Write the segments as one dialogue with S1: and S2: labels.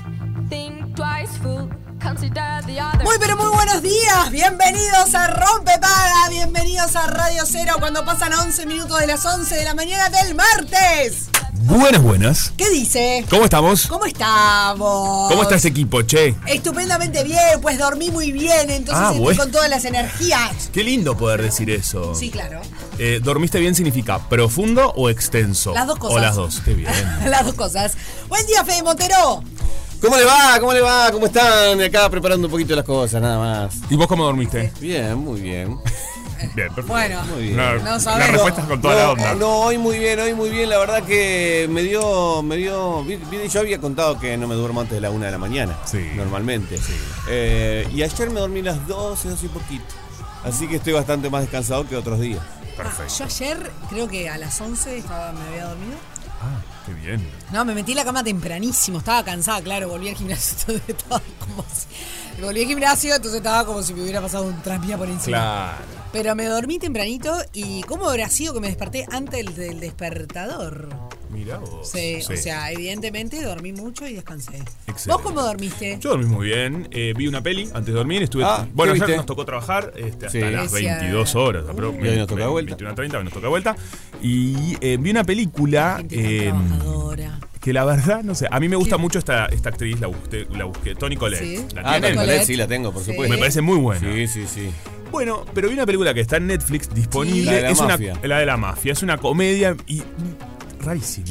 S1: think twice, fool. Consider the other.
S2: Muy pero muy buenos días, bienvenidos a Rompe Paga, bienvenidos a Radio Cero cuando pasan 11 minutos de las 11 de la mañana del martes.
S3: Buenas, buenas.
S2: ¿Qué dice?
S3: ¿Cómo estamos?
S2: ¿Cómo estamos?
S3: ¿Cómo está ese equipo, che?
S2: Estupendamente bien, pues dormí muy bien, entonces
S3: Ah,
S2: estoy
S3: bueno.
S2: con todas las energías.
S3: Qué lindo poder decir eso.
S2: Sí, claro.
S3: Eh, ¿Dormiste bien significa profundo o extenso?
S2: Las dos cosas.
S3: O Oh, las dos, qué bien.
S2: Las dos cosas. Buen día, Fede Montero.
S4: ¿Cómo le va? ¿Cómo le va? ¿Cómo están? Acá preparando un poquito las cosas, nada más.
S3: ¿Y vos cómo dormiste?
S4: Bien, muy bien.
S3: Bien, perfecto.
S2: Bueno,
S4: Muy bien.
S3: Una-
S2: No
S3: la,
S2: sabemos. eh,
S3: respuesta es con toda la
S4: No,
S3: onda.
S4: No, hoy muy bien, hoy muy bien. La verdad que me dio, me dio. vi- vi- Yo había contado que no me duermo antes de la una de la mañana.
S3: Sí.
S4: Normalmente. Eh, y ayer me dormí las 12, 12 y poquito. Así que estoy bastante más descansado que otros días.
S3: Perfecto.
S2: yo ayer creo que a las 11 estaba, me había dormido.
S3: Ah, qué bien.
S2: No, me metí en la cama tempranísimo, estaba cansada, claro, volví al gimnasio, entonces estaba como si- Volví al gimnasio, entonces estaba como si me hubiera pasado un tranvía por encima.
S3: Claro.
S2: Pero me dormí tempranito y ¿cómo habrá sido que me desperté antes del, del despertador?
S3: Mirá vos.
S2: Sí, O
S3: Sí.
S2: sea, evidentemente dormí mucho y descansé.
S3: Excelente.
S2: ¿Vos cómo dormiste?
S3: Yo dormí muy bien, eh, vi una peli antes de dormir, estuve...
S4: Ah, ¿qué
S3: bueno, ayer
S4: viste?
S3: nos tocó trabajar este, hasta
S4: Sí.
S3: las
S2: Decía-
S3: 22 horas, apro-
S4: Y hoy nos toca vuelta.
S3: 21:30, hoy nos toca vuelta. Y eh, vi una película...
S2: Gente tan
S3: eh,
S2: trabajadora.
S3: Que la verdad, no sé. A mí me gusta mucho esta, esta actriz, la busqué, la busqué. Toni Collette.
S2: Sí.
S3: ¿La
S4: Ah,
S3: tienen?
S2: Toni Collette.
S4: Nicolás, sí, la tengo, por
S2: Sí.
S4: supuesto.
S3: Me parece muy buena.
S4: Sí, sí, sí.
S3: Bueno, pero vi una película que está en Netflix disponible.
S4: Sí. La de la
S3: es una,
S4: mafia.
S3: la de la mafia. Es una comedia y. rarísima.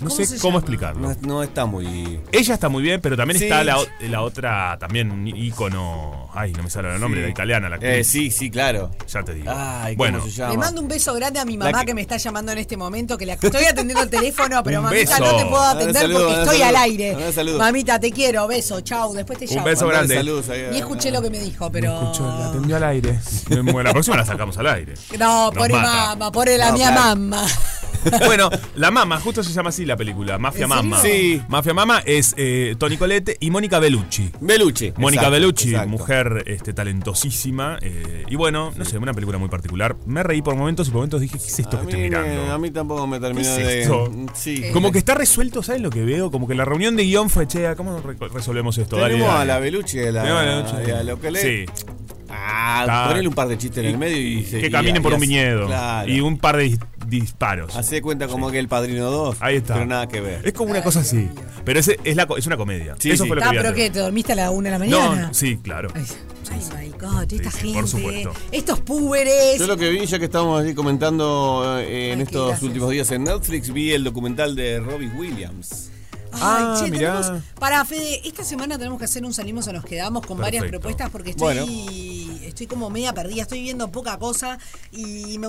S3: No sé
S2: se
S3: cómo
S2: llama?
S3: explicarlo.
S4: Mm, No, no está muy.
S3: Ella está muy bien, pero también
S4: Sí.
S3: está la, o- la otra, también un ícono. Ay, no me sale el nombre,
S4: Sí.
S3: la italiana, la actriz.
S4: Eh, sí, sí, claro.
S3: Ya te digo.
S4: Ay, ¿cómo
S3: bueno,
S4: se llama?
S2: Le mando un beso grande a mi
S4: La
S2: mamá que...
S4: que-
S2: me está llamando en este momento, que la estoy atendiendo el teléfono, pero
S3: Un
S2: mamita
S3: beso.
S2: no te puedo atender
S4: Dale saludo,
S2: porque
S4: dale
S2: estoy
S4: saludo.
S2: al aire.
S4: Dale saludo.
S2: Mamita, te quiero, beso, chau, después te
S3: Un
S2: llamo.
S3: beso
S4: Mandale
S3: grande.
S4: saludos ahí a-
S2: Ni escuché lo que me dijo, pero.
S3: Escuchó, la atendió al aire. Bueno, la próxima la sacamos al aire.
S2: No,
S3: Nos
S2: pobre
S3: mata.
S2: mamá, pobre la
S4: No,
S2: mía
S4: claro.
S2: mamá.
S3: Bueno, La Mama, justo se llama así la película, Mafia
S2: ¿En serio?
S3: Mama.
S4: Sí.
S3: Mafia Mama es eh, Tony Colette y Mónica Bellucci.
S4: Beluche.
S3: Mónica
S4: Exacto,
S3: Bellucci,
S4: exacto.
S3: mujer este, talentosísima. eh, y bueno, no sé, una película muy particular. Me reí por momentos y por momentos dije, ¿qué es esto
S4: A
S3: que
S4: mí
S3: estoy
S4: me-
S3: mirando?
S4: a mí tampoco me terminó
S3: es
S4: de.
S3: esto?
S4: Sí.
S3: Como que está resuelto, ¿sabes lo que veo? Como que la reunión de guión fue, che, ¿cómo re- resolvemos esto? Dale,
S4: Tenemos
S3: dale.
S4: a la Beluche, a la,
S3: Tenemos a la
S4: y
S3: Bellucci.
S4: a lo que le.
S3: Sí.
S4: Ah,
S3: Está-
S4: ponele un par de chistes en
S3: y-
S4: el medio y se-
S3: Que
S4: y-
S3: caminen por
S4: y
S3: un
S4: hace-
S3: viñedo.
S4: Claro.
S3: Y un par de dis- disparos.
S4: Hace cuenta como que el padrino 2.
S3: Ahí está.
S4: Pero nada que ver.
S3: Es como una cosa así. Pero ese es, la, co- es una comedia.
S4: Sí,
S3: Eso
S4: sí.
S3: fue lo
S2: Ah,
S3: que vi
S2: pero
S3: antes.
S2: que te dormiste a la una de la
S3: No,
S2: mañana.
S3: no, sí, claro.
S2: Ay, ay, my God, esta
S3: sí,
S2: gente.
S3: por supuesto.
S2: Estos púberes.
S4: Yo lo que vi, ya que estábamos ahí comentando eh, en
S2: Ay, qué
S4: estos
S2: gracias.
S4: últimos días en Netflix, vi el documental de Robbie Williams.
S2: Ay,
S3: Ah,
S2: che,
S3: mirá.
S2: tenemos. Para Fede, esta semana tenemos que hacer un salimos o nos quedamos con varias
S3: Perfecto.
S2: propuestas porque estoy, estoy como media perdida, estoy viendo poca cosa y me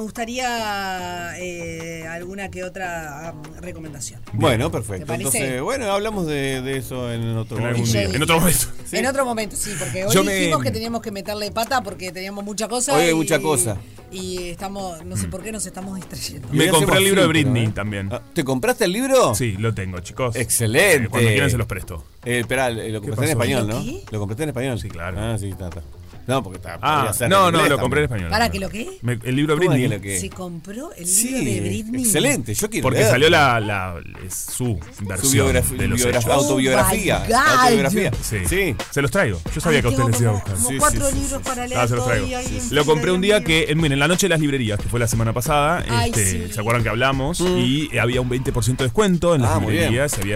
S2: gustaría eh, alguna que otra ah, recomendación.
S4: Bueno,
S2: ¿Te
S4: perfecto.
S2: parece?
S4: Entonces, bueno, hablamos de, de eso en otro
S3: En algún
S4: momento.
S3: día.
S2: Sí.
S3: En otro momento.
S4: Sí.
S2: En otro momento, sí, porque hoy
S3: Yo me-
S2: dijimos que teníamos que meterle pata porque teníamos mucha cosa.
S4: Hoy hay
S2: y-
S4: mucha cosa.
S2: Y estamos, no sé por qué nos estamos distrayendo.
S3: Me
S4: Y
S3: compré
S4: hacemos
S3: el libro de
S4: filtro,
S3: Britney
S4: ¿eh?
S3: también.
S4: Ah, ¿Te compraste el libro?
S3: Sí, lo tengo, chicos.
S4: Excelente.
S3: Eh, Cuando quieran se los presto.
S4: Eh, esperá, eh, lo compraste en
S3: pasó?
S4: español, ¿no?
S2: ¿Qué?
S4: Lo compraste en español.
S3: Sí, claro.
S4: Ah, sí, está, está. No, porque está.
S3: Ah,
S4: podría ser
S3: no,
S4: en
S3: no,
S4: inglés
S3: lo compré en
S4: también.
S3: español.
S2: ¿Para que lo qué?
S3: Me- el libro de
S4: ¿Cómo
S3: Britney.
S4: que lo que?
S2: Se compró el libro
S4: Sí,
S2: de Britney.
S4: excelente. Yo quiero
S3: Porque
S4: leerlo.
S3: salió la, la- es su versión
S4: su biografía,
S3: de los hechos.
S4: autobiografía.
S2: Oh my God.
S4: autobiografía.
S3: Sí.
S4: sí.
S3: Se los traigo. Yo sabía
S2: Ay,
S3: que a
S2: tengo
S3: ustedes les iba a
S2: como-
S3: gustar.
S2: Como
S4: Sí,
S2: cuatro
S4: sí, sí,
S2: libros
S4: sí,
S2: para leer.
S3: Ah, se los traigo.
S2: todavía, y en
S3: Lo
S2: fila,
S3: compré un
S2: Dios
S3: día
S2: mío.
S3: que, en, bueno, en la noche de las librerías, que fue la semana pasada,
S2: Ay,
S3: este,
S2: sí. Mm.
S3: ¿se acuerdan que hablamos? Y había un 20% de descuento en las
S4: Ah, muy
S3: librerías, había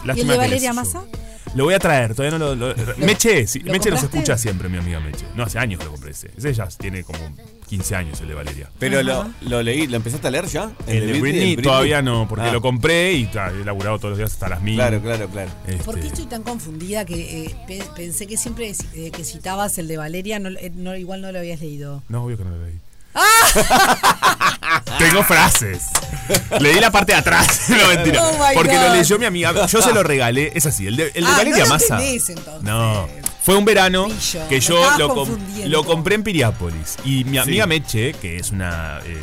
S2: ¿Y el
S3: Lástima
S2: de
S3: que les-
S2: Valeria Massa?
S3: Lo voy a traer, todavía no lo. lo- Meche, sí,
S2: ¿Lo
S3: Meche nos
S2: compraste?
S3: escucha siempre, mi amiga Meche. No, hace años que lo compré ese. Ese ya tiene como 15 años el de Valeria.
S4: Pero lo, lo leí, ¿lo empezaste a leer ya?
S3: El de Britney,
S4: el
S3: todavía no, porque
S4: Ah,
S3: lo compré y ta, he laburado todos los días hasta las mil.
S4: Claro, claro, claro.
S3: Este,
S2: ¿Por qué estoy tan confundida que eh, pe- pensé que siempre es- eh, que citabas el de Valeria, no, eh, no, igual no lo habías leído?
S3: No, obvio que no lo leí. Tengo frases. Leí la parte de atrás. no, mentira.
S2: Oh my
S3: porque
S2: God.
S3: lo leyó mi amiga. Yo se lo regalé. Es así, el de, el de
S2: Ah,
S3: Valeria
S2: no lo
S3: Massa.
S2: tenés, entonces.
S3: No. Fue un verano
S2: Pillo,
S3: que
S2: me
S3: yo
S2: estabas
S3: lo, com-
S2: confundiendo.
S3: lo compré en Piriápolis. Y mi amiga
S4: Sí.
S3: Meche, que es una eh,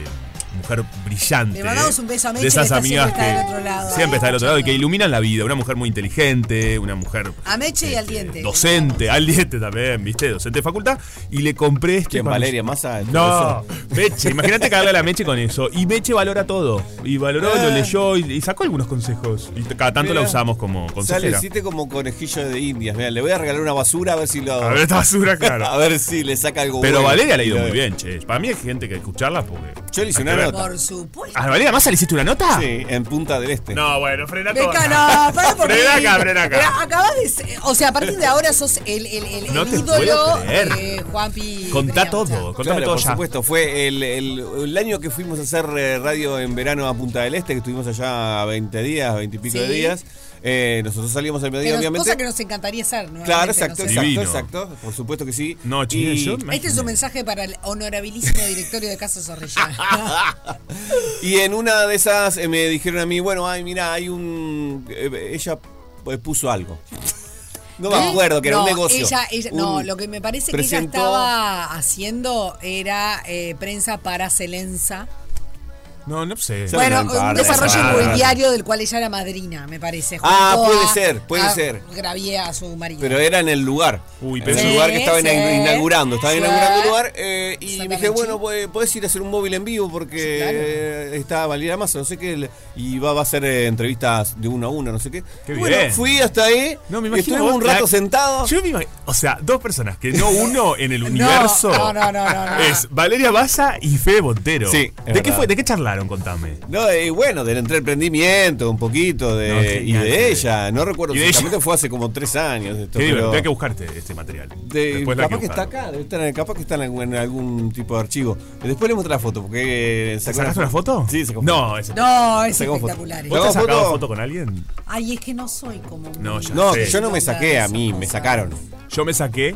S3: mujer brillante.
S2: Le mandamos un beso a Meche,
S3: De esas
S2: que está
S3: amigas
S2: siempre
S3: que
S2: está del otro lado.
S3: siempre está del otro lado y que
S2: Escuchando.
S3: iluminan la vida. Una mujer muy inteligente, una mujer.
S2: A Meche y al
S3: este,
S2: diente.
S3: Docente, al diente también, ¿viste? Docente de facultad. Y le compré este.
S4: ¿Quién,
S3: para-
S4: Valeria Massa? el
S3: no,
S4: profesor?
S3: Meche, imagínate cagarle a la Meche con eso. Y Meche valora todo. Y valoró, lo leyó y, y sacó algunos consejos. Y t- cada tanto la
S4: Mira.
S3: usamos como
S4: Sale,
S3: consejera.
S4: hiciste como conejillo de indias. Mira, le voy a regalar una basura a ver si lo.
S3: A ver, esta basura,
S4: a
S3: claro.
S4: ver si le saca algo
S3: Pero
S4: bueno.
S3: Valeria le ha ido
S4: Ah, Mira,
S3: muy bien, che. Para mí hay gente que escucharla porque.
S4: Yo le hice
S3: hay
S4: una
S3: que ver.
S4: nota.
S2: Por supuesto.
S3: ¿A Valeria Massa le hiciste una nota?
S4: Sí, en Punta del Este.
S3: Ah, No, bueno, frena todo.
S2: Beca, no, pará porque-
S3: Frena acá, frena acá.
S2: Pero acabas de ser- o sea, a partir de ahora sos el, el, el,
S3: No
S2: el
S3: te
S2: ídolo
S3: puedo creer.
S2: eh, Juanpi.
S3: Contá
S2: Peña, o sea.
S3: todo, contame
S4: Claro,
S3: todo
S4: por
S3: ya.
S4: supuesto, fue el, el- el año que fuimos a hacer eh, radio en verano a Punta del Este, que estuvimos allá 20 días, 20 y pico de
S2: Sí.
S4: días. Eh, nosotros salimos al
S2: Que
S4: mediodía,
S2: nos-
S4: obviamente.
S2: cosa que nos encantaría hacer.
S4: Claro,
S2: nuevamente,
S4: exacto,
S2: no sé.
S3: sé.
S4: exacto,
S3: Divino.
S4: exacto. Por supuesto que sí.
S3: No, che,
S4: Y-
S3: yo.
S2: Este es un mensaje para el honorabilísimo directorio de Casas Orellana.
S4: Y en una de esas eh, me dijeron a mí, bueno, ay, mira, hay un... eh, ella eh, puso algo. No me acuerdo, que era un
S2: ¿Eh? No,
S4: negocio.
S2: ella- ella- no,
S4: Un-
S2: lo que me parece
S4: presentó-
S2: que ella estaba haciendo era eh, prensa para Celenza.
S3: No, no sé.
S4: Bueno,
S2: Bueno, un
S4: Leopardo,
S2: desarrollo
S3: Leopardo.
S2: inmobiliario del cual ella era madrina, me parece.
S4: Ah,
S2: junto
S4: puede
S2: a-
S4: ser, puede
S2: a
S4: ser.
S2: Gravier a su marido.
S4: Pero era en el lugar.
S3: Uy,
S4: en
S3: pero-
S4: el
S3: Sí,
S4: lugar que estaban
S2: sí.
S4: inaugurando. Estaban
S2: Sí.
S4: inaugurando el lugar eh, y me
S2: Exactamente.
S4: dije, bueno, pues, podés ir a hacer un móvil en vivo porque eh, está Valeria Massa, no sé qué, le- y va, va a hacer eh, entrevistas de uno a uno, no sé qué.
S3: Qué
S4: bueno,
S3: bien.
S4: fui hasta ahí,
S3: No,
S4: y
S3: me imagino.
S4: estuve
S3: vos
S4: un
S3: la-
S4: rato sentado.
S3: Yo me imagino. O sea, dos personas que no uno en el universo.
S2: no, no, no, no, no.
S3: Es Valeria Baza y Fede Botero.
S4: Sí, es
S3: ¿De qué,
S4: verdad.
S3: fue, ¿De qué charlaron? Contame.
S4: No, y bueno, del emprendimiento, un poquito, de,
S3: No, genial,
S4: y de
S3: genial.
S4: ella. No recuerdo
S3: Y de ella.
S4: exactamente, fue hace como tres años. Esto,
S3: Qué divertido,
S4: pero
S3: hay que buscarte este material.
S4: de-
S3: Después la hay
S4: capaz que está
S3: buscar.
S4: acá, debe estar, en- capaz que está en algún, en algún tipo de archivo. Después le mostré la foto, porque... eh, sacó
S3: ¿Sacaste una foto?
S4: Sí, sacó
S3: No, esa.
S2: No, es
S4: Sacamos
S2: espectacular.
S4: foto.
S3: ¿Vos te has
S4: ¿Sacamos
S3: sacado
S4: foto?
S3: foto con alguien?
S2: Ay, es que no soy como. muy-
S3: No, ya.
S4: No,
S3: Sí. Ah.
S4: que yo no me saqué a mí, me sacaron.
S3: Yo me saqué,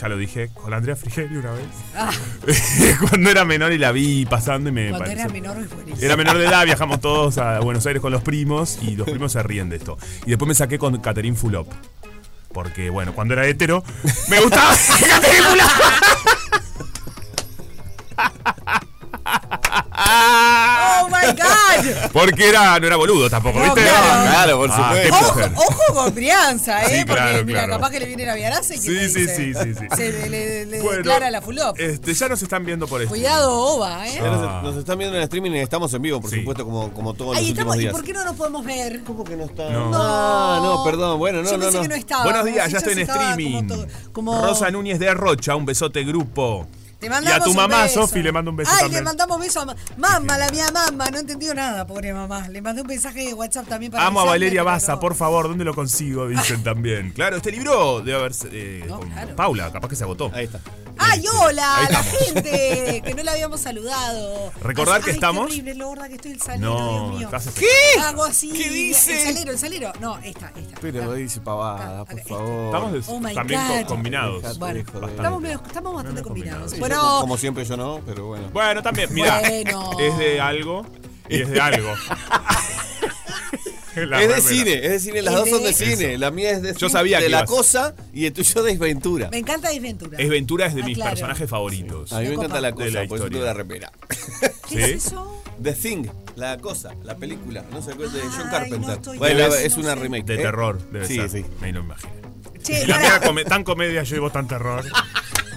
S3: ya lo dije, con Andrea Frigeri una vez. Cuando era menor y la vi pasando y me
S2: Ah. Cuando era
S3: pareció-
S2: menor es buenísimo.
S3: Era menor de edad, viajamos todos a Buenos Aires con los primos y los primos se ríen de esto. Y después me saqué con Caterín Fulop. Porque, bueno, cuando era hetero, me gustaba Caterín Fulop.
S2: ¡Oh my God!
S3: Porque era, no era boludo tampoco,
S2: No,
S3: ¿viste?
S2: claro.
S4: Claro, por
S3: Ah, qué
S4: supuesto.
S2: Ojo,
S3: mujer.
S2: ojo con crianza, ¿eh?
S3: Sí, claro,
S2: Porque mira,
S3: claro.
S2: capaz que le viene la viaraza y que
S3: Sí,
S2: te
S3: sí,
S2: dice-
S3: sí, sí, sí.
S2: Se le, le- le
S3: Bueno,
S2: declara eh, la fulop.
S3: Este, ya nos están viendo por esto.
S2: Cuidado, Oba, ¿eh?
S4: Ya Nos, nos están viendo en el streaming y estamos en vivo, por
S3: Sí.
S4: supuesto, como, como todos
S2: Ahí
S4: los
S2: estamos.
S4: últimos
S2: ¿Y
S4: días.
S2: por qué no nos podemos ver?
S4: ¿Cómo que no está?
S3: No.
S4: Ah, no, perdón, bueno, no,
S2: Yo
S4: no,
S2: pensé
S4: no.
S2: que no estaba.
S3: Buenos
S2: como
S3: días,
S2: si
S3: ya estoy en
S2: estaba
S3: streaming.
S2: Como, to- como-
S3: Rosa Núñez de Rocha, un besote grupo.
S2: Te mandamos
S3: y a tu
S2: un
S3: mamá,
S2: beso.
S3: Sofi, le mando un beso
S2: Ay,
S3: también.
S2: le mandamos beso a ma- mamá, la mía mamá. No entendió nada, pobre mamá. Le mandé un mensaje de WhatsApp también para.
S3: Amo a
S2: avisarle,
S3: Valeria
S2: pero
S3: Baza,
S2: no.
S3: por favor, ¿dónde lo consigo? Dicen también. Claro, este libro debe haberse. eh,
S2: No,
S3: con
S2: claro.
S3: Paula, capaz que se agotó.
S4: Ahí está.
S2: Ah, ¡Ay, hola!
S3: Ahí
S2: La
S3: estamos.
S2: gente que no la habíamos saludado.
S3: Recordar
S2: Así-
S3: que
S2: ay,
S3: estamos-
S2: Qué horrible, lo gorda que estoy el salero, Dios
S3: No,
S2: mío.
S3: estás
S2: Hago así.
S4: ¿Qué dice?
S2: El salero, el salero. No, esta, esta.
S4: Pero
S2: acá.
S4: dice pavada,
S2: Acá, este.
S4: por
S2: acá,
S4: favor.
S3: Estamos
S4: Dejate
S3: des-
S2: Oh my
S3: también co-
S2: God.
S3: combinados.
S4: de
S2: Bueno,
S4: joder.
S3: bastante.
S2: Estamos, medio- estamos bastante
S3: No,
S2: combinados.
S3: no, combinados.
S4: Sí, yo
S2: Bueno,
S4: como siempre yo no, pero bueno.
S3: Bueno, también, mira,
S2: Bueno.
S3: es de algo y es de algo. La
S4: es de
S3: remera.
S4: cine, es de cine, las
S2: Es
S4: dos son de
S2: de-
S4: cine. La mía es de,
S3: Yo
S4: cin-
S3: sabía
S4: de
S3: que
S4: la
S3: ibas.
S4: cosa y el tuyo de aventura.
S2: me encanta Desventura.
S3: Es Ventura es de
S2: Ah,
S3: mis
S2: claro.
S3: personajes favoritos.
S4: A mí me
S2: copa.
S4: encanta la
S3: De la
S4: cosa, por eso
S3: historia.
S4: tuve la remera.
S2: ¿Qué
S3: ¿Sí?
S2: es eso?
S4: The Thing, la cosa, la película, no sé, de John
S2: Ay,
S4: Carpenter.
S2: no estoy-
S4: bueno,
S3: no
S4: es
S2: sé.
S4: una remake.
S3: De
S4: ¿eh?
S3: terror, debe
S4: sí,
S3: ser.
S4: Sí,
S3: Me lo imagino.
S2: Che,
S3: Y la
S2: pará.
S3: mía come- tan comedia, yo y vos tan terror.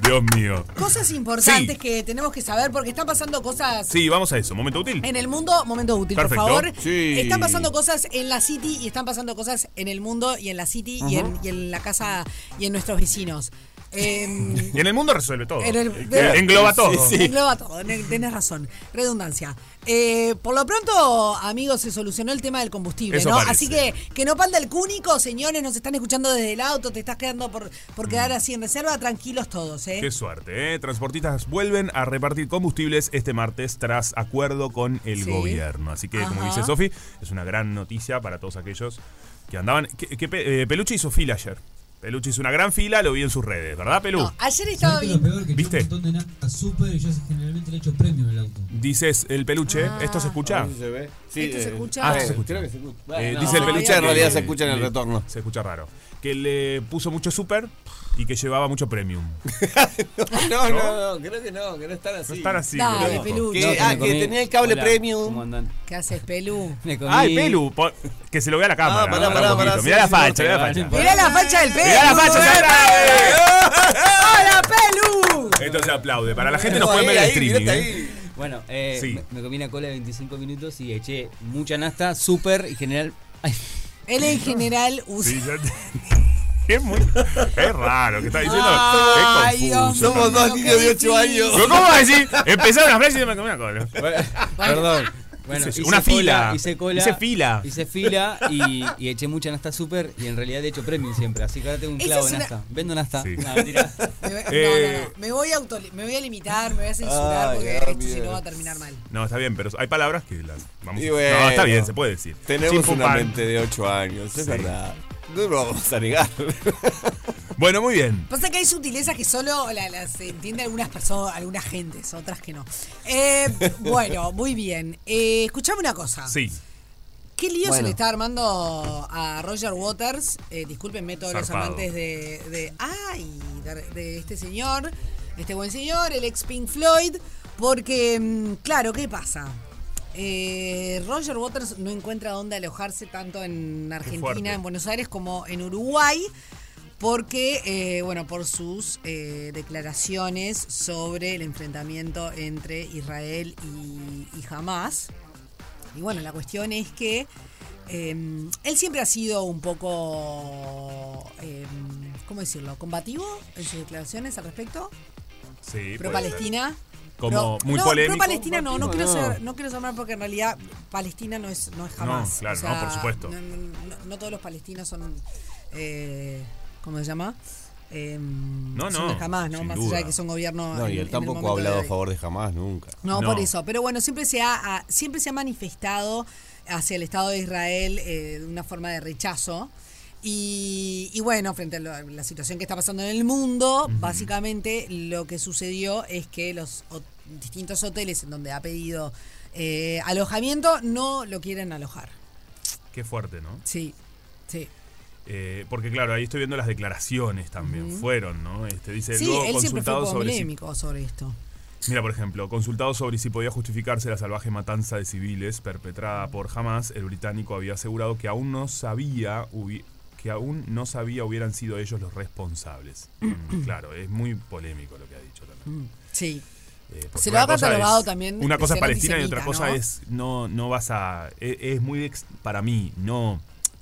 S3: Dios mío.
S2: Cosas importantes
S3: Sí.
S2: que tenemos que saber porque están pasando cosas
S3: Sí, vamos a eso. Momento útil.
S2: En el mundo, momento útil,
S3: Perfecto.
S2: por favor.
S4: Sí.
S2: Están pasando cosas en la City y están pasando cosas en el mundo y en la City y, en, y en la casa y en nuestros vecinos. Em,
S3: Y en el mundo resuelve todo.
S2: En el-
S3: Eh,
S2: de-
S3: Engloba todo.
S4: Sí.
S2: Engloba todo, ne- tenés razón. Redundancia. Eh, por lo pronto, amigos, se solucionó el tema del combustible,
S3: Eso
S2: ¿no?
S3: parece.
S2: Así que que no palda el cúnico, señores, nos están escuchando desde el auto, te estás quedando por, por quedar
S3: Mm.
S2: así en reserva, tranquilos todos, ¿eh?
S3: Qué suerte, ¿eh? Transportistas vuelven a repartir combustibles este martes tras acuerdo con el
S2: Sí.
S3: gobierno. Así que, como
S2: Ajá.
S3: dice Sofi, es una gran noticia para todos aquellos que andaban. que- que Pe- eh, Peluche hizo fila ayer. Peluche hizo una gran fila, lo vi en sus redes, ¿verdad, Pelu?
S2: No, ayer estaba
S5: Lo
S2: bien.
S5: peor que
S3: ¿Viste?
S5: ¿Viste? un montón de nafta súper y yo generalmente le echo premio al auto.
S3: Dices el peluche,
S2: Ah.
S3: ¿esto se escucha?
S4: A ver si se ve. Sí, eh.
S2: Esto Este se escucha.
S3: Ah, se escucha.
S4: Creo que se escucha.
S3: Eh,
S4: Bueno,
S3: dice el
S2: no,
S3: peluche
S2: ya
S4: en
S3: que-
S4: realidad se escucha en el
S3: le-
S4: retorno.
S3: Se escucha raro. Que le puso mucho super y que llevaba mucho premium.
S4: No, no, no, creo que no, que no están así.
S3: No están así.
S2: Dale,
S3: loco.
S2: Pelu.
S4: Que-
S2: No,
S4: ah, que tenía el cable premium.
S2: ¿Qué haces, Pelú?
S3: Ay, Pelu, po- que se lo vea la cámara.
S4: Ah, pará,
S3: ¿no?
S4: pará,
S3: Un poquito.
S4: pará,
S3: Mirá
S4: sí,
S3: la
S4: sí,
S3: facha,
S4: no,
S3: mirá
S4: no
S3: la facha.
S2: Mirá la facha del Pelu.
S3: Mirá la facha, se
S4: ¡Eh!
S3: aplaude.
S2: ¡Hola, Pelu!
S3: Esto se aplaude. Para la gente nos
S4: No,
S3: pueden
S4: ahí,
S3: ver el
S4: ahí,
S3: streaming.
S4: mirate
S3: ¿eh?
S4: ahí.
S6: Bueno, eh,
S3: Sí.
S6: me, me comí una cola de 25 minutos y eché mucha nasta, súper y general. Ay,
S2: Él en general usa.
S3: Sí, ya te- Es muy. Es raro que está diciendo.
S2: Ay,
S3: es
S2: Dios
S3: confuso.
S4: Somos dos
S2: Qué
S4: niños de 8
S2: difícil.
S4: años.
S3: Pero ¿Cómo vas a decir? Empezaron las frases y me comí una cola.
S6: perdón. Bueno,
S3: Hice-
S6: hice
S3: una fila.
S6: cola, hice cola.
S3: Hice fila.
S6: Hice fila y, y eché mucha nasta súper y en realidad he hecho premium siempre. Así que ahora tengo un
S2: Esa
S6: clavo
S2: es
S6: de
S2: una-
S6: nasta. Vendo nasta.
S3: Sí.
S6: No, mentira.
S2: Me, no, no,
S3: Eh. Ah,
S2: no. Me voy, a auto, me voy a limitar, me voy a censurar
S4: Ay,
S2: porque
S4: Dios
S2: esto si
S4: mío.
S2: no va a terminar mal.
S3: No, está bien, pero hay palabras que las. Vamos
S4: Y
S3: a-
S4: bueno.
S3: no, está bien, se puede decir.
S4: Tenemos
S3: Chimpum
S4: una
S3: pan.
S4: mente de 8 años, es
S3: Sí.
S4: verdad. No lo vamos a negar.
S3: Bueno, muy bien.
S2: Pasa que hay sutilezas que solo la- las entiende algunas personas, algunas gentes, otras que no. Eh, bueno, muy bien. Eh, escuchame una cosa.
S3: Sí.
S2: ¿Qué lío se
S4: Bueno.
S2: le está armando a Roger Waters? Eh, discúlpenme todos
S3: Zarpado.
S2: los amantes de, de- ay, de, de este señor, este buen señor, el ex Pink Floyd, porque, mm, claro, ¿qué pasa? Eh, Roger Waters no encuentra dónde alojarse tanto en
S3: fuerte.
S2: Argentina, en Buenos Aires, como en Uruguay porque, eh, bueno, por sus eh, declaraciones sobre el enfrentamiento entre Israel y, y Hamas. Y bueno, la cuestión es que eh, él siempre ha sido un poco, eh, ¿cómo decirlo?, combativo en sus declaraciones al respecto.
S3: Sí.
S2: Pro
S3: puede ser.
S2: Palestina.
S3: Como
S2: Pro-
S3: muy
S2: no,
S3: polémico.
S2: Pro Palestina no, no quiero,
S4: No.
S2: ser- no quiero sonar porque en realidad Palestina no es, no es jamás.
S3: No, claro, no, por supuesto.
S2: No, no- no- no todos los palestinos son. eh, ¿Cómo se llama? Eh,
S3: No,
S2: son
S3: no,
S2: de jamás, ¿no?
S3: sin
S2: Más
S3: duda.
S2: allá de que son gobierno.
S4: No,
S2: en-
S4: y
S2: en
S4: él
S2: el
S4: tampoco ha
S2: momento de
S4: hablado a
S2: hoy.
S4: favor de jamás, nunca.
S2: No,
S3: No.
S2: por eso. Pero bueno, siempre se ha, ha- siempre se ha manifestado hacia el Estado de Israel eh, de una forma de rechazo. Y, y bueno, frente a lo- la situación que está pasando en el mundo, básicamente lo que sucedió es que los ho- distintos hoteles en donde ha pedido eh, alojamiento no lo quieren alojar.
S3: Qué fuerte, ¿no?
S2: Sí, sí.
S3: Eh, porque claro, ahí estoy viendo las declaraciones también. Fueron, ¿no? Este, dice
S2: Sí,
S3: luego
S2: él siempre fue
S3: consultado sobre si-
S2: polémico sobre esto.
S3: Mira, por ejemplo, consultado sobre si podía justificarse la salvaje matanza de civiles perpetrada por Hamas, el británico había asegurado que aún no sabía hubi- que aún no sabía hubieran sido ellos los responsables. Mm, claro, es muy polémico lo que ha dicho también.
S2: Sí.
S3: Eh, porque
S2: Mm. Se lo
S3: una
S2: ha
S3: cosa
S2: catalogado
S3: es-
S2: también
S3: Una
S2: de
S3: cosa es
S2: ser
S3: palestina y otra
S2: antisemita,
S3: cosa
S2: ¿no?
S3: es no no vas a es, es muy ex- para mí no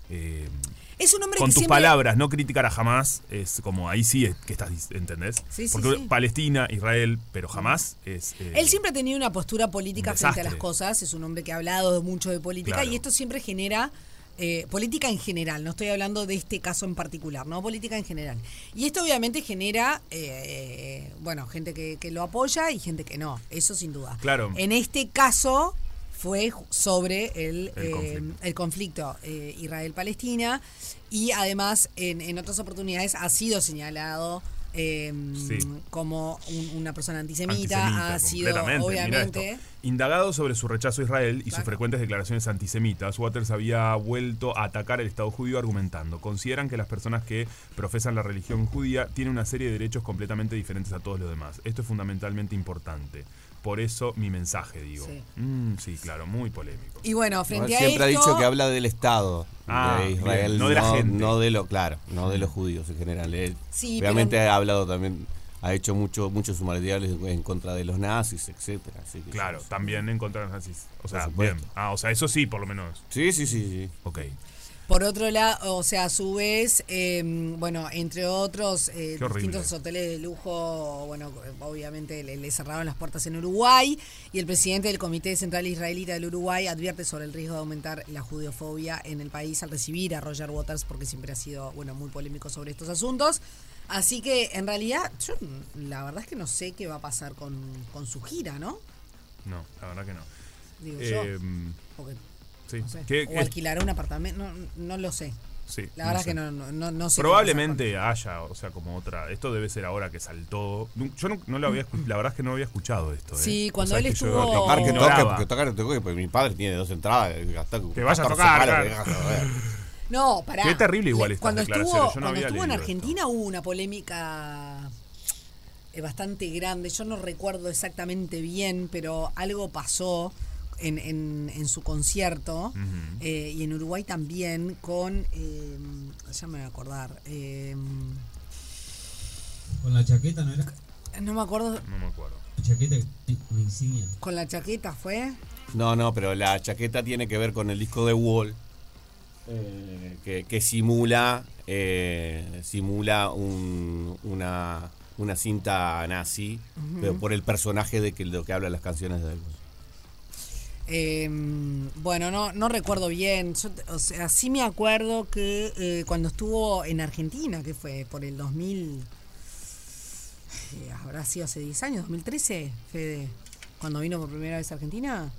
S3: eh,
S2: Es un hombre
S3: con
S2: que
S3: tus
S2: siempre-
S3: palabras, no criticar a jamás, es como ahí sí es que estás, dis- ¿entendés?
S2: Sí, sí,
S3: Porque
S2: sí.
S3: Palestina, Israel, pero jamás es... eh,
S2: Él siempre ha tenido una postura política
S3: Un
S2: frente a
S3: desastre.
S2: las cosas, es un hombre que ha hablado mucho de política
S3: Claro.
S2: y esto siempre genera eh, política en general, no estoy hablando de este caso en particular, ¿no? Política en general. Y esto obviamente genera, eh, eh, bueno, gente que, que lo apoya y gente que no, eso sin duda.
S3: Claro.
S2: En este caso fue ju- sobre el,
S3: El
S2: eh,
S3: conflicto.
S2: el conflicto eh, Israel-Palestina y además en, en otras oportunidades ha sido señalado eh,
S3: Sí.
S2: como un- una persona antisemita,
S3: antisemita,
S2: ha sido
S3: completamente, mirá
S2: obviamente...
S3: esto. Indagado sobre su rechazo a Israel y sus
S2: Claro.
S3: frecuentes declaraciones antisemitas, Waters había vuelto a atacar el Estado judío argumentando, consideran que las personas que profesan la religión judía tienen una serie de derechos completamente diferentes a todos los demás. Esto es fundamentalmente importante. Por eso mi mensaje, digo.
S2: Sí.
S3: Mm, sí, claro, muy polémico.
S2: Y bueno, frente
S4: Igual
S2: a
S4: siempre ha
S2: esto-
S4: dicho que habla del Estado
S3: Ah,
S4: de Israel,
S3: bien,
S4: no de la gente. No
S3: gente.
S4: de lo, claro, no de los judíos en general. Él
S2: Sí,
S4: realmente
S2: pero-
S4: ha hablado también, ha hecho mucho, muchos sumariales en contra de los nazis, etcétera. así que-
S3: Claro, también encontrar nazis. O sea, bien.
S4: supuesto.
S3: Ah, o sea, eso sí, por lo menos.
S4: Sí, sí, sí, sí.
S3: Ok.
S2: Por otro lado, o sea, a su vez, eh, bueno, entre otros eh,
S3: Qué horrible.
S2: distintos hoteles de lujo, bueno, obviamente le, le cerraron las puertas en Uruguay y el presidente del Comité Central Israelita del Uruguay advierte sobre el riesgo de aumentar la judiofobia en el país al recibir a Roger Waters porque siempre ha sido, bueno, muy polémico sobre estos asuntos. Así que, en realidad, yo la verdad es que no sé qué va a pasar con, con su gira, ¿no?
S3: No, la verdad que no.
S2: Digo
S3: Eh,
S2: yo, porque,
S3: sí.
S2: no sé,
S3: ¿Qué-
S2: o
S3: qué-
S2: alquilará un apartamento, no, no lo sé.
S3: sí,
S2: La verdad
S3: sé.
S2: que no, no, no, no sé. qué
S3: Probablemente haya, o sea, como otra. Esto debe ser ahora que saltó. Nu- Yo no, no lo había escu- la verdad es que no había escuchado esto. ¿eh?
S2: Sí, cuando
S3: O sea,
S2: él
S3: que yo
S2: estuvo-
S3: lo
S4: Tocar que toque,
S3: ignoraba.
S4: porque tocar que toque, porque mi padre tiene dos entradas.
S3: Que vaya a tocar,
S2: pasa. No, pará.
S3: Qué terrible igual estas
S2: Cuando estuvo,
S3: declaraciones, yo no
S2: cuando
S3: había
S2: estuvo en
S3: leído
S2: Argentina hubo una polémica eh, bastante grande. Yo no recuerdo exactamente bien, pero algo pasó en, en- en su concierto
S3: Ujú.
S2: eh, y en Uruguay también con. eh, ya me voy a acordar. eh,
S5: Con la chaqueta, ¿no era?
S2: no me acuerdo.
S3: No me acuerdo.
S5: La chaqueta que una insignia.
S2: ¿Con la chaqueta fue?
S4: No, no, pero la chaqueta tiene que ver con el disco de Wall, eh, que, que simula, eh, simula un- una, una cinta nazi, pero por el personaje de que, lo que hablan las canciones de él.
S2: Eh, bueno, no, no recuerdo bien. Yo, o sea, sí me acuerdo que eh, cuando estuvo en Argentina, que fue por el 2000, eh, habrá sido hace 10 años, 2013, Fede, cuando vino por primera vez a Argentina,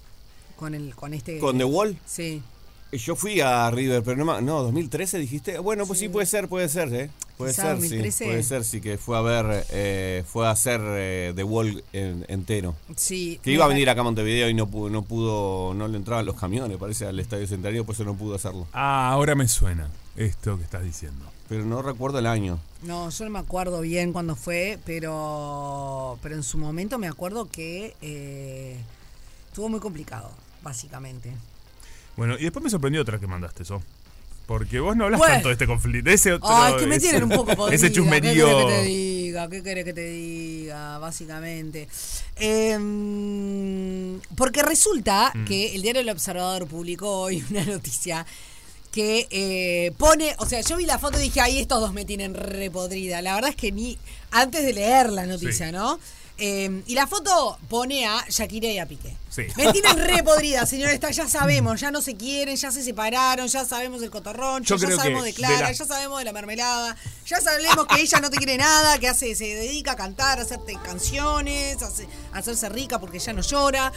S2: con, el, con este...
S4: Con The Wall,
S2: Sí.
S4: yo fui a River, pero no, ma- no 2013 dijiste. Bueno, pues sí, puede ser, puede ser, ¿eh? Puede
S2: Quizá
S4: ser, sí.
S2: 2013.
S4: Puede ser, sí, que fue a ver, eh, fue a hacer eh, The Wall en- entero.
S2: Sí.
S4: Que iba a venir acá a Montevideo y no pudo, no pudo, no le entraban los camiones, parece, al Estadio Centenario, por eso no pudo hacerlo.
S3: Ah, ahora me suena esto que estás diciendo.
S4: Pero no recuerdo el año.
S2: No, yo no me acuerdo bien cuándo fue, pero, pero en su momento me acuerdo que eh, estuvo muy complicado, básicamente.
S3: Bueno, y después me sorprendió otra que mandaste, eso. Porque vos no hablas
S2: Bueno.
S3: tanto de este conflicto. de Ese otro,
S2: Ay, que me
S3: ese-
S2: tienen un poco podrida.
S3: Ese chusmerío.
S2: ¿Qué querés que te diga? ¿Qué querés que te diga? Básicamente. Em, porque resulta
S3: Mm.
S2: que el diario El Observador publicó hoy una noticia que eh, pone, o sea, yo vi la foto y dije, ay, estos dos me tienen repodrida. La verdad es que ni antes de leer la noticia,
S3: Sí.
S2: ¿no? Em, y la foto pone a Shakira y a Piqué.
S3: Sí.
S2: Me tienen repodrida, señores, ya sabemos, ya no se quieren, ya se separaron, ya sabemos el cotorrón,
S3: Yo
S2: ya
S3: creo
S2: sabemos
S3: que
S2: de Clara,
S3: de la-
S2: ya sabemos de la mermelada, ya sabemos que ella no te quiere nada, que hace, se dedica a cantar, a hacerte canciones, hace- a hacerse rica porque ya no llora.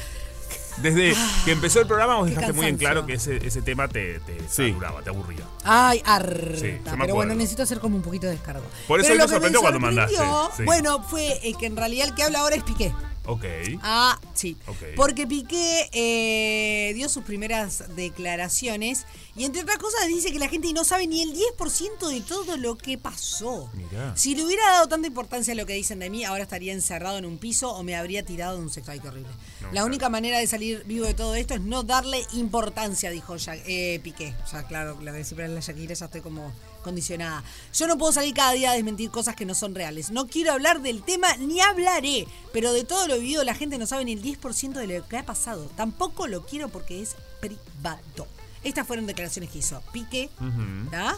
S3: Desde que empezó el programa vos
S2: Ah, Qué
S3: dejaste muy
S2: cansancio.
S3: en claro que ese, ese tema te, te saturaba, te aburría.
S2: Ay, harta.
S3: Sí, yo me
S2: pero bueno,
S3: acuerdo.
S2: necesito hacer como un poquito de descargo.
S3: Por eso
S2: Pero
S3: hoy me
S2: lo que
S3: sorprendió cuando
S2: sorprendió,
S3: mandaste, sí.
S2: Bueno, fue eh, que en realidad el que habla ahora es Piqué.
S3: Ok.
S2: Ah, sí.
S3: Ok.
S2: Porque Piqué eh, dio sus primeras declaraciones y entre otras cosas dice que la gente no sabe ni el 10% de todo lo que pasó.
S3: Mirá.
S2: Si le hubiera dado tanta importancia a lo que dicen de mí, ahora estaría encerrado en un piso o me habría tirado de un sexo. Ay, qué horrible.
S3: No,
S2: la
S3: claro.
S2: única manera de salir vivo de todo esto es no darle importancia, dijo ya, eh, Piqué. Ya, claro, la que siempre es la Shakira, ya estoy como condicionada. Yo no puedo salir cada día a desmentir cosas que no son reales. No quiero hablar del tema ni hablaré. Pero de todo lo vivido, la gente no sabe ni el 10% de lo que ha pasado. Tampoco lo quiero porque es privado. Estas fueron declaraciones que hizo Piqué
S3: Ujú.
S2: ¿tá?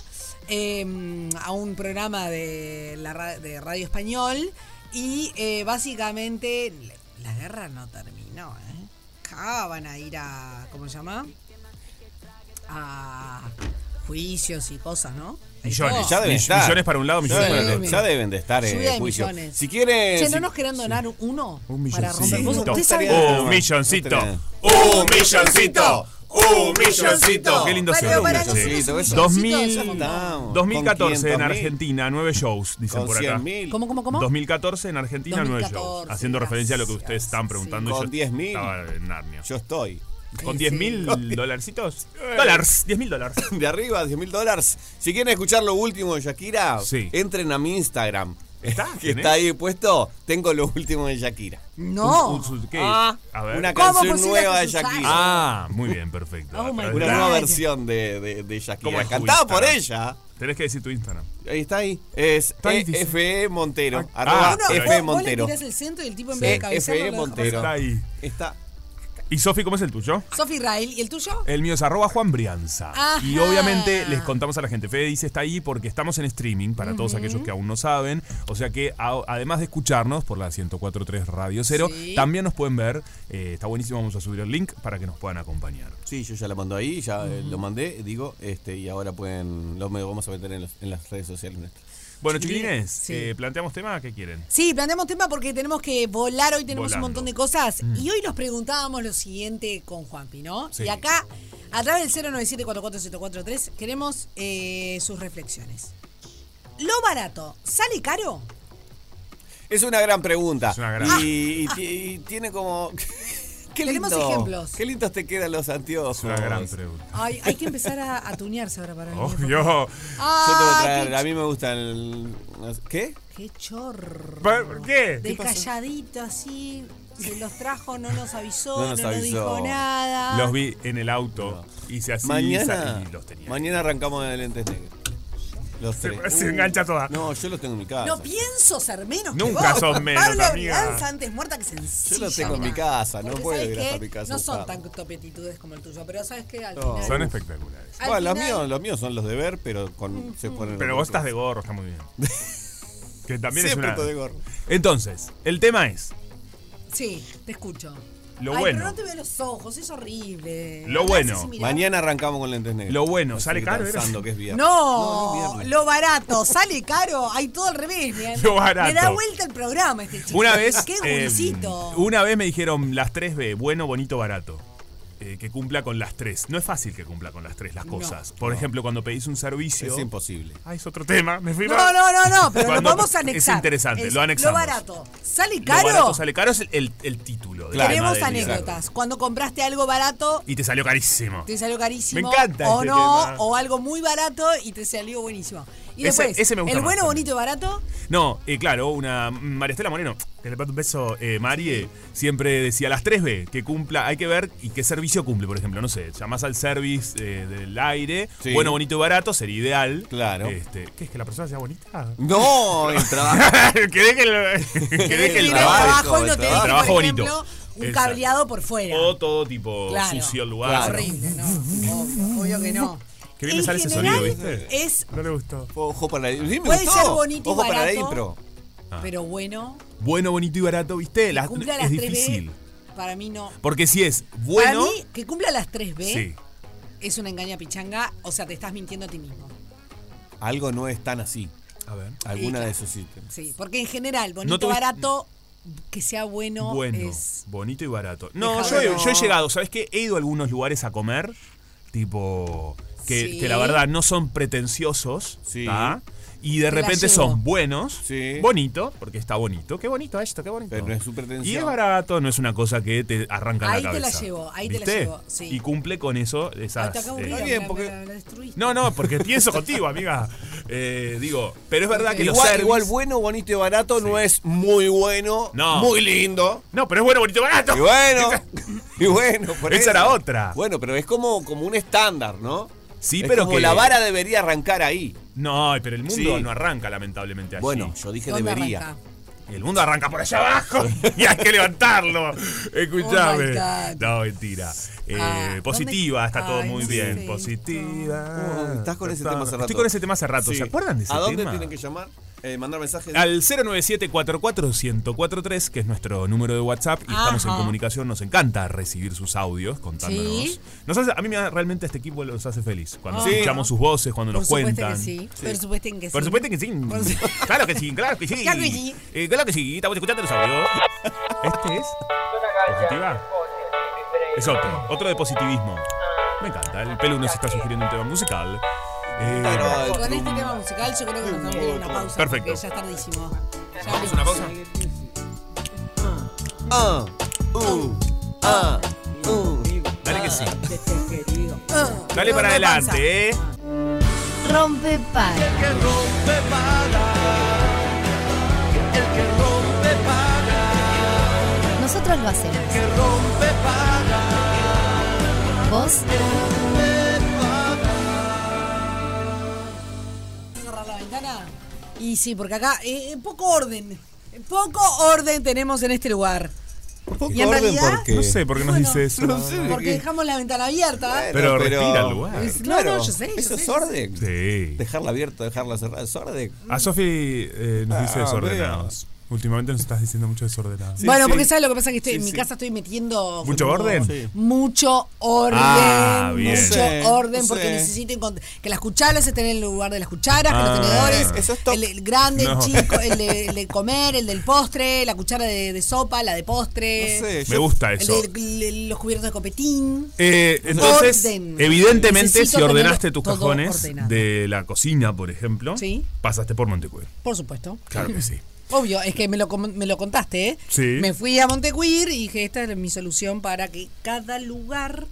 S2: Eh, a un programa de, la ra- de Radio Español y eh, básicamente la- la guerra no terminó. ¿eh? Acá van a ir a, ¿cómo se llama? A, juicios y cosas, ¿no?
S3: Millones.
S4: Ya deben
S3: Mill-
S4: estar.
S3: millones para un lado, millones
S4: ya
S3: para
S4: deben,
S3: el
S4: de-
S3: otro.
S4: ya deben de estar en
S2: Lluvia de
S4: juicio.
S2: millones.
S4: Si quieren.
S2: Che, ¿no
S4: si-
S2: nos querán donar uno?
S3: Un
S2: Para romper
S3: milloncito.
S2: vos- ¿Usted sabe?
S3: Un milloncito. Un milloncito. Un milloncito. Qué lindo
S2: Pero
S3: sería.
S2: para
S3: Sí.
S2: nosotros es un milloncito,
S4: Dos
S3: mil-
S2: es un montón.
S3: 2014 en Argentina, nueve shows, dicen
S4: Con
S3: por acá.
S4: 100 mil.
S2: ¿Cómo, cómo, cómo?
S3: 2014 en Argentina, nueve
S2: 2014,
S3: shows. Haciendo referencia a lo que ustedes están preguntando. y
S4: Con
S3: yo
S4: 10.000.
S3: Estaba en Narnia.
S4: Yo estoy.
S3: ¿Con
S2: Sí,
S3: 10 mil
S4: sí.
S3: dolarcitos? Dólares, 10 mil dólares.
S4: De arriba, 10 mil dólares. Si quieren escuchar lo último de Shakira,
S3: Sí.
S4: entren a mi Instagram.
S3: ¿Está?
S4: Que está ahí puesto. Tengo lo último de Shakira.
S2: No.
S3: Un- un- ¿qué?
S4: Ah,
S3: a ver.
S4: Una
S2: ¿Cómo
S4: canción
S2: pusiste
S4: nueva de
S2: sus
S4: Shakira. Ah,
S2: años?
S3: Ah, muy bien, perfecto.
S2: Oh my
S3: Atrás de
S4: Una
S3: la-
S4: nueva
S2: Ay.
S4: versión de, de, de
S3: ¿Cómo
S4: Shakira.
S3: es tu
S4: Cantada por
S3: Instagram?
S4: ella.
S3: Tenés que decir tu Instagram.
S4: Ahí está ahí. Es
S3: ahí,
S4: E-
S3: dice.
S4: FE Montero.
S3: Ah,
S4: arroba
S3: uno,
S2: Vos-
S4: FE
S2: Vos le
S4: Montero.
S2: tirás el centro y el tipo en
S4: Sí,
S2: vez de cabecearlo
S4: FE
S2: lo deja
S4: Montero.
S3: Está ahí.
S4: Está.
S3: ¿Y Sofi, cómo es el tuyo?
S2: pasar. Sofi Israel, ¿y el tuyo?
S3: El mío es arroba Juan Brianza.
S2: Ajá.
S3: Y obviamente les contamos a la gente. Fede dice está ahí porque estamos en streaming para todos aquellos que aún no saben. O sea que a- además de escucharnos por la 1043 Radio Cero,
S2: Sí.
S3: también nos pueden ver. Eh, está buenísimo, vamos a subir el link para que nos puedan acompañar.
S4: Sí, yo ya la mando ahí, ya eh, lo mandé, digo, este, y ahora pueden, lo me- vamos a meter en, los- en las redes sociales nuestras.
S3: Bueno,
S2: Sí.
S3: chiquilines,
S2: Sí.
S3: eh, ¿planteamos tema? ¿Qué quieren?
S2: Sí, planteamos tema porque tenemos que volar, hoy tenemos
S3: Volando.
S2: un montón de cosas.
S4: Mm.
S2: Y hoy nos preguntábamos lo siguiente con Juanpi, ¿no?
S3: Sí.
S2: Y acá, a través del 097-44043, queremos eh, sus reflexiones. ¿Lo barato sale caro?
S4: Es una gran pregunta.
S3: Es una gran-
S4: Y, y ti- y tiene como... qué
S2: Tenemos
S4: lindo,
S2: ejemplos.
S4: Qué lindos te quedan los anteojos.
S3: Es una gran pregunta.
S2: Ay, hay que empezar a, a tunearse ahora para venir.
S3: Obvio.
S4: Yo te voy a
S2: Ah,
S4: traer, a mí me gustan... el- ¿Qué?
S2: qué, qué chorro.
S3: ¿Por qué?
S2: De calladito así, se los trajo, no nos avisó,
S4: No
S2: no
S4: nos
S2: nos,
S4: avisó.
S2: dijo nada.
S3: Los vi en el auto y se así
S4: mañana,
S3: y los tenía.
S4: mañana arrancamos de lentes negros. Los tres.
S3: se engancha toda.
S4: No, yo los tengo en mi casa.
S2: No pienso ser menos que
S3: Nunca
S2: vos.
S3: sos menos,
S2: Pablo
S3: amiga.
S2: Brianza antes muerta que
S4: yo
S2: sencilla.
S4: los tengo en mi
S2: mirá.
S4: casa, no
S2: Porque,
S4: puedo
S2: ¿sabes
S4: ir hasta
S2: qué?
S4: mi casa. a
S2: No son
S4: buscarlos.
S2: tan topetitudes como el tuyo, pero ¿sabes qué? Al
S4: No.
S2: final...
S3: Son espectaculares.
S2: al
S4: Bueno, los
S2: final- Mm,
S4: míos, los míos son los de ver, pero con, se ponen.
S3: Pero vos estás de gorro, está muy bien. Que también
S4: Siempre
S3: es una...
S4: estoy de gorro.
S3: Entonces, el tema es...
S2: Sí, te escucho.
S3: Lo
S2: Ay,
S3: bueno.
S2: pero no te veo los ojos, es horrible.
S3: Lo
S2: Hablas
S3: bueno.
S2: así, mirá.
S4: Mañana arrancamos con lentes negros.
S3: Lo bueno,
S4: Así
S3: ¿sale
S4: que
S3: caro, era?
S4: Pensando que es viernes.
S2: No,
S4: No, es viernes.
S2: lo barato, sale caro, hay todo al revés. mirá.
S3: Lo
S2: Me
S3: barato.
S2: da vuelta el programa este chico.
S3: Una vez.
S2: Qué
S3: eh,
S2: gurisito.
S3: una vez me dijeron las 3B, bueno, bonito, barato. eh, que cumpla con las tres. No es fácil que cumpla con las tres las cosas. Por ejemplo, cuando pedís un servicio.
S4: Es imposible.
S3: Ah, es otro tema. Me fui
S2: No,
S3: mal.
S2: no, no, no, pero lo
S3: Cuando-
S2: vamos a
S3: es
S2: anexar.
S3: interesante,
S2: Es
S3: lo anexamos.
S2: Lo barato, sale
S3: Lo
S2: caro.
S3: barato sale caro es el, el- el título. del
S4: Claro.
S3: tema
S2: Tenemos
S3: del día.
S2: anécdotas. Cuando compraste algo barato,
S3: Y te salió carísimo.
S2: te salió carísimo.
S3: Me encanta
S2: O
S3: este
S2: no,
S3: tema.
S2: o algo muy barato y te salió buenísimo. Y
S3: Ese-
S2: después,
S3: ese me gusta
S2: el
S3: más
S2: bueno,
S3: también.
S2: bonito y barato,
S3: No, eh, claro, una María Estela Moreno, que le mando un beso, eh, Marie, siempre decía las 3B, que cumpla, hay que ver y qué servicio cumple, por ejemplo, no sé, llamás al service eh, del aire,
S4: Sí.
S3: bueno, bonito y barato, sería ideal.
S4: Claro.
S3: Este, ¿Qué es que la persona sea bonita?
S4: No, el trabajo.
S3: que deje el, que deje el
S2: el
S4: trabajo,
S3: trabajo.
S2: trabajo y no
S4: el
S2: te deje, por
S3: trabajo bonito.
S2: ejemplo, un
S3: Exacto.
S2: cableado por fuera.
S3: O todo tipo
S2: Claro.
S3: sucio el lugar.
S4: Claro.
S2: Horrible, no. Obvio, obvio que no.
S3: Qué bien me
S2: En
S3: sale ese
S2: general,
S3: sonido, ¿viste?
S2: Es,
S3: No le gustó.
S4: Ojo para la. Sí, me
S2: Puede
S4: gustó.
S2: ser bonito y
S4: Ojo para la
S2: barato.
S4: impro.
S2: pero bueno,
S3: Bueno, bonito y barato, ¿viste? Las-
S2: cumple a
S3: Ah.
S2: las
S3: es
S2: 3B.
S3: difícil.
S2: Para mí no.
S3: Porque si es bueno,
S2: para mí, ¿eh? que cumpla las 3B
S3: sí.
S2: es una engaña pichanga, o sea, te estás mintiendo a ti mismo.
S4: Algo no es tan así.
S3: A ver.
S4: Alguna de sus ítems.
S2: Sí, porque en general, bonito,
S3: No tuviste-
S2: barato, que sea bueno,
S3: bueno,
S2: es...
S3: bonito y barato. No, yo,
S2: Dejado.
S3: he- yo he llegado, ¿sabes qué? He ido a algunos lugares a comer, tipo, que,
S2: Sí.
S3: que la verdad no son pretenciosos,
S4: Sí.
S3: ¿tá? Y de
S2: Te la
S3: repente
S2: llevo.
S3: son buenos,
S4: Sí.
S3: bonito, porque está bonito. Qué bonito esto, qué bonito.
S4: Pero no es su pretensión.
S3: Y es barato, no es una cosa que te arranca
S2: Ahí
S3: la
S2: te la
S3: cabeza.
S2: llevo, ahí te la
S3: ¿Viste?
S2: llevo, sí.
S3: Y cumple con eso, esas...
S2: Ay, te acabo
S3: eh,
S2: de
S4: Está
S2: olvidar,
S4: bien,
S2: me-
S4: porque-
S2: me la destruiste.
S3: no, no, porque pienso contigo, amiga. Eh, digo, pero es verdad que los
S4: Igual,
S3: service-
S4: igual bueno, bonito y barato no es muy bueno,
S3: No.
S4: muy lindo.
S3: No, pero es bueno, bonito, barato.
S4: Y bueno, y bueno, por
S3: Esa
S4: eso.
S3: era otra.
S4: Bueno, pero es como, como un estándar, ¿no?
S3: Sí,
S4: Es
S3: pero
S4: como
S3: que-
S4: la vara debería arrancar ahí.
S3: No, pero el mundo
S4: Sí.
S3: no arranca lamentablemente allí.
S4: Bueno, yo dije
S2: ¿Dónde
S4: debería.
S2: arranca?
S3: El mundo arranca por allá abajo y hay que levantarlo.
S2: Oh my
S3: Escuchame.
S2: God.
S3: no, mentira. Eh,
S2: Ah,
S3: positiva,
S2: ¿dónde-
S3: está todo
S2: Ay,
S3: muy
S2: no
S3: bien.
S2: sé.
S3: Positiva.
S4: Oh, estás con ese tema hace rato.
S3: Ah, Estoy con ese tema hace rato.
S4: Sí.
S3: ¿Se acuerdan de ese
S4: ¿A dónde
S3: tema?
S4: tienen que llamar? eh, mandar mensajes.
S3: Al 097-44-1043, que es nuestro número de WhatsApp, y estamos en
S4: Ajá.
S3: comunicación. Nos encanta recibir sus audios contándonos.
S2: Sí. Ah.
S3: Nos hace- a mí me da- realmente este equipo los hace feliz. Cuando
S2: Sí.
S3: escuchamos sus voces, cuando
S2: Por
S3: nos
S2: supuesto
S3: cuentan.
S2: que sí. Por supuesto que sí.
S3: Por supuesto que sí. Claro que sí, claro que sí.
S2: Claro que sí.
S3: Eh, claro que sí, estamos escuchando los audios. ¿Este es? ¿Positiva? Es otro, otro de positivismo. Me encanta, el pelo nos está sugiriendo un tema musical. Eh,
S2: Con este tema musical yo creo que nos vamos a ir a una pausa.
S3: Perfecto.
S2: Porque ya es tardísimo. Ya
S3: ¿Vamos a una pausa?
S4: Ah, uh, ah, uh.
S3: Dale que sí.
S2: Ah,
S3: Dale para
S2: no, no pasa.
S3: adelante, ¿eh?
S7: Rompe para. Nosotros lo hacemos. Vos
S2: cerrar la ventana? Y sí, porque acá eh, eh, poco orden. Eh, Poco orden tenemos en este lugar. Y en realidad,
S3: No sé por qué nos dice eso.
S2: porque dejamos la ventana abierta.
S3: Pero respira el lugar.
S2: Es- no, no, yo sé, yo
S4: Eso
S2: sé,
S4: es
S2: yo sé.
S4: orden.
S3: Sí. Ah,
S4: Dejarla abierta, dejarla cerrada, es orden.
S3: A Sofi eh, nos dice
S4: Ah,
S3: desordenados. Últimamente nos estás diciendo mucho desordenados.
S2: bueno,
S4: sí.
S2: porque sabes lo que pasa que estoy, en mi
S4: sí.
S2: casa estoy metiendo
S3: ¿Mucho
S2: como-
S3: orden?
S4: Sí.
S2: Mucho orden,
S3: Ah, bien.
S2: mucho
S4: Sí,
S2: orden,
S4: sí.
S2: porque necesito encont- que las cucharas estén en el lugar de las cucharas, que los
S3: Ah.
S2: tenedores,
S4: Eso es top.
S2: el, el grande,
S3: No.
S2: el chico, el de, el de comer, el del postre, la cuchara de, de sopa, la de postre,
S4: No sé,
S3: Me
S4: yo-
S3: gusta
S2: el
S3: eso.
S2: de, el- los cubiertos de copetín.
S3: Eh, entonces,
S2: Orden.
S3: evidentemente,
S2: Necesito
S3: si ordenaste
S2: tener
S3: tus
S2: todo
S3: cajones
S2: ordenado.
S3: de la cocina, por ejemplo,
S2: Sí.
S3: pasaste por Montecuir.
S2: Por supuesto.
S3: Claro que sí.
S2: Obvio, es que me lo, com- me lo contaste, ¿eh?
S3: Sí.
S2: Me fui a Montecuir y dije, esta es mi solución para que cada lugar,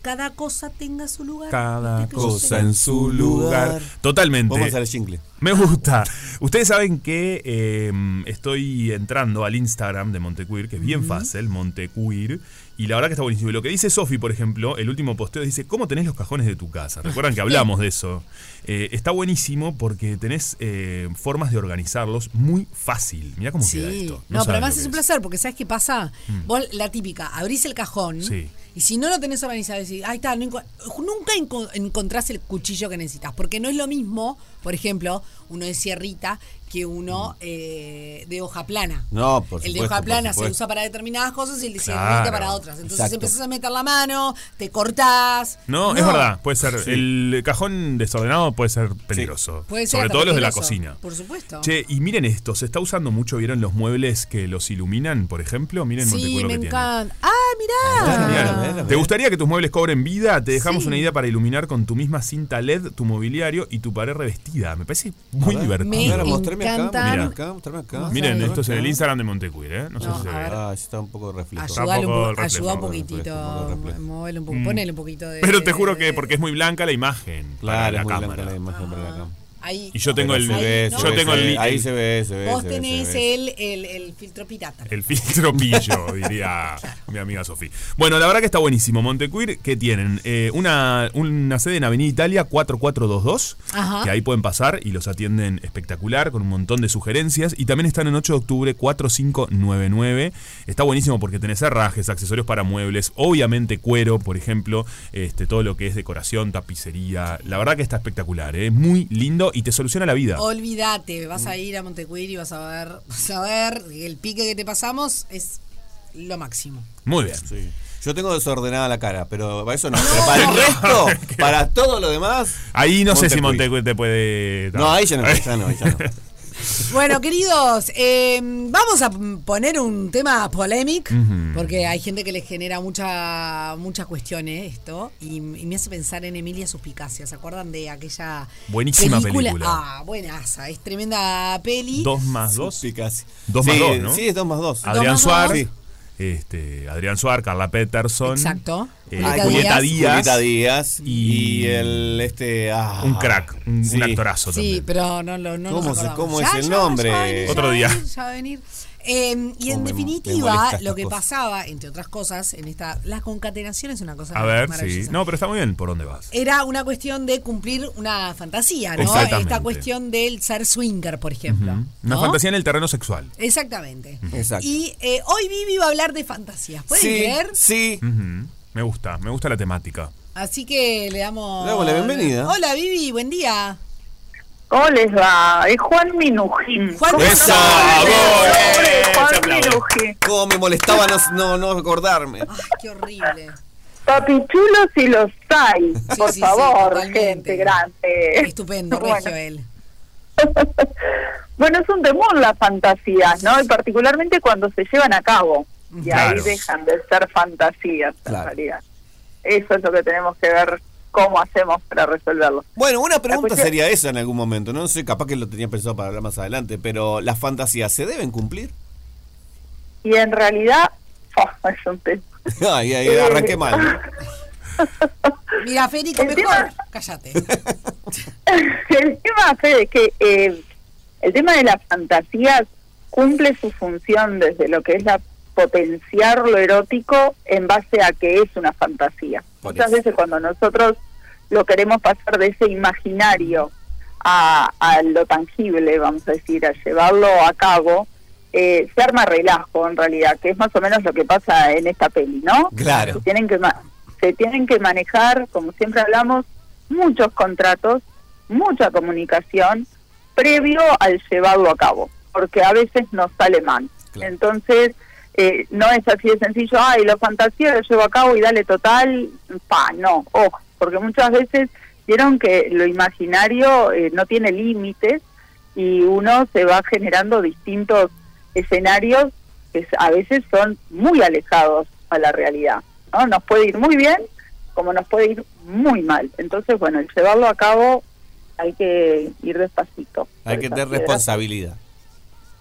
S2: cada cosa tenga su lugar.
S3: Cada
S2: Viste que yo
S4: cosa
S2: soy-
S4: en su lugar.
S3: Totalmente.
S4: Vamos a hacer el jingle.
S3: Me gusta. Ustedes saben que eh, estoy entrando al Instagram de Montecuir, que es bien fácil, Montecuir. Y la verdad que está buenísimo. Y lo que dice Sofi, por ejemplo, el último posteo dice, ¿cómo tenés los cajones de tu casa? Recuerdan que hablamos de eso. Eh, está buenísimo porque tenés eh, formas de organizarlos muy fácil. Mirá cómo queda
S2: Sí.
S3: esto.
S2: No, pero
S3: saben
S2: además
S3: lo
S2: es
S3: que Mm.
S2: un placer, porque ¿sabes qué pasa? Vos, la típica, abrís el cajón
S3: Sí.
S2: y si no lo tenés organizado, decís, ahí está, no encu- nunca enco- encontrás el cuchillo que necesitas, porque no es lo mismo, por ejemplo, uno de sierrita que uno
S3: Mm.
S2: eh, de hoja plana.
S4: No, por
S2: El de
S4: supuesto,
S2: hoja
S4: por
S2: plana se
S4: supuesto.
S2: usa para determinadas cosas y el de
S3: Claro.
S2: sierrita para otras. Entonces
S4: Exacto.
S2: empezás a meter la mano, te cortás.
S3: No, es verdad, pues, puede ser.
S4: Sí.
S3: El cajón desordenado puede ser peligroso.
S2: Puede ser
S3: Sobre
S2: hasta
S3: todo los de la
S2: peligroso,
S3: cocina.
S2: Por supuesto.
S3: Che, y miren esto, se está usando mucho, ¿vieron los muebles que los iluminan, por ejemplo? Miren
S2: sí,
S3: Montecuelo
S2: me
S3: que tiene.
S2: encanta. Ah, mirá.
S4: Ah,
S3: Genial.
S4: a ver, a
S3: ¿Te
S4: ver.
S3: gustaría que tus muebles cobren vida? Te dejamos
S2: Sí.
S3: una idea para iluminar con tu misma cinta LED tu mobiliario y tu pared revestida. Me parece muy
S4: A ver,
S3: divertido.
S2: Me
S4: a ver, mostrame acá,
S2: encantan-
S4: mostrame acá, mostrame acá.
S3: Miren,
S2: Vamos a
S3: esto es en el Instagram de Montecuir, ¿eh? No, sé
S2: No,
S3: si se
S2: a
S3: ve.
S2: ver.
S4: Ah, sí, está un poco reflejo.
S2: Ayudale un
S3: Tampoco
S2: poco-
S3: el reflejo,
S2: ayuda un
S4: no, el reflejo,
S2: poquitito,
S4: no, el reflejo.
S2: móvele un poco, ponele un poquito de.
S3: Mm. Pero te juro que porque es muy blanca la imagen para
S4: Claro,
S3: la
S4: es muy
S3: cámara.
S4: blanca la imagen para la cámara.
S2: Ahí.
S3: Y yo tengo
S4: Pero
S3: el
S4: se ve,
S2: ¿no?
S4: se
S3: yo
S4: ve,
S3: tengo
S4: se
S3: el-
S4: ve. Ahí
S3: el-
S4: se ve, se ve.
S2: Vos
S4: se ve, se
S2: tenés
S4: ve.
S2: el, el, el filtro pirata.
S3: El filtro pillo, diría mi amiga Sofía. Bueno, la verdad que está buenísimo. Montecuir, ¿qué tienen? Eh, una, una sede en Avenida Italia 4422,
S2: Ajá.
S3: que ahí pueden pasar y los atienden espectacular, con un montón de sugerencias. Y también están en 8 de octubre 4599. Está buenísimo porque tenés herrajes, accesorios para muebles, obviamente cuero, por ejemplo, este, todo lo que es decoración, tapicería. La verdad que está espectacular, ¿eh? es muy lindo y te soluciona la
S2: Oh.
S3: vida.
S2: Olvídate, vas a ir a Montecuir y vas a ver, vas a ver, el pique que te pasamos es lo máximo.
S3: Muy bien.
S4: Sí. Yo tengo desordenada la cara, pero para eso no. Pero para el resto, para todo lo demás.
S3: Ahí no sé si
S4: Montecuy.
S3: Montecuir te puede...
S4: No, ahí ya no, ya no, ya no.
S2: Bueno, queridos, eh, vamos a poner un tema polémico, porque hay gente que les genera mucha, mucha cuestión eh, esto, y, y me hace pensar en Emilia Suspicacia. ¿Se acuerdan de aquella
S3: Buenísima película.
S2: Ah, buenaza, es tremenda peli.
S3: Dos más dos.
S4: Sí, casi.
S3: Dos
S4: Sí,
S3: más dos, ¿no?
S4: Sí, es dos más dos.
S3: Adrián
S2: más
S3: Suar.
S2: dos.
S3: Sí. Este, Adrián Suar, Carla Peterson.
S2: Exacto.
S3: eh,
S2: Julieta Díaz.
S3: Julieta Díaz.
S4: Julieta Díaz
S3: Y-
S4: y, el este ah,
S3: Un crack, un,
S4: sí.
S3: un actorazo
S2: Sí,
S3: también.
S2: pero no lo no nos
S4: ¿Cómo se-
S2: acordamos.
S4: cómo es el nombre?
S2: va a venir,
S3: Otro
S2: va a
S3: día.
S2: venir, ya va a venir. Eh, y
S4: Oh,
S2: en
S4: me- me
S2: definitiva,
S4: molesta
S2: lo
S4: estas
S2: que
S4: cosas.
S2: pasaba, entre otras cosas, en esta. La concatenación es una cosa
S3: A ver, sí.
S2: maravillosa.
S3: No, pero está muy bien por dónde vas.
S2: Era una cuestión de cumplir una fantasía, ¿no?
S3: Exactamente.
S2: Esta cuestión del ser swinger, por ejemplo.
S3: Una
S2: ¿no?
S3: fantasía en el terreno sexual.
S2: Exactamente.
S4: Mm. Exacto.
S2: Y eh, hoy Vivi va a hablar de fantasías, ¿pueden
S4: sí,
S2: creer?
S4: Sí.
S3: Ujú. Me gusta, me gusta la temática.
S2: Así que le damos...
S4: Le damos la bienvenida.
S2: Hola Vivi, buen día.
S8: ¿Cómo les va? Es Juan Minujín.
S2: Juan
S8: ¿Cómo
S4: ¡Eso!
S8: están?
S4: ¡Vos!
S8: Pobre
S4: ¡Eh!
S8: Juan
S4: Se aplaude.
S8: Minujín.
S4: ¿Cómo me molestaba no, no, no acordarme?
S2: Qué horrible.
S8: Papichulos y los hay,
S2: Sí,
S8: por
S2: sí, sí,
S8: favor,
S2: totalmente.
S8: gente grande.
S2: Estupendo,
S8: Bueno.
S2: Regio él.
S8: Bueno, es un temor las fantasías, ¿no? Y particularmente cuando se llevan a cabo. Y ahí
S4: Claro.
S8: dejan de ser fantasías, en
S4: Claro.
S8: realidad. Eso es lo que tenemos que ver cómo hacemos para resolverlo.
S4: Bueno, una pregunta
S8: cuestión-
S4: sería esa en algún momento. No sé, capaz que lo tenía pensado para hablar más adelante, pero las fantasías se deben cumplir.
S8: Y en realidad, oh, es un tema.
S4: Ay,
S8: Eh,
S4: ay, arranqué mal.
S2: Mira, Federico,
S8: El
S2: mejor.
S8: tema-
S2: Cállate.
S8: el tema, Fede, que eh, el tema de las fantasías cumple su función desde lo que es la potenciar lo erótico en base a que es una fantasía.
S4: Por
S8: Muchas
S4: eso.
S8: veces cuando nosotros lo queremos pasar de ese imaginario a, a lo tangible, vamos a decir, a llevarlo a cabo, eh, se arma relajo en realidad, que es más o menos lo que pasa en esta peli, ¿no?
S4: Claro.
S8: Se tienen que, ma- se tienen que manejar, como siempre hablamos, muchos contratos, mucha comunicación previo al llevarlo a cabo, porque a veces nos sale mal.
S4: Claro.
S8: Entonces, eh, no es así de sencillo, ay, la fantasía lo llevo a cabo y dale total, pa, no, ojo, porque muchas veces vieron que lo imaginario eh, no tiene límites y uno se va generando distintos escenarios que a veces son muy alejados a la realidad. ¿no? Nos puede ir muy bien como nos puede ir muy mal. Entonces, bueno, el llevarlo a cabo hay que ir despacito.
S4: Hay que tener
S8: responsabilidad.
S4: responsabilidad.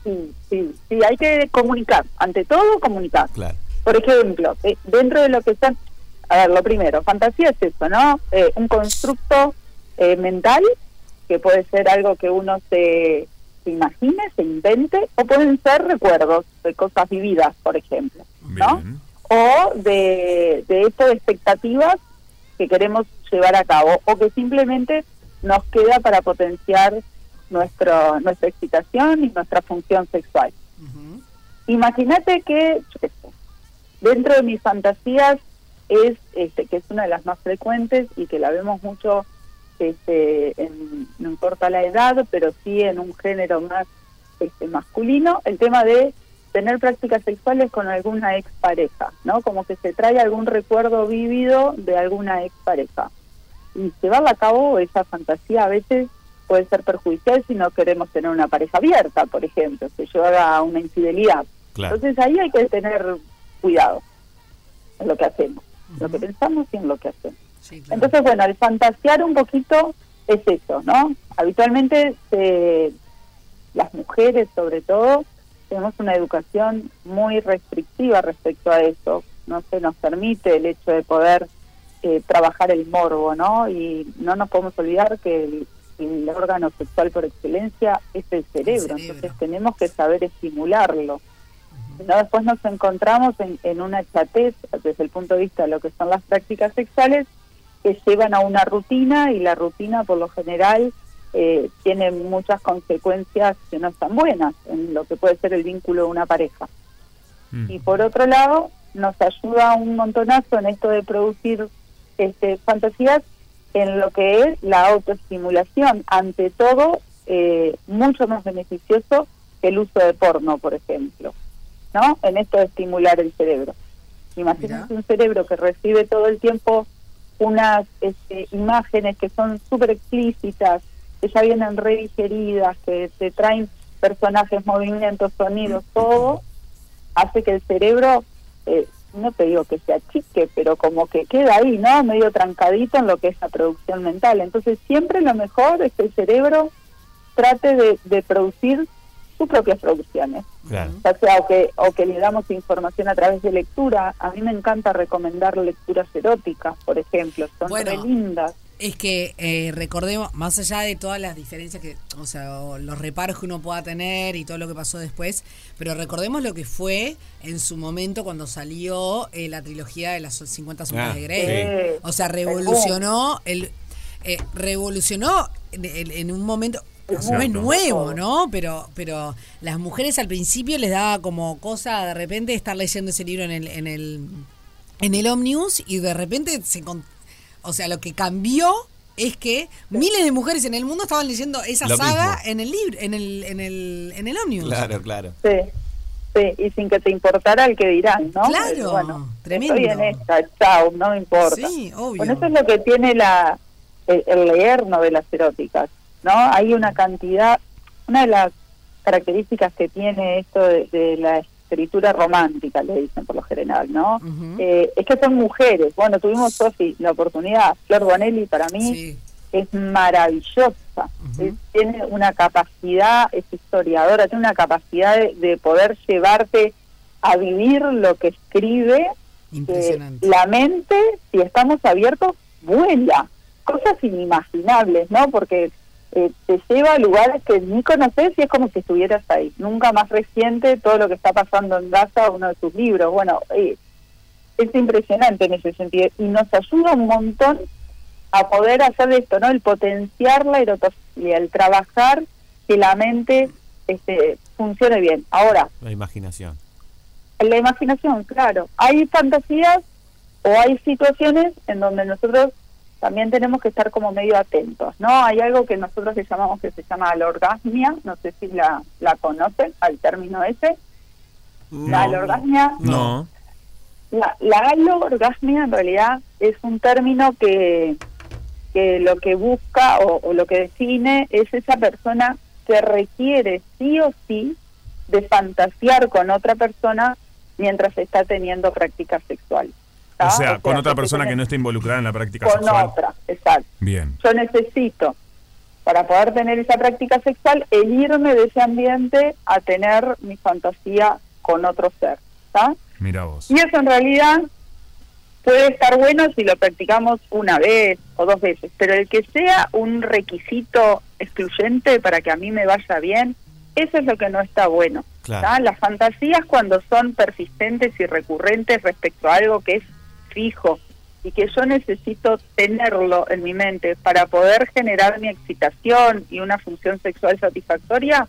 S8: Sí, sí, sí, hay que comunicar. Ante todo, comunicar.
S4: Claro.
S8: Por ejemplo, eh, dentro de lo que está... A ver, lo primero, fantasía es eso, ¿no? Eh, un constructo eh, mental, que puede ser algo que uno se, se imagine, se invente, o pueden ser recuerdos de cosas vividas, por ejemplo, ¿no?
S3: Bien.
S8: o de, de estas expectativas que queremos llevar a cabo o que simplemente nos queda para potenciar nuestro, nuestra excitación y nuestra función sexual. Imagínate que yo qué sé, dentro de mis fantasías es este, que es una de las más frecuentes y que la vemos mucho, este, en- no importa la edad, pero sí en un género más este, masculino, el tema de tener prácticas sexuales con alguna expareja, ¿no? Como que se trae algún recuerdo vívido de alguna expareja. Y llevarla a cabo esa fantasía a veces puede ser perjudicial si no queremos tener una pareja abierta, por ejemplo, se lleva a una infidelidad.
S4: Claro.
S8: Entonces ahí hay que tener cuidado en lo que hacemos, en lo que pensamos y en lo que hacemos.
S2: Sí, claro.
S8: Entonces, bueno, el fantasear un poquito es eso, ¿no? Habitualmente se- las mujeres, sobre todo, tenemos una educación muy restrictiva respecto a eso. No se nos permite el hecho de poder eh, trabajar el morbo, ¿no? Y no nos podemos olvidar que el, el órgano sexual por excelencia es el cerebro,
S2: cerebro.
S8: entonces tenemos que saber estimularlo. ¿no? Después nos encontramos en, en una chatez desde el punto de vista de lo que son las prácticas sexuales que llevan a una rutina y la rutina por lo general eh, tiene muchas consecuencias que no están buenas en lo que puede ser el vínculo de una pareja.
S3: Mm.
S8: Y por otro lado, nos ayuda un montonazo en esto de producir este, fantasías en lo que es la autoestimulación. Ante todo, eh, mucho más beneficioso que el uso de porno, por ejemplo. ¿No? En esto de estimular el cerebro. Imagínense
S2: Mirá.
S8: un cerebro que recibe todo el tiempo unas este, imágenes que son súper explícitas, que ya vienen redigeridas, que te traen personajes, movimientos, sonidos, todo, hace que el cerebro, eh, no te digo que se achique, pero como que queda ahí, ¿no? Medio trancadito en lo que es la producción mental. Entonces siempre lo mejor es que el cerebro trate de, de producir sus propias producciones
S4: Claro.
S8: ya sea o que, o que le damos información a través de lectura. A mí me encanta recomendar lecturas eróticas, por ejemplo, son
S2: Bueno.
S8: re lindas.
S2: Es que eh, recordemos, más allá de todas las diferencias que, o sea, o los reparos que uno pueda tener y todo lo que pasó después, pero recordemos lo que fue en su momento cuando salió eh, la trilogía de las 50 sombras
S4: Ah,
S2: de Grey.
S8: sí.
S2: O sea, revolucionó el eh, revolucionó en, en- en un momento no es
S3: cierto.
S2: nuevo, ¿no? Pero, pero las mujeres al principio les daba como cosa de repente estar leyendo ese libro en el, en el en el Omnius y de repente se encon- o sea, lo que cambió es que miles de mujeres en el mundo estaban leyendo esa
S4: Lo
S2: saga
S4: mismo.
S2: en el libro, en el, en el, en el ómnibus.
S4: Claro, claro.
S8: Sí, sí, y sin que te importara el que dirán, ¿no?
S2: Claro,
S8: Pero bueno,
S2: tremendo.
S8: Estoy en esta, chao, no me importa.
S2: Sí, obvio.
S8: Bueno, eso es lo que tiene la el, el leer novelas eróticas, ¿no? Hay una cantidad, una de las características que tiene esto de, de la escritura romántica, le dicen por lo general, ¿no? Eh, es que son mujeres. Bueno, tuvimos, Sofi, la oportunidad. Flor Bonelli para mí es maravillosa. Es- tiene una capacidad, es historiadora, tiene una capacidad de, de poder llevarte a vivir lo que escribe.
S2: Impresionante.
S8: Eh, la mente, si estamos abiertos, vuela. Cosas inimaginables, ¿no? Porque eh, te lleva a lugares que ni conoces y es como si estuvieras ahí. Nunca más reciente todo lo que está pasando en Gaza, uno de sus libros. Bueno, eh, es impresionante en ese sentido y nos ayuda un montón a poder hacer esto, ¿no? El potenciar la erotofilia, el trabajar que la mente este, funcione bien. Ahora,
S4: La imaginación.
S8: la imaginación, claro. Hay fantasías o hay situaciones en donde nosotros también tenemos que estar como medio atentos, ¿no? Hay algo que nosotros le llamamos que se llama la orgasmia, no sé si la, la conocen al término ese. la alorgasmia
S3: No.
S8: la, la alorgasmia en realidad es un término que, que lo que busca o, o lo que define es esa persona que requiere sí o sí de fantasear con otra persona mientras está teniendo prácticas sexuales. ¿tá?
S3: O sea, con otra
S8: que
S3: persona que
S8: tiene-
S3: no esté involucrada en la práctica
S8: Con
S3: sexual.
S8: otra, exacto
S3: Bien.
S8: yo necesito para poder tener esa práctica sexual el irme de ese ambiente a tener mi fantasía con otro ser, ¿está?
S3: Mira vos.
S8: Y eso en realidad puede estar bueno si lo practicamos una vez o dos veces, pero el que sea un requisito excluyente para que a mí me vaya bien, eso es lo que no está bueno.
S4: Claro.
S8: ¿tá? Las fantasías cuando son persistentes y recurrentes respecto a algo que es fijo y que yo necesito tenerlo en mi mente para poder generar mi excitación y una función sexual satisfactoria,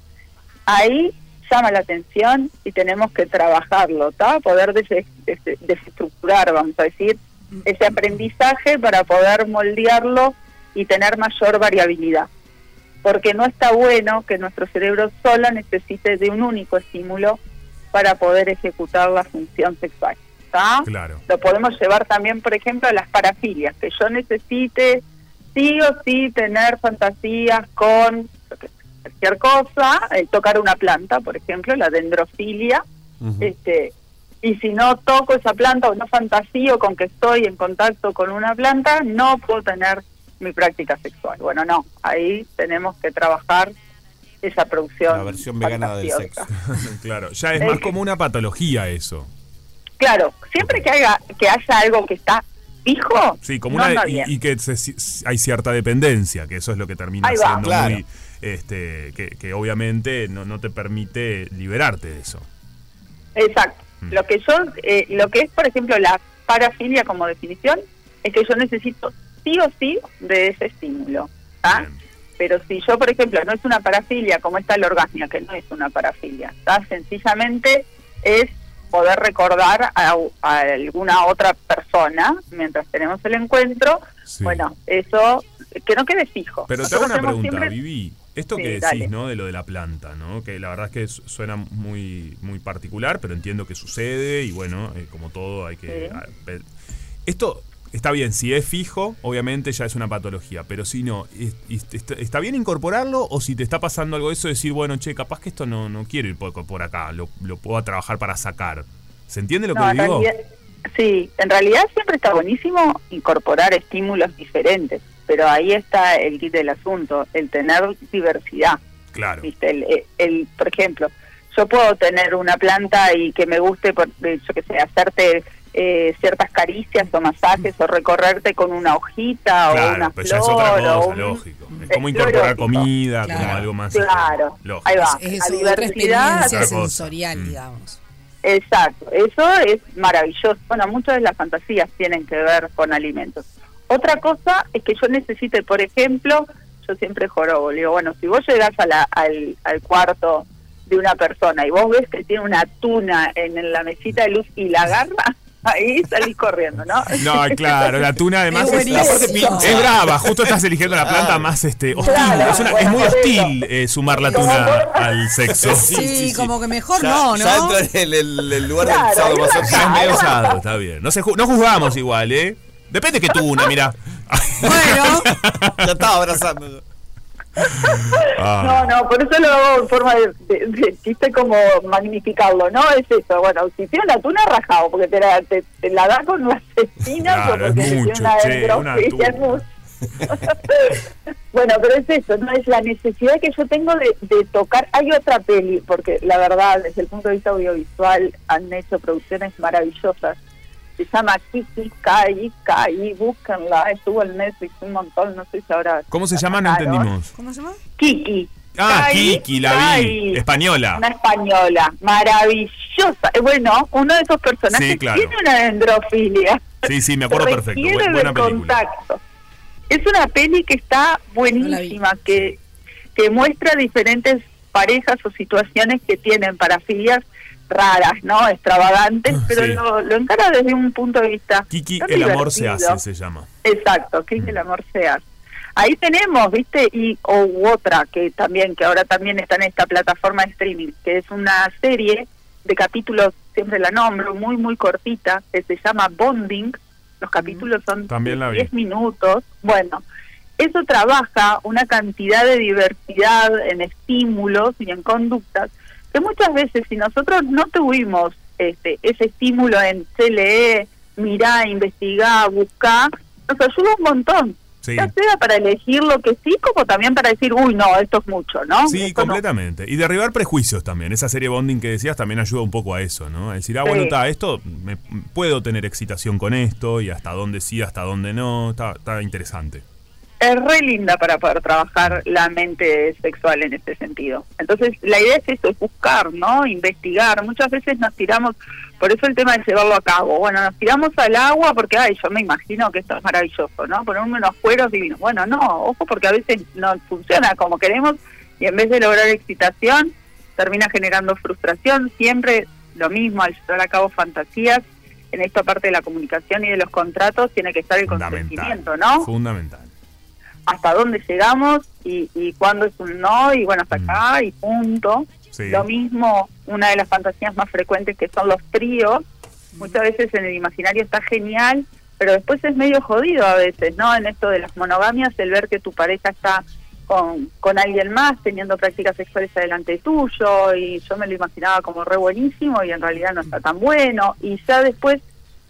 S8: ahí llama la atención y tenemos que trabajarlo, ¿tá? poder des- des- desestructurar, vamos a decir, ese aprendizaje para poder moldearlo y tener mayor variabilidad. Porque no está bueno que nuestro cerebro solo necesite de un único estímulo para poder ejecutar la función sexual. ¿tá?
S3: Claro.
S8: Lo podemos llevar también, por ejemplo, a las parafilias, que yo necesite sí o sí tener fantasías con cualquier cosa, el tocar una planta, por ejemplo, la dendrofilia, este, y si no toco esa planta o no fantasío con que estoy en contacto con una planta, no puedo tener mi práctica sexual. Bueno, no, ahí tenemos que trabajar esa producción.
S4: La versión vegana del
S8: fantasiosa.
S4: sexo.
S3: claro. Ya es más como una patología eso.
S8: Claro, siempre que haya, que haya algo que está fijo,
S3: Sí, como
S8: no,
S3: una.
S8: anda
S3: y-
S8: bien.
S3: y, que se- si- hay cierta dependencia, que eso es lo que termina
S8: Ahí va.
S3: siendo
S4: Claro.
S3: muy. Este, que, que obviamente no, no te permite liberarte de eso.
S8: Exacto.
S3: Mm.
S8: Lo que yo, eh, lo que es, por ejemplo, la parafilia como definición, es que yo necesito sí o sí de ese estímulo. ¿tá? Pero si yo, por ejemplo, no es una parafilia como está la orgasmia, que no es una parafilia, ¿tá? sencillamente es poder recordar a, a alguna otra persona mientras tenemos el encuentro.
S3: Sí.
S8: Bueno, eso que no quede fijo.
S3: Pero te hago una
S8: Nosotros hacemos
S3: pregunta,
S8: siempre-
S3: Vivi. Esto
S8: Sí,
S3: que decís,
S8: dale.
S3: ¿no? De lo de la planta, ¿no? Que la verdad es que su- suena muy, muy particular, pero entiendo que sucede y bueno, eh, como todo hay que...
S8: Sí.
S3: a- pe- Esto está bien, si es fijo, obviamente ya es una patología, pero si no, es- es- est- ¿está bien incorporarlo o si te está pasando algo de eso, decir, bueno, che, capaz que esto no, no quiero ir por, por acá, lo, lo puedo trabajar para sacar? ¿Se entiende lo
S8: No,
S3: que
S8: en
S3: digo?
S8: realidad- sí, en realidad siempre está buenísimo incorporar estímulos diferentes, pero ahí está el kit del asunto, el tener diversidad.
S3: Claro.
S8: ¿viste? El, el- el- por ejemplo, yo puedo tener una planta y que me guste, por, eh, yo qué sé, hacerte eh, ciertas caricias o masajes o recorrerte con una hojita o una
S3: Claro,
S8: flor
S3: pero ya es otra cosa,
S8: o un- eh,
S3: lógico. Es
S8: es
S3: como incorporar
S8: lógico.
S3: comida, como
S2: Claro.
S3: algo más... este,
S8: Claro,
S3: lógico.
S8: ahí va.
S2: Es
S8: la
S2: eso, otra
S8: diversidad
S2: experiencia
S3: Otra cosa.
S2: sensorial,
S4: Mm.
S2: digamos.
S8: Exacto, eso es maravilloso. Bueno, muchas de las fantasías tienen que ver con alimentos. Otra cosa es que yo necesite, por ejemplo, yo siempre jorobo, le digo, bueno, si vos llegás a la- al, al cuarto de una persona y vos ves que tiene una tuna en, en la mesita de luz y la agarra, ahí salís corriendo, ¿no?
S3: No, claro, la tuna además
S8: Es
S3: es, la parte
S8: buenísimo.
S3: pincha. es brava, justo estás eligiendo la planta más este hostil,
S8: Claro,
S3: es, una- es
S8: bueno,
S3: muy
S8: por eso.
S3: hostil eh, sumar la
S8: Como
S3: tuna
S8: por-
S3: al sexo.
S2: Sí, como que mejor
S4: Ya-
S2: no,
S4: ya
S2: ¿no?
S4: entra en el, el- el lugar
S8: Claro,
S4: del sadomasoquismo.
S3: Ya es medio osado, está bien. No, se ju- no juzgamos igual, ¿eh? Depende que tuna, mira.
S2: Bueno,
S4: Ya estaba abrazando.
S3: Ah.
S8: No, no, por eso lo hago en forma de, de- de chiste como magnificarlo, ¿no? Es eso, bueno, si tiene una tuna rajado, porque te la, te, te la da con las espinas
S3: Claro,
S8: o porque
S3: es
S8: te tiene
S3: mucho,
S8: una
S3: che,
S8: dentro,
S3: una
S8: sí,
S3: tuna.
S8: es mucho. bueno, pero es eso, ¿no? Es la necesidad que yo tengo de, de tocar. Hay otra peli, porque la verdad, desde el punto de vista audiovisual, han hecho producciones maravillosas. Se llama Kiki Kai Kai, búsquenla, estuvo en Netflix un montón, no sé si ahora.
S3: ¿Cómo se
S8: la
S3: llama? No
S8: sacaron.
S3: entendimos.
S2: ¿cómo se llama?
S8: Kiki.
S3: Ah,
S8: Kai,
S3: Kiki, la vi.
S8: Kai. Una
S3: Española.
S8: española, maravillosa. Eh, Bueno, uno de esos personajes
S3: Sí, claro.
S8: tiene una dendrofilia.
S3: Sí, sí, me acuerdo perfecto. Bu-
S8: Requiere
S3: buena
S8: de
S3: película.
S8: contacto. Es una peli que está buenísima, que, que muestra diferentes parejas o situaciones que tienen parafilias raras, ¿no? Extravagantes,
S3: Ah,
S8: pero
S3: sí.
S8: lo, lo encara desde un punto de vista.
S3: Kiki,
S8: tan
S3: el amor se
S8: divertido.
S3: hace, se llama.
S8: Exacto, que es el amor sea. Ahí tenemos, ¿viste? Y o u otra que también que ahora también está en esta plataforma de streaming, que es una serie de capítulos, siempre la nombro, muy muy cortita, que se llama Bonding. Los capítulos son
S3: También la vi.
S8: 10 minutos. Bueno, eso trabaja una cantidad de diversidad en estímulos y en conductas que muchas veces si nosotros no tuvimos este, ese estímulo en CLE, mirá, investigá, buscá, nos ayuda un montón.
S3: Sí.
S8: Ya sea para elegir lo que sí, como también para decir, uy, no, esto es mucho, ¿no?
S3: Sí,
S8: Esto no.
S3: completamente. Y derribar prejuicios también. Esa serie Bonding que decías también ayuda un poco a eso, ¿no? A decir, ah, bueno,
S8: Sí.
S3: está, esto, me, puedo tener excitación con esto y hasta dónde sí, hasta dónde no. Está, está interesante.
S8: es re linda para poder trabajar la mente sexual en este sentido. Entonces, la idea es eso, es buscar, ¿no? Investigar. Muchas veces nos tiramos, por eso el tema de llevarlo a cabo. Bueno, nos tiramos al agua porque, ay, yo me imagino que esto es maravilloso, ¿no? Ponerme unos cueros divinos. Bueno, no, ojo, porque a veces no funciona como queremos y en vez de lograr excitación, termina generando frustración. Siempre lo mismo, al llevar a cabo fantasías, en esta parte de la comunicación y de los contratos tiene que estar el
S3: Fundamental.
S8: consentimiento, ¿no?
S3: Fundamental.
S8: hasta dónde llegamos y, y cuándo es un no y bueno hasta
S3: Mm.
S8: acá y punto
S3: Sí.
S8: lo mismo una de las fantasías más frecuentes que son los tríos muchas veces en el imaginario está genial pero después es medio jodido a veces no en esto de las monogamias el ver que tu pareja está con, con alguien más teniendo prácticas sexuales adelante tuyo y yo me lo imaginaba como re buenísimo y en realidad no está tan bueno y ya después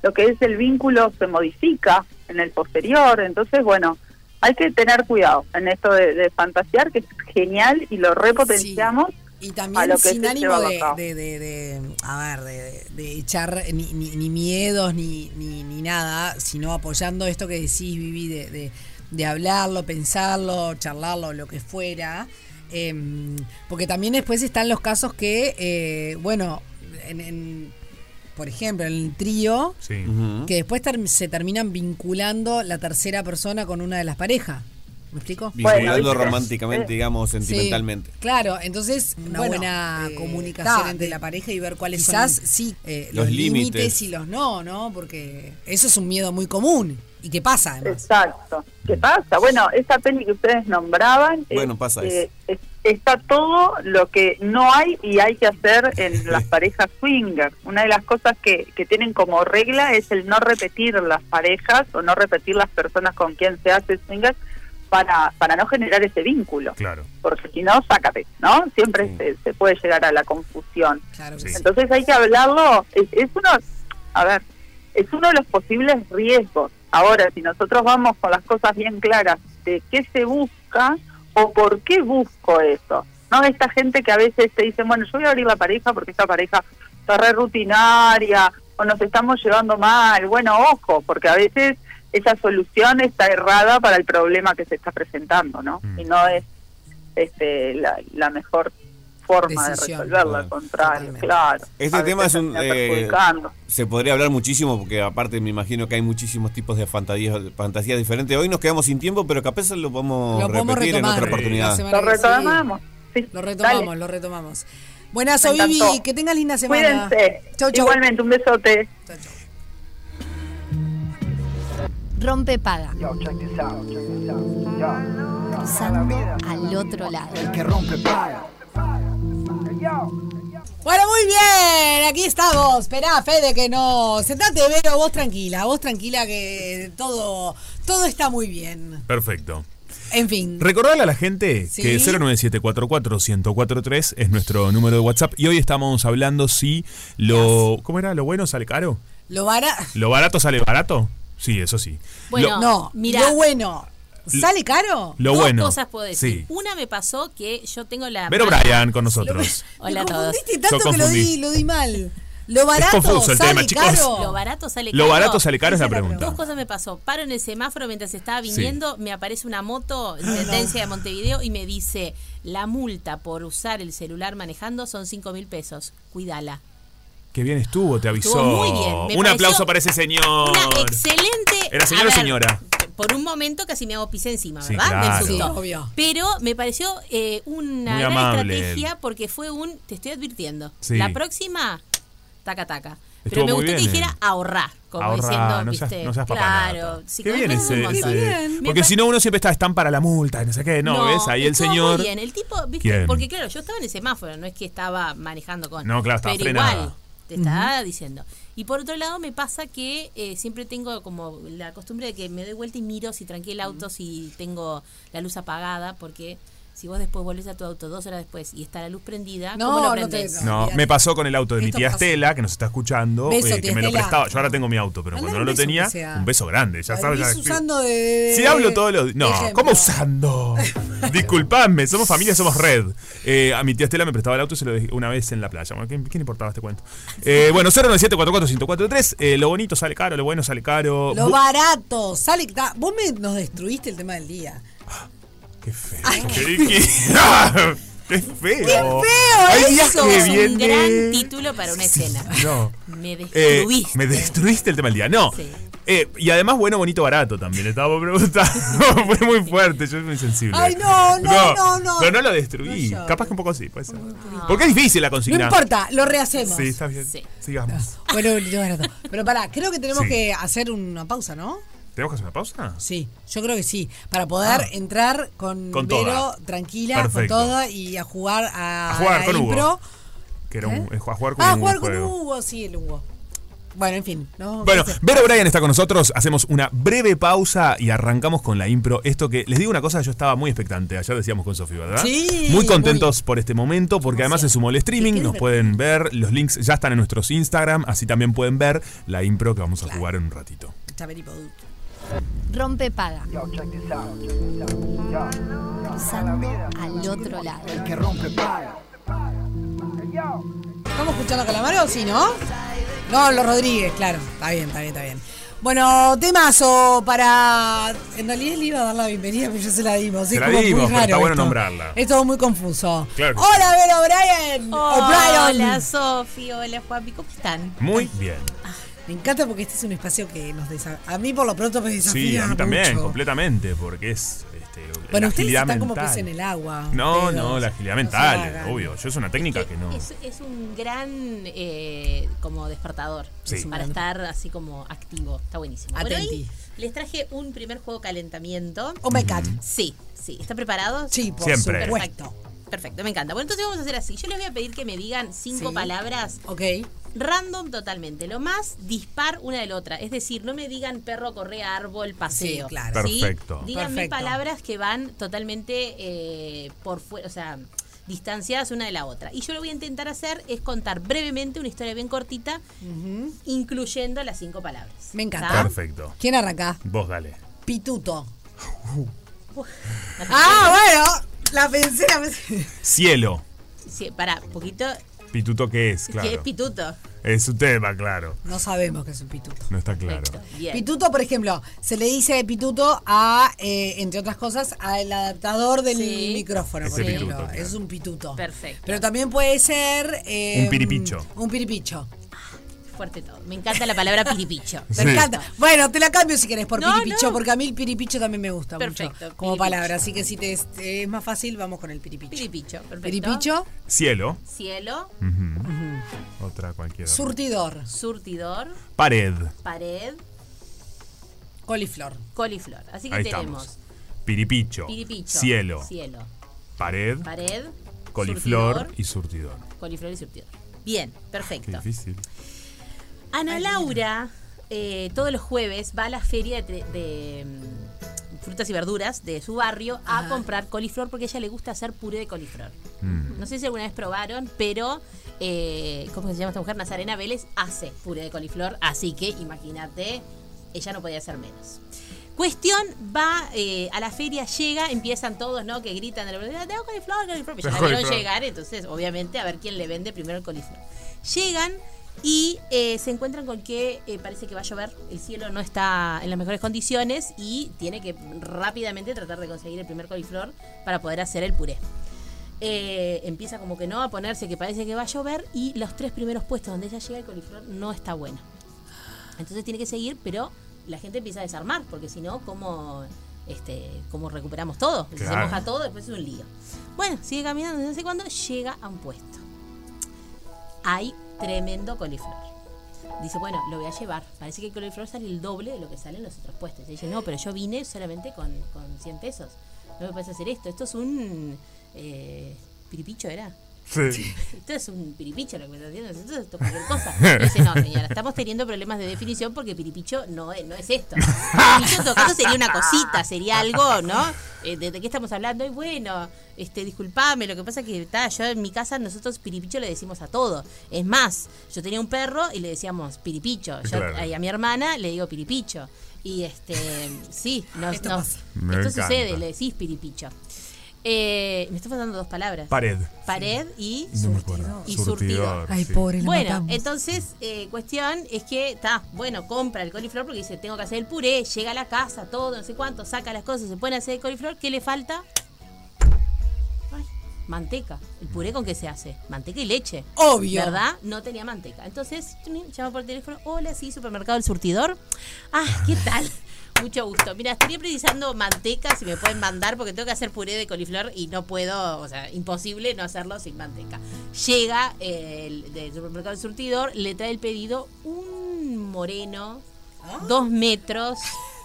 S8: lo que es el vínculo se modifica en el posterior entonces bueno hay que tener cuidado en esto de, de fantasear que es genial y lo repotenciamos
S2: Y
S8: a
S2: también
S8: lo que
S2: sin
S8: se
S2: ánimo
S8: lleva a
S2: de,
S8: cabo.
S2: de- de- de- a ver, de, de- de echar ni, ni- ni miedos ni, ni, ni nada, sino apoyando esto que decís, Vivi, de, de- de hablarlo, pensarlo, charlarlo, lo que fuera. Em, porque también después están los casos que, eh, bueno, en- en, por ejemplo, en el trío,
S3: Sí.
S4: ¿Mm?
S2: que después term- se terminan vinculando la tercera persona con una de las parejas. ¿Me explico?
S4: Vinculando
S8: Bueno,
S4: románticamente,
S8: sí.
S4: digamos,
S2: Sí,
S4: sentimentalmente.
S2: claro, entonces una
S9: bueno,
S2: buena
S9: eh,
S2: comunicación
S9: ta,
S2: entre
S9: de-
S2: la pareja y ver cuáles
S9: quizás,
S2: son sí,
S4: los
S2: los
S4: límites.
S2: límites y los no, ¿no? Porque eso es un miedo muy común y que pasa además.
S8: Exacto. ¿Qué pasa? Bueno, esa peli que ustedes nombraban. es, eh,
S4: Bueno, pasa eso.
S8: es- está todo lo que no hay y hay que hacer en las parejas swinger. Una de las cosas que, que tienen como regla es el no repetir las parejas o no repetir las personas con quien se hace swinger para, para no generar ese vínculo.
S3: Claro.
S8: Porque si no, sácate, ¿no? Siempre
S4: Sí.
S8: se- se puede llegar a la confusión.
S2: Claro que
S3: Sí.
S2: sí.
S8: Entonces hay que hablarlo, es, es uno, a ver, es uno de los posibles riesgos. Ahora, si nosotros vamos con las cosas bien claras de qué se busca o por qué busco eso, ¿no? Esta gente que a veces te dicen, bueno, yo voy a abrir la pareja porque esta pareja está re rutinaria o nos estamos llevando mal. Bueno, ojo, porque a veces esa solución está errada para el problema que se está presentando, ¿no?
S3: Mm.
S8: Y no es este, la, la mejor forma
S2: Decisión.
S8: de resolverla,
S4: Claro.
S8: al contrario,
S2: Totalmente.
S8: claro.
S4: Este
S8: A
S4: tema
S8: veces
S4: es un,
S8: termina
S4: eh,
S8: perjudicando.
S4: Se podría hablar muchísimo porque aparte me imagino que hay muchísimos tipos de fantasías, fantasías diferentes. Hoy nos quedamos sin tiempo, pero capaz lo podemos
S2: Lo podemos
S4: repetir en
S2: retomar
S4: otra
S2: la
S4: oportunidad.
S2: semana
S8: Lo
S2: que sigue.
S8: retomamos. Sí,
S2: Lo retomamos,
S8: dale.
S2: lo retomamos. Buenazo,
S8: Me encantó.
S2: Vivi, que tengas linda semana.
S8: Cuídense.
S2: Chau, chau.
S8: Igualmente, un besote.
S2: Chau, chau.
S7: Rompe paga. Cruzando al otro lado. El que rompe paga.
S2: Bueno, muy bien, aquí estamos. Esperá, Fede, que no. Sentate, Vero, vos tranquila, vos tranquila que todo, todo está muy bien.
S3: Perfecto.
S2: En fin.
S3: Recordarle a la gente
S2: Sí.
S3: que 09744-1043 es nuestro número de WhatsApp y hoy estamos hablando si lo. ¿Cómo era? ¿Lo bueno sale caro?
S2: Lo van a.
S3: ¿Lo barato sale barato? Sí, eso sí.
S9: Bueno,
S3: Lo-
S2: No,
S9: mira.
S2: lo bueno. ¿Sale caro?
S3: Lo
S9: Dos
S3: bueno.
S9: cosas puedo decir.
S3: Sí.
S9: Una me pasó que yo tengo la.
S3: Vero Bryan con nosotros.
S9: Hola a todos.
S2: Viste tanto
S3: Yo
S2: que lo
S3: confundí.
S2: di, lo di mal. Lo barato
S3: confuso el
S2: sale
S3: tema, chicos.
S2: caro.
S9: Lo barato sale
S3: Lo
S9: caro.
S3: barato sale caro es la
S9: Esa
S3: pregunta.
S9: Dos cosas me pasó. Paro en el semáforo mientras estaba viniendo, me aparece una moto
S2: Ah,
S9: en tendencia de Montevideo y me dice: La multa por usar el celular manejando son 5 mil pesos. Cuídala.
S3: Qué bien estuvo, te avisó.
S9: Estuvo muy bien, me
S3: Un
S9: pareció
S3: aplauso para ese señor.
S9: Una excelente.
S3: ¿Era señor
S9: a
S3: o
S9: ver,
S3: señora?
S9: Por un momento casi me hago pis encima,
S3: Sí,
S9: ¿verdad? Del
S3: claro.
S9: susto.
S3: Sí,
S2: obvio.
S9: Pero me pareció eh, una
S3: Muy
S9: gran
S3: amable.
S9: estrategia porque fue un. Te estoy advirtiendo.
S3: Sí.
S9: La próxima, taca, taca. Pero
S3: Estuvo
S9: me
S3: muy
S9: gustó que
S3: bien,
S9: dijera
S3: eh.
S9: ahorrar. Como
S3: Ahorrá,
S9: diciendo,
S3: no seas-
S9: viste.
S3: no seas papanata.
S9: claro. sí,
S3: Qué
S9: como
S3: bien
S9: que
S3: ese.
S9: fue un montón.
S3: ese.
S9: Me
S3: Porque si no, uno siempre está están para la multa, no sé qué. No, ves, ahí el
S9: estuvo muy
S3: señor.
S9: bien, el tipo, ¿viste?
S3: ¿Quién?
S9: Porque claro, yo estaba en el semáforo, no es que estaba manejando con.
S3: No, claro, estaba
S9: Pero
S3: frenada.
S9: igual, te estaba diciendo. Y por otro lado, me pasa que eh, siempre tengo como la costumbre de que me doy vuelta y miro si tranqué el auto, si tengo la luz apagada, porque si vos después volvés a tu auto dos horas después y está la luz prendida,
S2: No,
S9: ¿cómo lo
S2: no te-
S9: prendés?
S3: No,
S2: Olvídate.
S3: me pasó con el auto de mi
S2: Esto
S3: tía
S2: pasa.
S3: Estela, que nos está escuchando,
S2: Beso,
S3: eh,
S2: tía
S3: que me lo
S2: Estela.
S3: prestaba. Yo ahora tengo mi auto, pero
S2: Mandale
S3: cuando no
S2: un
S3: lo
S2: beso,
S3: tenía,
S2: que sea.
S3: un beso grande, ya sabes.
S2: Venís
S3: ya-
S2: usando de- de-
S3: Si hablo todos los No,
S2: Ejemplo.
S3: ¿cómo usando? Disculpadme, somos familia, somos red. Eh, a mi tía Estela me prestaba el auto y se lo dejé una vez en la playa. Bueno, ¿Quién, quién importaba este cuento? Eh, bueno, 097 1043 eh, Lo bonito sale caro, lo bueno sale caro.
S2: Lo
S3: Bu-
S2: barato, sale. da- vos me, nos destruiste el tema del día.
S3: Qué feo. Qué- qué- qué feo. Hay días
S9: eso!
S3: que
S9: es un gran
S3: viene-
S9: título para una escena.
S3: No.
S9: Me
S3: Eh,
S9: destruiste.
S3: me destruiste el tema del día. No.
S9: Sí.
S3: Eh, y además, bueno, bonito, barato también. Estaba preguntando. Fue muy fuerte, yo soy muy sensible.
S2: Ay, no, no, no, no.
S3: Pero no lo destruí.
S2: No llores.
S3: Capaz que un poco sí, puede ser. Porque es difícil la
S2: No
S3: consigna.
S2: importa, lo rehacemos.
S3: Sí, está bien.
S9: Sí.
S3: Sigamos.
S2: Bueno, bonito, barato. Pero pará, creo que tenemos
S3: Sí.
S2: que hacer una pausa, ¿no?
S3: ¿Tenemos que hacer una pausa?
S2: Sí, yo creo que sí. Para poder
S3: Ah.
S2: entrar con,
S3: Con
S2: Vero
S3: toda.
S2: tranquila,
S3: Perfecto.
S2: con todo y a jugar a,
S3: A jugar
S2: la
S3: con Hugo.
S2: impro.
S3: Que era un,
S2: ¿Eh?
S3: a jugar con
S2: Ah,
S3: un
S2: jugar con
S3: juego.
S2: Hugo, sí, el Hugo. Bueno, en fin. No,
S3: Bueno,
S2: ¿qué hacer?
S3: Vero Bryan está con nosotros, hacemos una breve pausa y arrancamos con la impro. Esto que, les digo una cosa, yo estaba muy expectante, ayer decíamos con Sofía, ¿verdad?
S2: Sí,
S3: Muy contentos por este momento, porque además se sumó el
S2: Sí,
S3: streaming,
S2: qué
S3: nos pueden ver, los links ya están en nuestros Instagram, así también pueden ver la impro que vamos a jugar en un ratito.
S2: Chaveri Podut.
S7: Rompe paga. Cruzando al otro lado.
S2: ¿Estamos escuchando a Calamaro? Sí, ¿no? No, los Rodríguez, claro. Está bien, está bien, está bien. Bueno, temazo para. En realidad le iba a dar la bienvenida, pero ya se la dimos.
S3: Se
S2: es
S3: la
S2: como muy
S3: dimos, pero
S2: raro
S3: está bueno
S2: esto.
S3: nombrarla.
S2: Es todo muy confuso.
S3: Claro que sí.
S2: Hola, Vero O'Brien.
S9: Hola,
S2: O'Brien.
S9: Sofi. Hola, Juanpi. ¿Cómo están?
S3: Muy bien.
S2: Me encanta porque este es un espacio que nos desafía. A mí, por lo pronto, me desafía.
S3: Sí, a mí también,
S2: mucho.
S3: completamente, porque es... Este,
S2: Bueno,
S3: la
S2: ustedes
S3: agilidad
S2: están como
S3: mental.
S2: peces en el agua.
S3: No,
S2: ustedes
S3: no,
S2: dos.
S3: la agilidad
S2: No se
S3: mental,
S2: hagan.
S3: obvio. Yo es una técnica que no...
S9: Eh, Es, es un gran eh, como despertador
S3: Sí.
S9: es para estar así como activo. Está buenísimo. Bueno,
S2: Atenti.
S9: hoy les traje un primer juego calentamiento.
S2: Oh my God.
S9: Sí, sí. ¿Están preparados?
S2: Sí, por
S3: Siempre.
S2: supuesto.
S9: Perfecto, me encanta. Bueno, entonces vamos a hacer así. Yo les voy a pedir que me digan cinco
S2: Sí.
S9: palabras
S2: Ok.
S9: random totalmente, lo más dispar una de la otra. Es decir, no me digan perro, correa, árbol, paseo.
S2: Sí, claro.
S9: ¿sí?
S3: Perfecto.
S9: Díganme
S2: Perfecto.
S9: palabras que van totalmente eh, por fuera, o sea, distanciadas una de la otra. Y yo lo voy a intentar hacer es contar brevemente una historia bien cortita, incluyendo las cinco palabras.
S2: Me encanta.
S9: ¿Está?
S3: Perfecto.
S2: ¿Quién arranca?
S3: Vos dale.
S2: Pituto. ah, bueno. La pensé, la pensé.
S3: Cielo.
S9: Sí, pará, poquito.
S3: Pituto qué es,
S9: Que es
S3: claro.
S9: pituto.
S3: Es un tema, claro.
S2: No sabemos qué es un pituto.
S3: No está claro.
S9: Perfecto, bien.
S2: Pituto, por ejemplo, se le dice pituto a, eh, entre otras cosas, al adaptador del
S9: Sí.
S2: micrófono, por
S3: Ese
S2: ejemplo.
S3: pituto, claro.
S2: Es un pituto.
S9: Perfecto.
S2: Pero también puede ser... eh,
S3: Un piripicho.
S2: Un piripicho.
S9: Fuerte todo. Me encanta la palabra piripicho.
S2: Me encanta. Bueno, te la cambio si querés por
S9: No,
S2: piripicho,
S9: no.
S2: porque a mí el piripicho también me gusta mucho
S9: Perfecto,
S2: como
S9: piripicho.
S2: palabra. Así que si te es, te es más fácil, vamos con el piripicho.
S9: Piripicho, perfecto.
S2: Piripicho,
S3: Cielo.
S9: Cielo,
S3: Ujú. Otra cualquiera.
S2: surtidor,
S9: surtidor,
S3: Pared.
S9: pared,
S2: Coliflor.
S9: Coliflor. Así que
S3: Ahí
S9: tenemos
S3: estamos. Piripicho,
S9: piripicho,
S3: cielo,
S9: cielo,
S3: pared,
S9: pared,
S3: coliflor
S9: surtidor,
S3: y surtidor.
S9: coliflor y surtidor. Bien,
S3: Qué
S9: perfecto.
S3: difícil.
S9: Ana Laura eh, todos los jueves va a la feria de, de, mm, frutas y verduras de su barrio a comprar coliflor porque a ella le gusta hacer puré de coliflor.
S10: Mm.
S9: No sé si alguna vez probaron, pero eh, ¿cómo se llama esta mujer? Nazarena Vélez hace puré de coliflor, así que imagínate, ella no podía hacer menos. Cuestión, va eh, a la feria, llega, empiezan todos, ¿no? Que gritan de la verdad, tengo coliflor, coliflor, pero ya la vieron
S11: Coliflor.
S9: llegar, entonces, obviamente, a ver quién le vende primero el coliflor. Llegan y eh, se encuentran con que eh, parece que va a llover, el cielo no está en las mejores condiciones y tiene que rápidamente tratar de conseguir el primer coliflor para poder hacer el puré. Eh, empieza como que no a ponerse que parece que va a llover y los tres primeros puestos donde ella llega el coliflor no está bueno. Entonces tiene que seguir, pero la gente empieza a desarmar, porque si no, ¿cómo, este, cómo recuperamos todo? Se
S10: Claro.
S9: moja todo, después es un lío. Bueno, sigue caminando, no sé cuándo, llega a un puesto. Hay tremendo coliflor. Dice, bueno, lo voy a llevar. Parece que el coliflor sale el doble de lo que sale en los otros puestos. Y dice, no, pero yo vine solamente con, con 100 pesos. No me puedes hacer esto. Esto es un... eh, piripicho era.
S10: Sí.
S9: Esto es un piripicho lo que me estás diciendo, esto es cualquier cosa. Y dice, no, señora, estamos teniendo problemas de definición porque piripicho no es, no es esto. Piripicho tocando sería una cosita, sería algo, ¿no? Eh, ¿De, de qué estamos hablando? Y bueno, este, disculpame, lo que pasa es que está, yo en mi casa nosotros piripicho le decimos a todo. Es más, yo tenía un perro y le decíamos piripicho. Yo
S10: Claro.
S9: eh, a mi hermana le digo piripicho. Y este, sí, nos,
S10: Esto
S9: nos-
S10: pasa.
S3: Me
S9: esto sucede,
S3: encanta.
S9: le decís piripicho. Eh, me está faltando dos palabras.
S3: Pared.
S9: Pared y
S3: No me acuerdo.
S9: y surtidor.
S2: Ay, pobre, la
S9: bueno,
S2: matamos.
S9: entonces, eh, cuestión es que está, bueno, compra el coliflor porque dice, tengo que hacer el puré, llega a la casa, todo, no sé cuánto, saca las cosas, se pone a hacer el coliflor, ¿qué le falta? Ay, manteca. ¿El puré con qué se hace? Manteca y leche.
S2: Obvio.
S9: ¿Verdad? No tenía manteca. Entonces, trin, llama por teléfono, hola, sí, supermercado El Surtidor. Ah, ¿qué tal? Mucho gusto. Mira, estaría precisando manteca, si me pueden mandar, porque tengo que hacer puré de coliflor y no puedo, o sea, imposible no hacerlo sin manteca. Llega eh, el del supermercado El Surtidor, le trae el pedido un moreno, dos metros,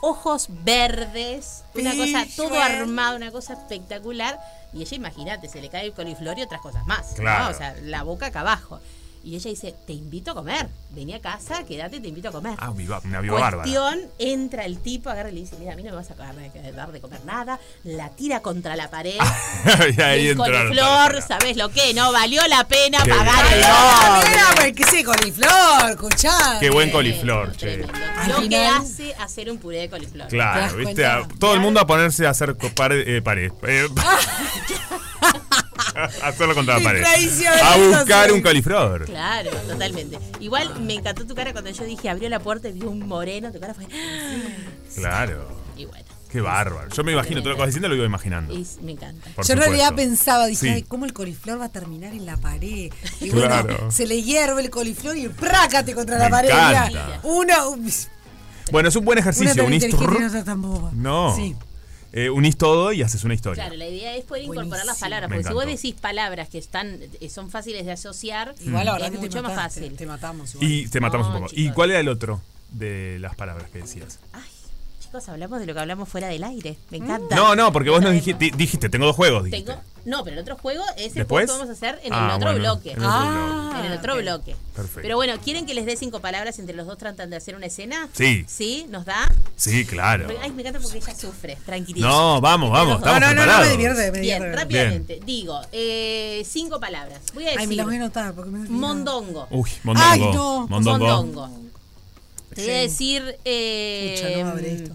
S9: ojos verdes, una cosa todo
S10: Visual.
S9: armado, una cosa espectacular. Y ella, imagínate, se le cae el coliflor y otras cosas más. ¿no?
S10: Claro.
S9: O sea, la boca acá abajo. Y ella dice, te invito a comer. Vení a casa, quédate, te invito a comer.
S3: Ah, viva, una viva bárbara.
S9: Cuestión, entra el tipo, agarra y le dice, mira, a mí no me vas a acabar de dar de comer nada. La tira contra la pared.
S3: y Ah, ahí
S9: el
S3: entraron.
S9: coliflor, ¿sabes lo que? No valió la pena
S3: Qué
S9: pagar
S3: bien.
S9: el
S2: Ah,
S9: doble.
S2: mira, güey, que sí, coliflor, escuchá.
S3: Qué buen coliflor, che.
S9: Eh, Lo que
S2: final-
S9: hace hacer un puré de coliflor.
S2: ¿Te das
S3: Claro, viste,
S2: cuenta?
S3: a- todo el mundo a ponerse a hacer co- pared. eh, pared. eh, hacerlo contra la pared. A buscar un coliflor.
S9: Claro, totalmente. Igual me encantó tu cara cuando yo dije abrió la puerta y vio un moreno, tu cara fue. ¡Ah!
S3: Claro.
S9: Y bueno.
S3: Qué bárbaro. Yo me imagino, todo lo que vas diciendo lo iba imaginando.
S9: Y me encanta.
S3: Por
S2: Yo en realidad
S3: supuesto.
S2: pensaba, dije,
S3: Sí.
S2: ay, ¿cómo el coliflor va a terminar en la pared? Y
S3: Claro.
S2: bueno, se le hierve el coliflor y prácate contra la
S3: Me
S2: pared. mirá.
S3: encanta.
S2: Una, un- una
S3: Bueno, es un buen ejercicio.
S2: tan
S3: Unís.
S2: inteligente y
S3: trrr,
S2: otra tan boba.
S3: No.
S2: Sí.
S9: Mm.
S3: Eh, unís todo y haces una historia.
S9: Claro, la idea es poder incorporar las palabras,
S3: Me
S9: porque si vos
S3: encantó.
S9: decís palabras que están eh, son fáciles de asociar,
S2: Igual la verdad
S9: es
S2: que Este te
S9: mucho más
S2: mataste,
S9: fácil.
S2: Te matamos. igual.
S3: Y te matamos
S9: No,
S3: un poco. ¿Y
S9: chicos.
S3: cuál era el otro de las palabras que decías?
S9: Chicos, hablamos de lo que hablamos fuera del aire. Me encanta.
S3: Mm. No, no, porque vos nos dijiste, di- dijiste, tengo dos juegos. dijiste.
S9: Tengo, no, pero el otro juego es el juego
S3: ¿Después?
S9: que vamos a hacer en el
S3: Ah,
S9: otro
S3: bueno,
S9: bloque.
S3: en el otro Ah,
S9: En el otro bloque.
S3: Perfecto.
S9: Pero bueno, ¿quieren que les dé cinco palabras entre los dos tratan de hacer una escena?
S3: Sí.
S9: ¿Sí? ¿Nos da?
S3: Sí, claro.
S9: Ay, me encanta porque ella sufre. Tranquilidad.
S3: No, vamos, vamos.
S9: No,
S3: Estamos
S9: no, no, no,
S3: preparados.
S2: me divierte, me
S9: Bien,
S2: divierte.
S9: rápidamente. Digo, eh, cinco palabras. Voy a decir.
S2: Ay, me las voy a anotar porque me
S9: Mondongo.
S3: Uy, mondongo.
S2: Ay, no.
S3: Uh, Mondongo.
S9: Mondongo. Te voy a decir. Eh,
S2: Pucha, no abre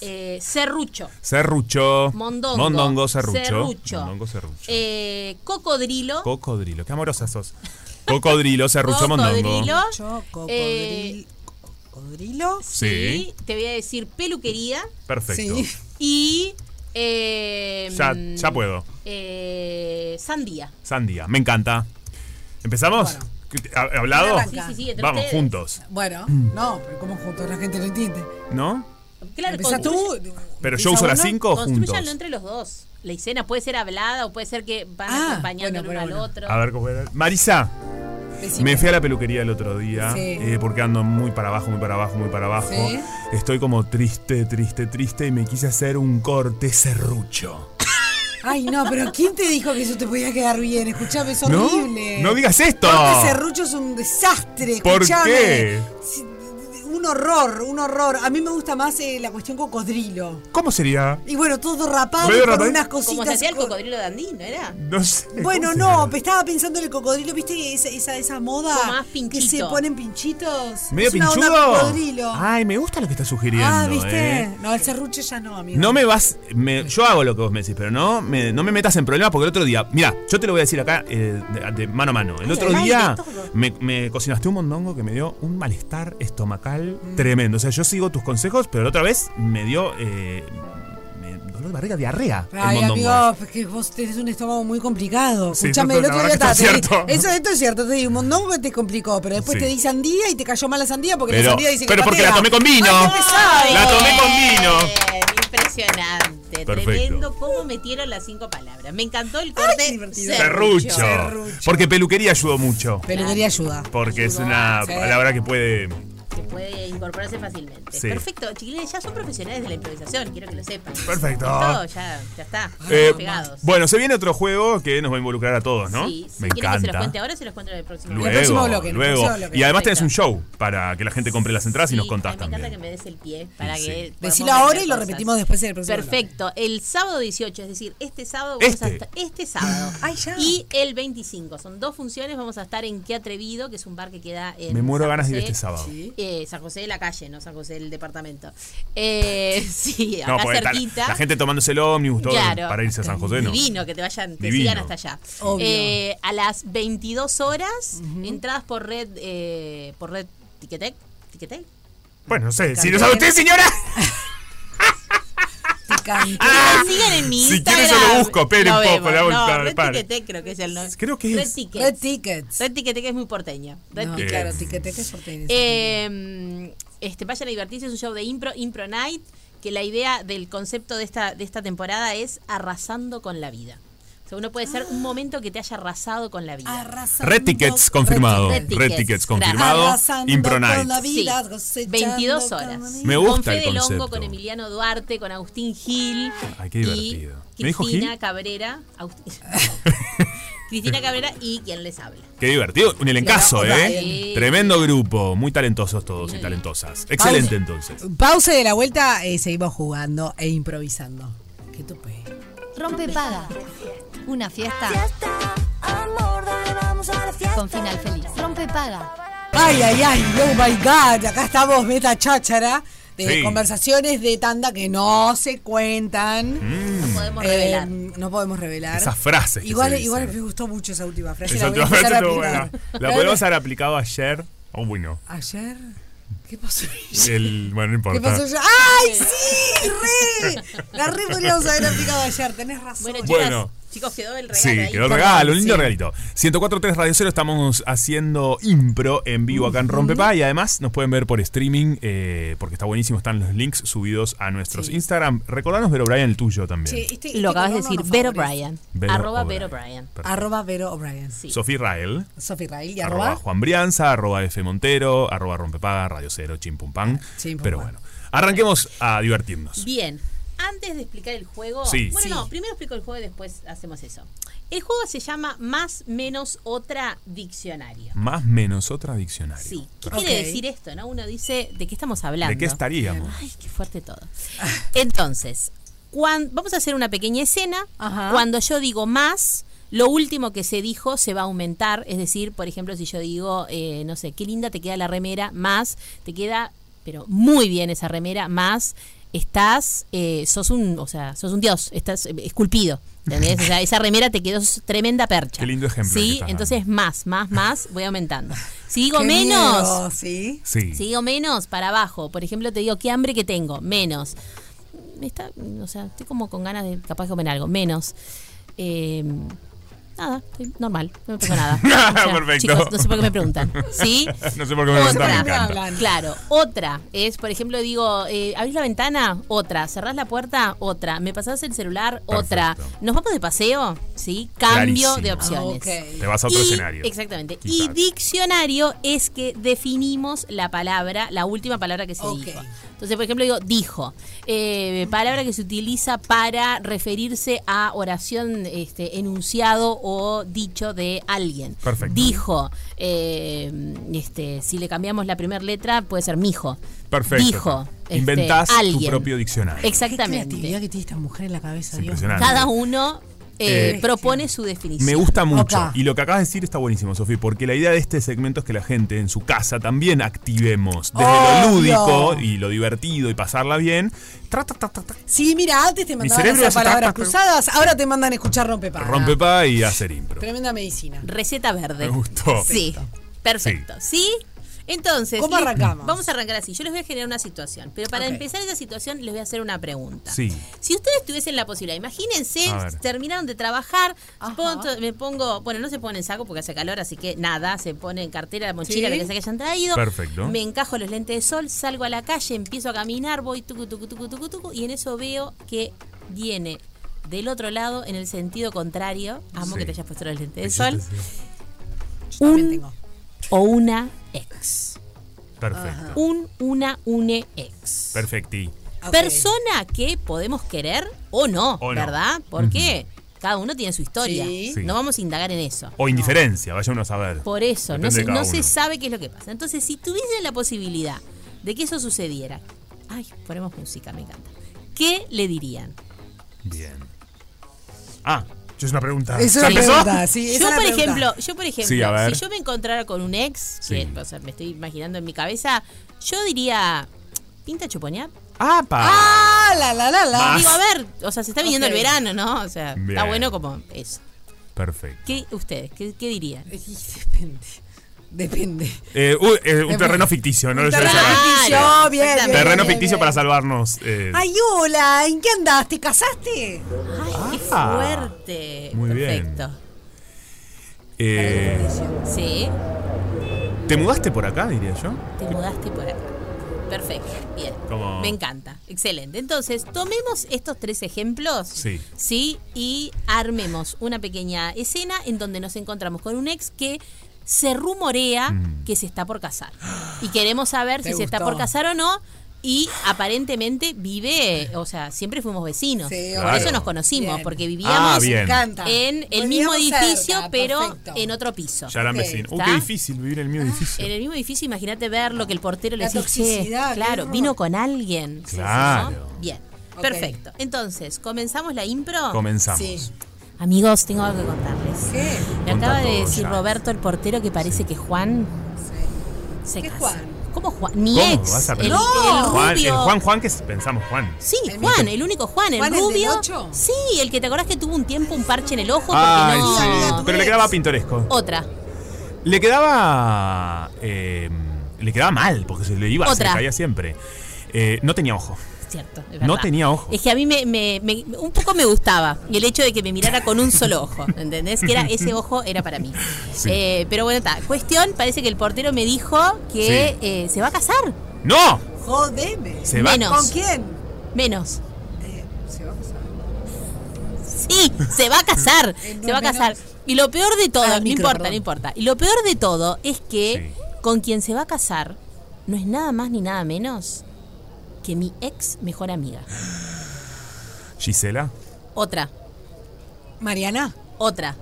S9: eh, serrucho.
S3: Serrucho.
S9: Mondongo.
S3: Mondongo, serrucho.
S9: Serrucho.
S3: Mondongo, serrucho.
S9: Eh, cocodrilo.
S3: Cocodrilo. Qué amorosa sos. Cocodrilo, serrucho, mondongo.
S9: Cocodrilo.
S2: cocodril-
S9: Eh,
S2: ¿Cocodrilo?
S3: Sí.
S9: Te voy a decir peluquería.
S3: Perfecto.
S2: Sí. Em,
S9: Y. eh,
S3: Ya, ya puedo.
S9: eh, sandía.
S3: Sandía. Me encanta. ¿Empezamos? ¿Ha- ¿Hablado?
S2: ¿Quién arranca? Sí, sí, sí, entre
S3: Vamos,
S2: ustedes.
S3: juntos.
S2: Bueno, no, pero ¿cómo juntos? La gente no entiende.
S3: ¿no?
S9: Claro,
S2: Empezá
S9: construye-
S2: tú.
S3: Pero yo uso las cinco juntos.
S9: Construyanlo entre los dos. La
S2: Ah,
S9: escena puede ser hablada o puede ser que van acompañando el uno al otro.
S3: A ver cómo era. Marisa. Me fui a la peluquería el otro día
S2: Sí.
S3: eh, porque ando muy para abajo, muy para abajo, muy para abajo.
S2: Sí.
S3: Estoy como triste, triste, triste y me quise hacer un corte serrucho.
S2: Ay, no, pero ¿quién te dijo que eso te podía quedar bien? Escuchame, es
S3: ¿No?
S2: horrible.
S3: ¡No digas esto!
S2: Corte serrucho es un desastre.
S3: ¿Por
S2: escuchame.
S3: qué?
S2: Si- Un horror, un horror. A mí me gusta más eh, la cuestión cocodrilo.
S3: ¿Cómo sería?
S2: Y bueno, todo rapado
S3: ¿Medio
S2: y con
S3: rapado?
S2: unas
S9: Como se
S2: cositas.
S9: hacía el
S2: con-
S9: cocodrilo de Andino, ¿era?
S3: No sé.
S2: Bueno,
S3: ¿cómo
S2: no, pe- estaba pensando en el cocodrilo, ¿viste? Esa, esa, esa moda.
S9: Como más
S2: que se
S9: pinchito.
S2: ponen pinchitos.
S3: se- ¿Medio
S2: es una onda
S3: pinchudo?
S2: cocodrilo.
S3: Ay, me gusta lo que estás sugiriendo.
S2: Ah, ¿viste?
S3: eh.
S2: No, el serrucho ya no, amigo.
S3: No me vas. me- yo hago lo que vos me decís, pero no me, no me metas en problemas porque el otro día. Mira, yo te lo voy a decir acá eh, de, de mano a mano. El
S2: Ay,
S3: otro
S2: al aire
S3: día
S2: todo.
S3: me, me cocinaste un mondongo que me dio un malestar estomacal
S2: Mm.
S3: tremendo. O sea, yo sigo tus consejos, pero la otra vez me dio. eh, me- dolor de barriga, diarrea. el
S2: Ay,
S3: mondongo.
S2: amigo, es que vos tenés un estómago muy complicado.
S3: Sí,
S2: Escuchame,
S3: no,
S2: el
S3: la
S2: otro día
S3: verdad que
S2: estaba-
S3: esto es
S2: te-
S3: cierto.
S2: Eso esto es cierto, te di un mondongo que te complicó, pero después
S3: Sí.
S2: te di sandía y te cayó mal la sandía porque la
S3: Pero,
S2: sandía dice que
S3: pero porque
S2: patea.
S3: la tomé con vino.
S2: Ay, qué pesado.
S3: la tomé con vino.
S9: Bien, Impresionante,
S3: Perfecto.
S9: tremendo cómo metieron las cinco palabras. Me encantó el corte.
S3: Serrucho. Porque peluquería ayudó mucho.
S2: Peluquería ayuda.
S3: Porque es una
S9: sí.
S3: palabra que puede.
S9: Que puede incorporarse fácilmente.
S3: Sí.
S9: Perfecto, chiquilines, ya son profesionales de la improvisación, quiero que lo sepan.
S3: Perfecto.
S9: Todo, ya, ya está.
S3: Eh,
S9: pegados.
S3: bueno, se viene otro juego que nos va a involucrar a todos, ¿no?
S9: Sí, si quieren
S3: Me
S9: que se los
S3: encanta.
S9: cuente ahora, se los cuento en el próximo
S3: Luego, luego. Y además tenés un show para que la gente compre las entradas y nos
S9: Me
S3: contás
S9: encanta
S3: también.
S9: que me des el pie para
S3: Sí,
S9: que.
S3: sí.
S9: podamos
S2: Decilo ahora y
S9: vender
S2: lo
S9: cosas.
S2: repetimos después en el próximo.
S9: Perfecto. El sábado 18, es decir, este sábado
S2: Este.
S9: vamos a estar. Este sábado.
S2: Ay, ya.
S9: Y el 25. Son dos funciones. Vamos a estar en Qué Atrevido, que es un bar que queda en.
S3: Me muero
S9: San
S3: ganas de ir
S9: José.
S3: este sábado.
S9: Eh, San José de la calle, no San José del departamento. Eh, sí,
S3: No,
S9: acá
S3: porque está la-
S9: cerquita.
S3: la gente tomándose el ómnibus todo
S9: Claro.
S3: para irse a San José, ¿no?
S9: Divino que te vayan, te
S3: Divino.
S9: sigan hasta allá.
S2: Obvio.
S9: Eh, a las 22 horas, entradas por red, eh, por red Ticketek. ¿Ticketek?
S3: Bueno, no sé, si lo sabe usted, señora.
S9: Ah, sigan en mi
S3: Si
S9: Instagram.
S3: quiere yo lo busco, espere un poco,
S9: vemos.
S3: le hago
S9: no,
S3: entrar,
S9: Red
S3: pare.
S9: Ticketek creo que es el nombre.
S3: Creo que
S9: Red
S3: es.
S9: Tickets.
S2: Red Tickets.
S9: Red Ticketek es muy porteña. Red
S2: No,
S9: Tickets.
S2: claro, tiquete que sorteo.
S9: Eh, este, vayan a divertirse, es un show de impro, Impro Night, que la idea del concepto de esta, de esta temporada es arrasando con la vida. O sea, uno puede ser
S2: Ah.
S9: un momento que te haya arrasado con la vida.
S3: Red Tickets confirmado.
S9: Red
S3: Red
S9: Tickets.
S3: Tickets, confirmado.
S2: Arrasando
S3: Impro
S2: con
S3: Night.
S2: la vida,
S9: Sí,
S2: cosechando
S9: 22
S2: con
S9: horas.
S2: la
S3: Me gusta
S9: con Fede
S3: el
S9: Longo,
S3: concepto.
S9: con Emiliano Duarte, con Agustín Gil.
S3: Ay, qué
S9: y
S3: divertido. ¿Me dijo
S9: Cristina
S3: Gil?
S9: Cabrera. Agust- Cristina Cabrera y quien les habla.
S3: Qué divertido. Un elencazo,
S9: Claro,
S3: ¿eh?
S9: sí.
S3: Tremendo grupo. Muy talentosos todos y talentosas. Excelente, entonces.
S2: Pausa y de la vuelta eh, seguimos jugando e improvisando. Qué tupe.
S7: Rompe paga. Una fiesta. Con final feliz. Rompe paga.
S2: Ay, ay, ay, oh my God, acá estamos meta cháchara de
S3: Sí.
S2: conversaciones de tanda que no se cuentan.
S9: No
S3: Mm,
S9: podemos
S2: Eh,
S9: revelar.
S2: no podemos revelar.
S3: esas frases. que
S2: Igual,
S3: se
S2: igual
S3: dicen.
S2: me gustó mucho esa última frase.
S3: Esa
S2: la voy a
S3: última frase
S2: empezar a
S3: estuvo buena.
S2: aplicar.
S3: La
S2: Claro.
S3: podemos haber aplicado ayer. Oh, bueno.
S2: Ayer. ¿Qué pasó?
S3: El, bueno, no importa.
S2: ¿Qué pasó ayer? ¡Ay, sí! ¡Re! La re podríamos haber aplicado ayer, tenés razón.
S9: Bueno, chicas,
S3: Bueno.
S9: chicos, quedó el regalo.
S3: Sí,
S9: ahí.
S3: quedó el regalo, un lindo
S2: sí.
S3: regalito. 104.3 Radio Cero, estamos haciendo impro en vivo acá en Rompepa y además nos pueden ver por streaming eh, porque está buenísimo, están los links subidos a nuestros Instagram. Recordanos, Vero Brian, el tuyo también.
S2: Che, este- este
S9: Lo acabas de
S2: color no
S9: decir,
S2: nos
S9: Vero
S2: favorece.
S9: Bryan.
S3: Vero
S9: Arroba
S3: O'Brien.
S9: Vero Bryan.
S3: Perfecto.
S2: Arroba Vero O'Brien.
S9: Sí.
S3: Sofía Rael,
S2: Sofi Rail Ah, y
S3: arroba
S2: arroba.
S3: Juan Brianza, arroba F Montero, arroba Rompepaga, Radio Cero, Chimpumpan.
S2: Chimpum Pan.
S3: Pero bueno, arranquemos a divertirnos.
S9: Bien, antes de explicar el juego,
S3: Sí.
S9: bueno,
S3: Sí.
S9: no, primero explico el juego y después hacemos eso. El juego se llama Más Menos Otra Diccionario.
S3: Más menos otra diccionario.
S9: Sí, ¿qué
S2: Ok.
S9: quiere decir esto? ¿No? Uno dice, ¿de qué estamos hablando?
S3: ¿De qué estaríamos?
S9: Ay, qué fuerte todo. Entonces, cuan- vamos a hacer una pequeña escena.
S2: Ajá.
S9: Cuando yo digo más, lo último que se dijo se va a aumentar. Es decir, por ejemplo, si yo digo, eh, no sé, qué linda te queda la remera, más te queda, pero muy bien esa remera, más estás, eh, sos un, o sea, sos un dios, estás eh, esculpido. ¿entendés? O sea, esa remera te quedó s- tremenda percha.
S3: Qué lindo ejemplo que
S9: Sí,
S3: estás
S9: entonces más, más, más, voy aumentando. Si digo
S2: Qué
S9: menos,
S2: miedo, ¿sí?
S3: Sí.
S9: si digo menos, para abajo. Por ejemplo, te digo, qué hambre que tengo. Menos. Me Está, o sea, estoy como con ganas de capaz comer algo. Menos. Eh, Nada, estoy normal, no me pasa nada.
S3: Perfecto.
S9: chicos, no sé por qué me preguntan. ¿Sí?
S3: No sé por qué me preguntan,
S9: Otra,
S3: me encanta.
S9: Claro, otra es, por ejemplo, digo, eh, abrís la ventana, otra, cerrás la puerta, otra, me pasás el celular, otra, nos vamos de paseo, ¿sí? Cambio de
S3: Clarísimo.
S9: opciones.
S3: Te vas a otro
S9: Y-
S3: escenario.
S9: Exactamente. Y
S3: Quizás.
S9: diccionario es que definimos la palabra, la última palabra que se dijo. Entonces, por ejemplo, digo, dijo. eh, palabra que se utiliza para referirse a oración, este, enunciado o dicho de alguien.
S3: Perfecto.
S9: Dijo, eh, este, si le cambiamos la primera letra, puede ser mijo.
S3: Perfecto.
S9: Dijo. este,
S3: Inventás tu
S9: alguien.
S3: propio diccionario.
S9: Exactamente.
S2: Qué creatividad que tiene esta mujer en la cabeza. Dios.
S3: Impresionante.
S9: Cada uno eh,
S3: Eh,
S9: propone su definición.
S3: Me gusta mucho. Y lo que acabas de decir está buenísimo, Sofía, porque la idea de este segmento es que la gente en su casa también activemos desde
S2: Obvio.
S3: lo lúdico y lo divertido y pasarla bien. Tra, tra, tra, tra, tra.
S2: Sí, mira, antes te mandaban
S3: cerebro
S2: esas
S3: hace
S2: palabras
S3: tac, tac, tac.
S2: cruzadas, ahora te mandan a escuchar rompepa.
S3: Rompe pa y hacer impro.
S2: Tremenda medicina.
S9: Receta verde.
S3: Me gustó.
S9: Sí. Perfecto. ¿Sí? Entonces,
S2: ¿Cómo
S9: li-
S2: arrancamos?
S9: Vamos a arrancar así. Yo les voy a generar una situación, pero para
S2: Ok.
S9: empezar esa situación les voy a hacer una pregunta.
S3: Sí.
S9: Si ustedes tuviesen la posibilidad, imagínense,
S3: A ver.
S9: terminaron de trabajar, ponto- me pongo, bueno, no se ponen saco porque hace calor, así que nada, se ponen cartera, mochila,
S2: Sí.
S9: lo que sea que hayan traído.
S3: Perfecto.
S9: Me encajo los lentes de sol, salgo a la calle, empiezo a caminar, voy tucu, tucu, tucu, tucu, tucu, y en eso veo que viene del otro lado, en el sentido contrario, amo
S3: Sí.
S9: que te hayas puesto los lentes de
S3: Eso
S9: sol,
S3: te digo.
S9: un o una ex.
S3: Perfecto.
S9: Un, una, une ex.
S3: Perfecti.
S2: Ah,
S9: Persona que podemos querer o no,
S3: O no.
S9: ¿verdad? Porque cada uno tiene su historia.
S3: Sí. Sí.
S9: No vamos a indagar en eso.
S3: O indiferencia, vaya uno a saber.
S9: Por eso, no
S3: Depende
S9: se,
S3: de cada
S9: no se
S3: uno.
S9: sabe qué es lo que pasa. Entonces, si tuviesen la posibilidad de que eso sucediera, ay, ponemos música, me encanta. ¿Qué le dirían?
S3: Bien. Ah, yo es una pregunta.
S2: Es
S3: ¿Ya
S2: una
S3: empezó?
S2: pregunta, sí. esa
S9: yo,
S2: es la
S9: por
S2: pregunta.
S9: ejemplo, yo, por ejemplo,
S3: Sí, a ver.
S9: si yo me encontrara con un ex, que,
S3: Sí.
S9: o sea, me estoy imaginando en mi cabeza, yo diría, ¿pinta chuponear?
S3: ¡Apa!
S2: Ah, la, la, la, la.
S9: Digo, a ver, o sea, se está viniendo
S2: Ok.
S9: el verano, ¿no? O sea,
S3: Bien.
S9: está bueno como eso.
S3: Perfecto.
S9: ¿Qué ustedes? ¿Qué, qué dirían?
S2: Depende. Depende.
S3: Eh, uh, eh, un terreno ficticio, no lo lleves
S2: terreno
S3: a la-
S2: ficticio,
S9: Claro,
S2: bien, bien,
S9: exactamente.
S3: Terreno
S2: bien,
S3: ficticio
S2: bien.
S3: para salvarnos. eh,
S2: Ay, hola, ¿en qué andas? ¿Te casaste?
S9: ¡Qué
S3: Ah.
S9: fuerte!
S3: Muy bien.
S9: Perfecto.
S3: eh,
S9: Sí,
S3: ¿Te mudaste por acá, diría yo?
S9: te mudaste por acá. Perfecto, bien.
S3: Como-
S9: Me encanta, excelente. Entonces, tomemos estos tres ejemplos,
S3: Sí.
S9: ¿sí? Y armemos una pequeña escena en donde nos encontramos con un ex que se rumorea
S3: Mm.
S9: que se está por casar. Y queremos saber
S2: Te
S9: si se está
S2: gustó.
S9: por casar o no. Y aparentemente vive, o sea, siempre fuimos vecinos.
S2: Sí,
S9: por
S3: obvio.
S9: eso nos conocimos,
S2: Bien.
S9: porque
S3: Ah,
S9: vivíamos
S3: bien.
S2: encanta.
S9: en el
S2: Volvíamos
S9: mismo
S2: cerca,
S9: edificio, pero
S2: perfecto.
S9: en otro piso.
S3: Ya eran
S2: Ok.
S3: vecinos. Uh,
S9: ¿Está? Ah, eh,
S3: qué difícil vivir en el mío edificio.
S9: En el mismo edificio, imagínate verlo, que el portero le
S2: La
S9: dice, "Che,
S2: toxicidad, qué
S9: claro,
S2: horror".
S9: vino con alguien. Sí, sí,
S3: Claro.
S9: ¿no? Bien,
S2: Ok.
S9: perfecto. Entonces, ¿comenzamos la impro?
S3: Comenzamos.
S2: Sí.
S9: Amigos, tengo algo que contarles.
S2: ¿Qué?
S9: Me
S3: Contá
S9: acaba de
S3: todo,
S9: decir
S3: ya.
S9: Roberto, el portero, que parece que Juan se
S2: ¿Qué
S9: casa.
S2: Juan?
S9: ¿Cómo Juan? Mi
S3: ¿Cómo
S9: ex.
S3: vas a
S9: el,
S3: pensar?
S9: el
S3: Juan, el
S9: rubio.
S3: Juan Juan que pensamos Juan.
S9: Sí,
S2: El
S9: Juan, el único Juan, el
S2: ¿Juan, el del
S9: rubio.
S2: ocho?
S9: sí, el que te acordás que tuvo un tiempo un parche en el ojo
S3: Ay,
S9: porque no.
S3: sí.
S2: tu
S3: Pero le
S2: ex.
S3: quedaba pintoresco.
S9: Otra.
S3: Le quedaba. eh, le quedaba mal, porque se le iba, se
S9: Otra.
S3: le caía siempre. Eh, no tenía ojo.
S9: Cierto, es
S3: No
S9: verdad.
S3: tenía ojo.
S9: Es que a mí me, me- me- un poco me gustaba. Y el hecho de que me mirara con un solo ojo, ¿entendés? Que era, ese ojo era para mí.
S3: Sí.
S9: Eh, pero bueno, está. Cuestión, parece que el portero me dijo que
S3: Sí.
S9: eh, se va a casar.
S3: ¡No!
S2: Jodeme.
S3: Se va.
S9: Menos.
S2: ¿Con quién?
S9: Menos.
S2: Eh, se va a casar.
S9: Sí, se va a casar.
S2: Eh, no,
S9: se va a casar.
S2: menos.
S9: Y lo peor de todo,
S2: Ah,
S9: no
S2: micro,
S9: importa,
S2: perdón.
S9: no importa. Y lo peor de todo es que
S3: Sí.
S9: con quien se va a casar no es nada más ni nada menos que mi ex mejor amiga.
S3: Gisela,
S9: Otra,
S2: Mariana.
S9: otra.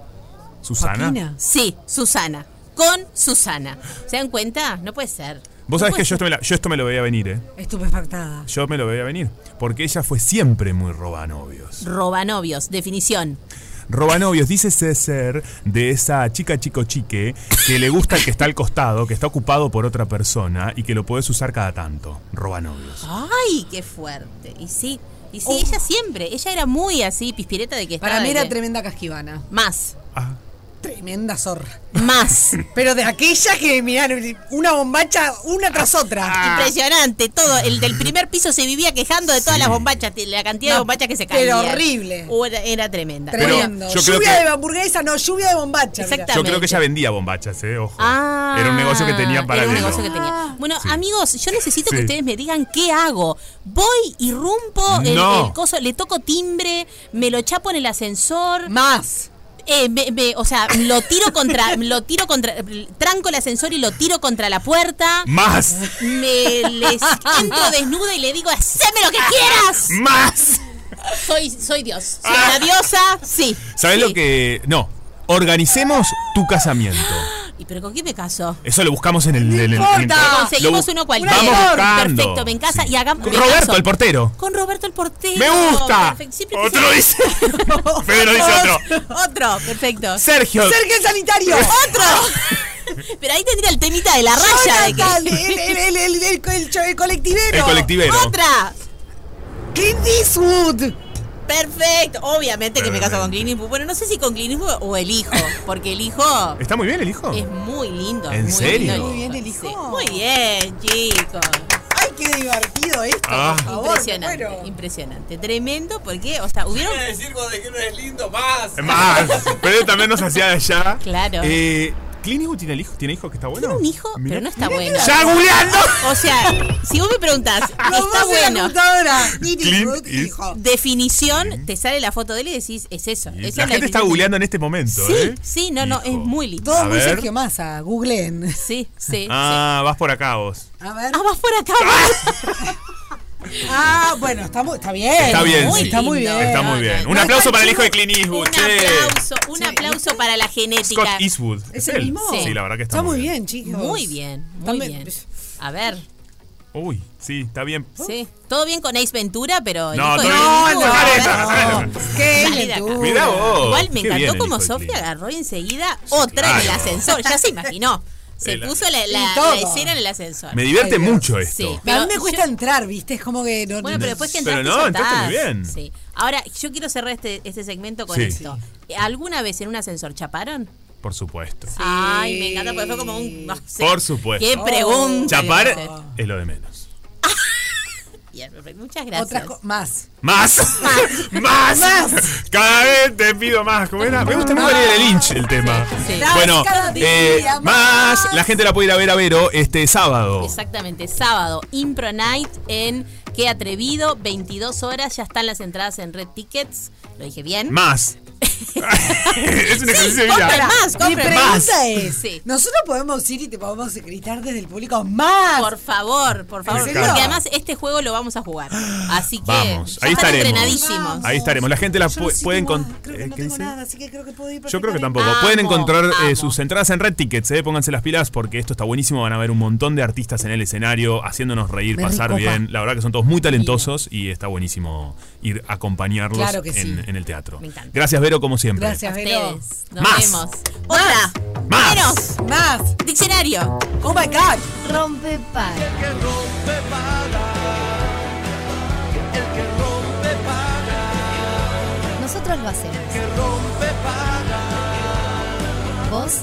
S3: Susana.
S2: Joaquina.
S9: Sí, Susana. Con Susana. ¿Se dan cuenta? No puede ser. No
S3: Vos sabés que
S9: puede
S3: yo
S9: ser.
S3: esto, me la- yo esto me lo veía venir, ¿eh?
S2: Estupefactada.
S3: Yo me lo veía venir. Porque ella fue siempre muy robanovios.
S9: Robanovios, definición.
S3: Robanovios, dice ese ser de esa chica chico chique que le gusta el que está al costado, que está ocupado por otra persona y que lo puedes usar cada tanto. Robanovios.
S9: Ay, qué fuerte. Y sí, y sí, ella siempre. Ella era muy así, pispireta de que estaba.
S2: Oh. Para mí
S9: de
S2: era
S9: que-
S2: tremenda casquivana.
S9: Más.
S3: Ah,
S2: Tremenda zorra.
S9: Más.
S2: Pero de aquella que, mirá, una bombacha una tras otra.
S9: ah.
S3: Ah.
S9: Impresionante, todo. El del primer piso se vivía quejando de todas las bombachas, la cantidad de
S2: No,
S9: bombachas que se caían.
S2: pero horrible.
S9: O Era, era tremenda.
S2: Tremendo.
S3: yo creo
S2: lluvia
S3: que-
S2: de hamburguesa, no, lluvia de bombacha. mirá.
S9: Exactamente.
S3: Yo creo que ella vendía bombachas, ¿eh? Ojo.
S9: Ah,
S3: Era un negocio que tenía
S9: era un
S3: paralelo.
S9: negocio que tenía. Bueno, amigos, yo necesito que
S3: Sí.
S9: ustedes me digan qué hago. Voy, irrumpo el,
S3: No.
S9: el coso, le toco timbre, me lo chapo en el ascensor. eh,
S2: Más.
S9: o sea, lo tiro contra, lo tiro contra, tranco el ascensor y lo tiro contra la puerta.
S3: Más.
S9: Me les entro desnuda y le digo, haceme lo que quieras.
S3: Más.
S9: Soy, soy Dios. Soy la diosa, sí.
S3: ¿Sabes Ah. lo que.? No. Organicemos tu casamiento.
S9: ¿Y pero con quién me caso?
S3: Eso lo buscamos en el. en el- en el-
S9: importa.
S3: lo
S9: Conseguimos
S3: bu-
S9: uno cualquiera.
S3: Vamos buscando.
S9: Perfecto, me encasa y hagamos.
S3: Con Roberto, el portero.
S9: Con Roberto el portero.
S3: ¡Me gusta! Oh,
S9: Perfecto, siempre
S3: Otro
S9: quise-
S3: dice. Fede lo dice otro.
S9: Otro, perfecto.
S3: Sergio. Sergio
S2: el sanitario.
S9: Otro. Pero ahí tendría el temita de la raya. de que-
S2: Jonathan, el, el, el, el, el, el cho- el colectivero.
S3: El colectivero.
S9: Otra.
S2: Clint Eastwood.
S9: Perfecto. Obviamente que me caso con Clint Eastwood. Bueno, no sé si con Clint Eastwood o el hijo, porque el hijo
S3: ¿Está muy bien el hijo?
S9: es muy lindo.
S3: ¿En
S9: muy
S3: serio?
S9: lindo
S3: Muy
S2: bien el
S9: hijo. Sí, Muy bien, chicos.
S2: Ay, qué divertido esto.
S3: Ah.
S2: Por favor,
S9: impresionante, impresionante. Tremendo porque, o sea, hubieron...
S4: decir cuando te no es lindo? ¡Más!
S3: Más. Pero él también nos hacía de allá.
S9: Claro.
S3: Eh, ¿Clint Eastwood tiene el hijo? ¿Tiene hijo que está bueno?
S9: Tiene un hijo,
S3: Mirá.
S9: pero no está bueno.
S3: ¡Ya googleando!
S9: O sea, si vos me preguntás,
S2: Nos
S9: está
S2: vamos a la
S9: bueno.
S2: computadora. Clint
S3: Clint
S2: Eastwood,
S3: Eastwood.
S2: hijo.
S9: Definición, te sale la foto de él y decís, es eso.
S3: Y
S9: esa es
S3: La gente está
S9: definición.
S3: googleando en este momento,
S9: Sí,
S3: ¿eh?
S9: sí, no, no, es
S3: Hijo.
S9: muy lindo.
S2: Todo
S3: A
S2: muy
S3: ver.
S2: Sergio Massa. Googleen.
S9: Sí, sí,
S3: Ah, vas por acá vos.
S2: A ver.
S9: sí. Ah, vas por acá. vas.
S2: Ah, bueno, está, muy- está bien.
S3: Está bien,
S2: Muy
S3: sí.
S2: Está muy bien.
S3: Está muy bien.
S9: no,
S3: Un
S9: no,
S3: aplauso
S9: está
S3: para el hijo de
S9: chivo.
S3: Clint Eastwood.
S9: Un
S3: che.
S9: aplauso, un aplauso para la
S3: Scott
S9: genética.
S3: Eastwood.
S2: ¿Es el
S3: él?
S2: mismo?
S3: Sí, la verdad que está,
S2: Está muy bien, chicos.
S9: Muy bien, muy
S2: También-
S9: bien. A ver,
S3: Uy, sí, está bien.
S9: sí. Todo bien con Ace Ventura, pero el
S3: No,
S9: hijo
S3: todo
S9: de
S3: bien.
S9: Clint
S3: No,
S9: Eastwood,
S3: no,
S9: a ver.
S3: no,
S2: No, qué
S9: Salí de acá.
S2: locura.
S3: Mirá vos.
S9: Igual me
S3: qué bien
S9: encantó
S3: el
S9: como
S3: hijo de
S9: Sofía
S3: Clint.
S9: agarró enseguida otra en el
S3: claro.
S9: ascensor. Ya se imaginó. Se
S3: El-
S9: puso la, la-
S2: Y todo.
S9: la escena en el ascensor.
S3: Me divierte
S2: Ay, Dios.
S3: mucho esto.
S9: Sí.
S2: A mí me
S9: Pero
S2: cuesta
S9: yo-
S2: entrar, ¿viste? Es como que no.
S9: Bueno, pero después que
S3: Pero
S9: entraste
S3: no, entraste
S9: soltás.
S3: muy bien.
S9: Sí. Ahora, yo quiero cerrar este, este segmento con
S3: Sí.
S9: esto. ¿Alguna vez en un ascensor chaparon?
S3: Por supuesto.
S9: Ay, me encanta porque fue como un... no sé.
S3: Por supuesto.
S9: ¡Qué pregunta!
S3: Chapar
S9: que haces.
S3: es lo de menos.
S9: Bien, perfecto. Muchas
S2: otras
S9: gracias.
S2: co- más.
S3: Más, más, Cada vez te pido más. ¿Cómo era? Me gusta más Valeria Lynch el tema.
S9: Sí.
S3: Bueno,
S2: Cada
S3: eh,
S2: día
S3: más. La gente la puede ir a ver a Vero este sábado.
S9: Exactamente, sábado, Impro Night en Qué Atrevido, 22 horas, ya están las entradas en Red Tickets, lo dije bien.
S3: Más. es un ejercicio de
S9: compren
S3: vida.
S9: más,
S2: Mi
S9: compren
S2: pregunta
S9: más.
S2: es:
S9: Sí.
S2: ¿nosotros podemos ir y te podemos gritar desde el público más?
S9: Por favor, por favor,
S3: Me
S9: porque
S3: encanta.
S9: además este juego lo vamos a jugar. Así que
S3: Vamos,
S9: ya
S3: ahí
S9: están
S3: estaremos.
S9: entrenadísimos.
S3: Ahí estaremos. La gente la
S2: Yo
S3: pu-
S2: no sé
S3: puede
S2: cómo-
S3: encontrar.
S2: Creo que no tengo nada, así que creo que puedo ir
S3: Yo creo que
S2: perfectamente.
S3: tampoco.
S9: Amo,
S3: Pueden encontrar eh,
S9: amo.
S3: sus entradas en Red Tickets, eh. pónganse las pilas porque esto está buenísimo. Van a ver un montón de artistas en el escenario haciéndonos reír,
S2: Me
S3: pasar
S2: recopa.
S3: bien. La verdad que son todos muy talentosos y está buenísimo ir a acompañarlos
S2: Claro que sí.
S3: en, en el teatro.
S9: Me encanta.
S3: Gracias, Vero, como siempre.
S2: Gracias, Vero.
S9: Ustedes, nos
S3: Más.
S9: vemos. Hola,
S3: Más.
S9: menos,
S2: Más.
S9: diccionario.
S2: Oh my God.
S7: Rompe para. Nosotros lo hacemos. Vos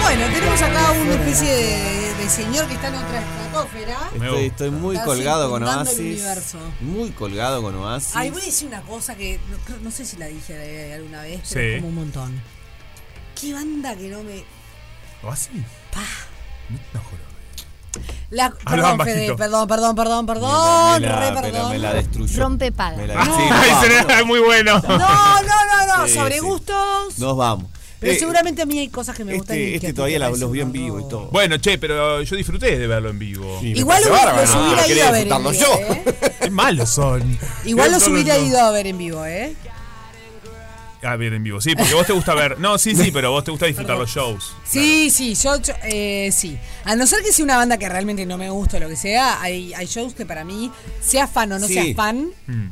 S2: Bueno, tenemos acá una especie de, de señor que está en otra estratosfera.
S3: Me-
S4: Estoy, estoy muy
S2: Estás
S4: colgado con
S2: inundando el
S4: Oasis.
S2: universo.
S4: Muy colgado con Oasis.
S2: Ay, voy a decir una cosa que no, creo- no sé si la dije eh, alguna vez, pero
S3: Sí.
S2: es como un montón. Qué banda que no me.
S3: ¿O Oh, así? No, juro.
S2: La,
S3: Hablaban
S2: perdón, Fede,
S3: bajito.
S2: perdón, perdón, perdón,
S4: Me
S2: perdón,
S4: la-
S2: re
S4: pero
S2: perdón.
S4: me la destruyó.
S7: rompe paga.
S4: Me la
S3: Ah, Ay,
S4: Sí,
S3: será
S4: vamos.
S3: muy bueno.
S2: No, no, no, no,
S4: Sí,
S2: sobre
S4: sí.
S2: gustos.
S4: Nos vamos.
S2: Pero
S4: Eh,
S2: seguramente a mí hay cosas que me gustan. y
S4: Este,
S2: que a
S4: este
S2: ti
S4: todavía
S2: te
S4: la-
S2: parecen
S4: los vi en
S2: bárbaro.
S4: vivo y todo.
S3: Bueno, che, pero yo disfruté de verlo en vivo.
S4: Sí, me
S2: Igual
S4: parece
S2: hubiera-
S4: bárbaro,
S2: los
S4: ¿no?
S2: hubiera
S4: Ah,
S2: ido
S4: quería
S2: a ver en
S4: disfrutarlos
S2: vivo, ¿eh?
S4: yo.
S3: Qué malos son.
S2: Igual los
S3: Qué
S2: hubiera
S3: malos
S2: ido a ver en vivo, ¿eh?
S3: son. A ver Ah, en vivo, sí, porque vos te gusta ver. No, sí, sí, pero vos te gusta disfrutar los shows.
S2: Sí, sí, yo, yo, eh, sí. A no ser que sea una banda que realmente no me gusta o lo que sea, hay, hay shows que para mí, sea fan o no
S4: Sí.
S2: seas fan,
S3: Mm, mm.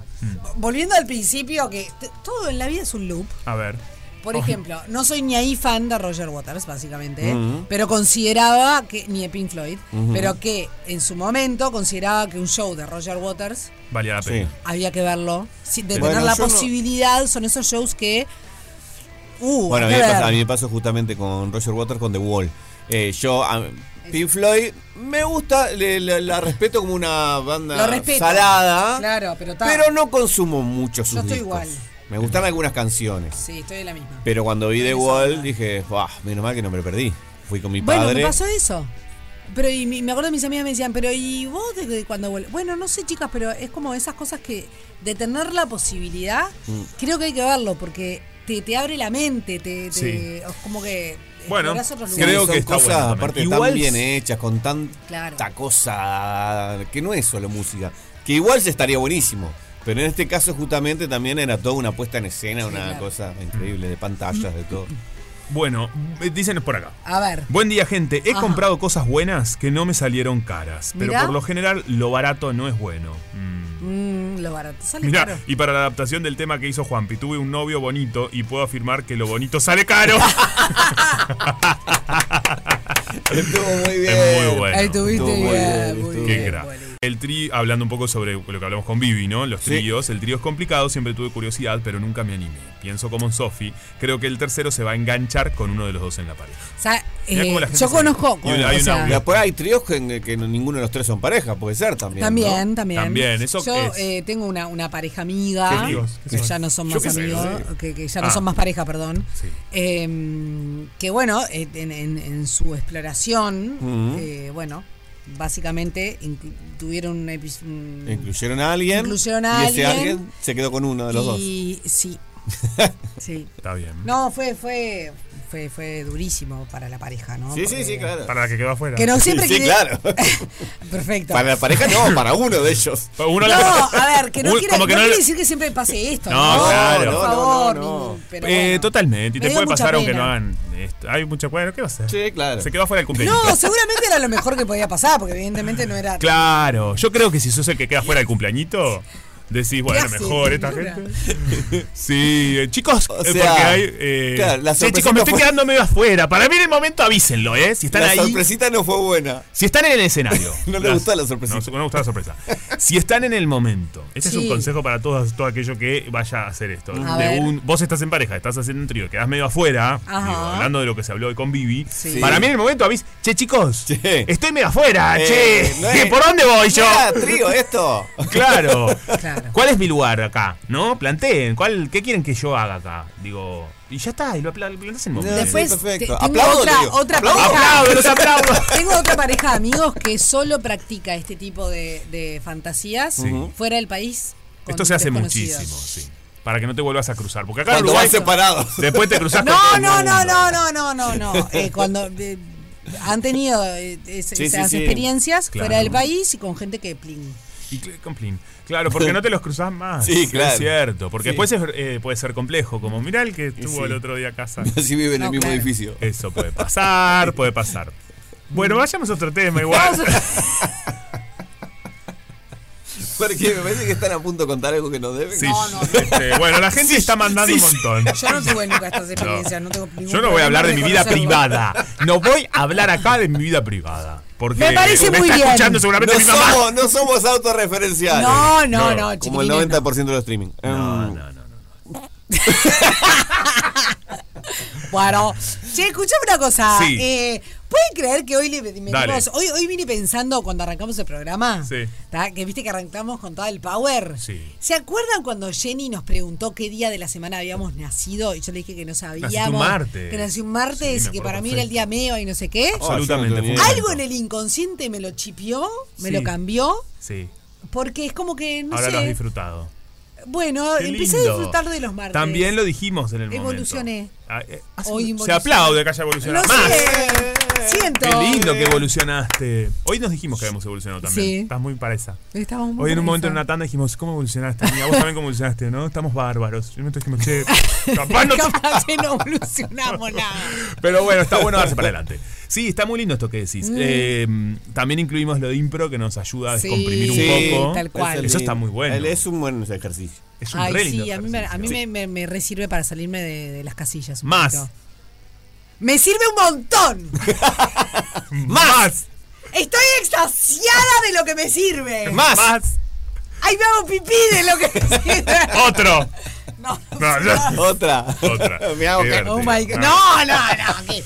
S2: volviendo al principio, que t- todo en la vida es un loop,
S3: A ver.
S2: Por ejemplo, no soy ni ahí fan de Roger Waters, básicamente, ¿eh?
S10: Ujú.
S2: pero consideraba que, ni de Pink Floyd,
S10: Ujú.
S2: pero que en su momento consideraba que un show de Roger Waters
S3: Valía la pena.
S2: había que verlo. Sí, De
S4: Bueno,
S2: tener la
S4: yo no-
S2: posibilidad, son esos shows que. Uh,
S4: Bueno, a
S2: hay
S4: mí,
S2: que
S4: me
S2: ver.
S4: pasó, a mí me pasó justamente con Roger Waters con The Wall. Eh, yo, a- Pink Floyd, me gusta, le- le- la respeto como una
S2: Lo
S4: banda
S2: respeto.
S4: salada,
S2: Claro, pero ta,
S4: pero no consumo mucho sus
S2: Yo estoy
S4: discos.
S2: igual.
S4: Me gustan algunas canciones,
S2: Sí, estoy de la misma.
S4: pero cuando vi The Wall dije, "Buah, menos mal que no me lo perdí. Fui con mi
S2: Bueno, me
S4: padre.
S2: pasó eso. Pero y mi- me acuerdo que mis amigas me decían, pero ¿y vos de, de cuando vuel-?" Bueno, no sé, chicas, pero es como esas cosas que de tener la posibilidad,
S3: Mm.
S2: creo que hay que verlo porque te, te abre la mente, te, te-
S4: Sí.
S2: es como que
S3: Bueno,
S2: explorás otros
S3: creo
S2: lugares.
S4: Son
S3: que está
S4: cosas
S3: bueno también.
S4: aparte
S3: Igual
S4: tan bien
S3: s-
S4: hechas, con tanta
S2: Claro.
S4: cosa que no es solo música, que igual se estaría buenísimo. Pero en este caso justamente también era toda una puesta en escena, una
S2: claro.
S4: cosa increíble, de pantallas, de todo.
S3: Bueno, eh, dicen por acá.
S2: A ver.
S3: Buen día, gente. He
S2: Ajá.
S3: comprado cosas buenas que no me salieron caras, pero
S2: Mirá.
S3: por lo general lo barato no es bueno. Mm.
S2: Mm, lo barato sale
S3: Mirá,
S2: caro.
S3: y para la adaptación del tema que hizo Juanpi, tuve un novio bonito y puedo afirmar que lo bonito sale caro.
S4: Estuvo muy bien.
S3: Es muy bueno.
S2: Ahí tuviste
S3: Estuvo muy
S2: bien,
S3: bien,
S2: muy
S3: estuvo
S2: bien.
S3: Qué crack. El tri, hablando un poco sobre lo que hablamos con Vivi, ¿no? Los tríos. El trío es complicado, siempre tuve curiosidad, pero nunca me animé. Pienso como en Sofi, creo que el tercero se va a enganchar con uno de los dos en la pareja.
S2: O sea,
S3: Mirá
S2: eh,
S3: cómo la gente
S2: yo
S3: se-
S2: conozco.
S3: Y hay
S2: o
S3: un
S2: sea,
S3: audio.
S4: Y después hay tríos que, que ninguno de los tres son pareja, puede ser también.
S2: También,
S4: ¿no?
S2: también. Yo eh, tengo una, una pareja amiga.
S4: ¿Qué amigos? ¿Qué
S2: que
S4: son?
S2: ya no son
S4: Yo
S2: más
S4: qué sé,
S2: amigos.
S4: sí.
S2: Que, que ya no
S4: Ah.
S2: son más pareja, perdón.
S4: Sí.
S2: Eh, que bueno, eh, en, en- en su exploración,
S4: Ujú.
S2: eh, bueno, básicamente inclu- tuvieron un epi- un-
S4: Incluyeron a alguien.
S2: Incluyeron a
S4: Y ese
S2: alguien.
S4: alguien se quedó con uno de los dos.
S2: y sí. sí.
S3: Está bien.
S2: No, fue, fue, fue, fue durísimo para la pareja, ¿no?
S4: Sí,
S2: Porque-
S4: sí, sí, claro.
S3: Para la que quedó afuera.
S2: Que no siempre
S4: sí, sí,
S2: quiere-
S4: claro.
S2: Perfecto.
S4: Para la pareja no, para uno de ellos.
S2: No, a ver, que no,
S3: Un-
S2: quiere,
S3: como que
S2: no
S3: no
S2: quiere
S3: le-
S2: decir que siempre pase esto.
S3: No,
S2: No,
S3: claro.
S2: Por
S3: No, no,
S2: favor, ni- pero
S3: Eh, Totalmente, y
S2: Me
S3: te
S2: dio
S3: puede
S2: mucha
S3: pasar aunque
S2: pena.
S3: no hagan esto. Hay mucha bueno, ¿qué va a hacer?
S4: Sí, claro.
S3: Se quedó afuera del cumpleaños.
S2: No, seguramente era lo mejor que podía pasar, porque evidentemente no era.
S3: Claro, yo creo que si sos el que queda fuera del cumpleañito, decís, bueno,
S2: haces,
S3: mejor esta
S2: boluda?
S3: gente. Sí, eh, chicos, eh,
S4: sea,
S3: porque hay. eh,
S4: claro, la
S3: "Che,
S4: sorpresita
S3: chicos, me estoy
S4: fue-
S3: quedando medio afuera. Para mí en el momento avísenlo, ¿eh? Si están
S4: la
S3: ahí.
S4: sorpresita no fue buena.
S3: Si están en el escenario.
S4: No le
S3: Las-
S4: gustó la sorpresa.
S3: No, no me gusta la sorpresa. Si están en el momento. Ese es
S4: Sí.
S3: un consejo para todos, todo aquello que vaya a hacer esto.
S4: A
S3: De
S4: ver.
S3: un- vos estás en pareja, estás haciendo un trío, quedás medio afuera.
S4: Ajá.
S3: digo, hablando de lo que se habló hoy con Vivi.
S4: Sí.
S3: Para mí en el momento avís, che chicos, estoy medio afuera,
S4: Eh,
S3: che.
S4: no es-
S3: ¿Por dónde voy
S4: no
S3: yo?
S4: era Ah, trío esto.
S3: Claro. ¿Cuál es mi lugar acá? ¿No? Planteen. ¿Cuál, ¿Qué quieren que yo haga acá? Digo. Y ya está, y lo apla- lo plantás en el momento.
S2: Después te- tengo otra,
S3: Rodrigo.
S2: otra
S3: Aplaudo.
S2: pareja.
S3: Aplaudo, los aplaudo.
S2: Tengo otra pareja de amigos que solo practica este tipo de, de fantasías
S3: Sí.
S2: fuera del país. con
S3: Esto se hace
S2: desconocidos.
S3: muchísimo, sí. Para que no te vuelvas a cruzar. Porque acá en
S4: Cuando
S3: Uruguay
S4: vas separado.
S3: Después te cruzas con todo
S2: No,
S3: el
S2: no, no,
S3: mundo.
S2: no, no, no, no, no. Eh, cuando eh, han tenido eh, es-
S3: Sí,
S2: esas
S3: sí, sí.
S2: experiencias
S3: Claro.
S2: fuera del país y con gente que plin.
S3: Y cl- con plin. Claro, porque no te los cruzás más.
S4: Sí, claro.
S3: Es cierto.
S4: Sí.
S3: Porque después es, eh, puede ser complejo. Como mirá el que estuvo
S4: sí.
S3: el otro día a casa.
S4: Si vive en el mismo edificio.
S3: Eso puede pasar, puede pasar. Bueno, vayamos a otro tema igual.
S4: Porque me parece que están a punto de contar algo que no deben.
S3: Sí. Este, bueno, la gente está mandando un montón.
S2: Yo no tuve nunca estas experiencias, no, tengo ningún
S3: Yo no voy a hablar de mi vida
S2: conocerlo.
S3: privada. No voy a hablar acá de mi vida privada. Porque
S2: Me parece muy
S3: está
S2: bien.
S3: escuchando seguramente
S4: no
S3: mi mamá.
S4: Somos, no somos autorreferenciales.
S2: No, no, no,
S4: Como el
S2: chiquilines,
S4: 90% de los streaming. Em, No,
S3: no,
S4: no.
S2: Bueno, che, escuchame una cosa.
S4: Sí.
S2: Eh, ¿Pueden creer que hoy le
S4: Dale.
S2: venimos- hoy, hoy vine pensando cuando arrancamos el programa?
S3: Sí.
S2: ¿tá? Que viste que arrancamos con todo el power.
S3: Sí.
S2: ¿Se acuerdan cuando Jenny nos preguntó qué día de la semana habíamos nacido? Y yo le dije que no sabíamos.
S3: martes.
S2: Que nací un martes
S3: Sí, me
S2: y que
S3: acuerdo Oh,
S2: para mí era el día mío y no sé qué.
S3: Absolutamente. fue un
S2: Algo
S3: momento.
S2: en el inconsciente me lo chipió, me
S3: Sí.
S2: lo cambió,
S3: Sí.
S2: porque es como que, no
S3: Ahora lo has
S2: sé.
S3: disfrutado.
S2: Bueno,
S3: Qué
S2: empecé a
S3: lindo.
S2: disfrutar de los martes.
S3: También lo dijimos en el
S2: Evolucioné.
S3: momento. Ah, eh, hace-
S2: Hoy
S3: se
S2: evolucioné.
S3: aplaude que haya evolucionado
S2: Lo
S3: más.
S2: sé. Siento.
S3: Qué lindo que evolucionaste. Hoy nos dijimos que habíamos evolucionado también.
S2: Sí.
S3: Estás muy para esa.
S2: Estábamos muy
S3: Hoy en un
S2: para
S3: momento
S2: esa.
S3: en una tanda dijimos, ¿cómo evolucionaste? Amiga, vos también cómo evolucionaste, ¿no? Estamos bárbaros. Yo me estoy diciendo, che, capaz no-
S2: Capaz que no evolucionamos nada.
S3: Pero bueno, está bueno darse para adelante. Sí, está muy lindo esto que decís.
S2: Mm.
S3: Eh, también incluimos lo de impro que nos ayuda a
S2: Sí,
S3: descomprimir un
S2: Sí,
S3: poco.
S2: tal cual.
S3: Eso está muy bueno.
S4: Él es un buen ejercicio.
S3: Es un
S2: Ay,
S3: re lindo
S2: sí, a mí, me, a mí
S3: ejercicio.
S2: me, me- me resirve para salirme de, de las casillas. un
S3: Más.
S2: poquito. Me sirve un montón.
S3: Más.
S2: Estoy extasiada de lo que me sirve.
S3: Más.
S2: Ay, me hago pipí de lo que me sirve.
S3: Otro.
S2: No,
S3: No, no.
S4: Otra.
S3: Otra.
S4: Me hago
S3: Qué
S4: ca-
S3: divertido.
S2: Oh my God.
S3: Ah.
S2: No, no, no. ¿qué?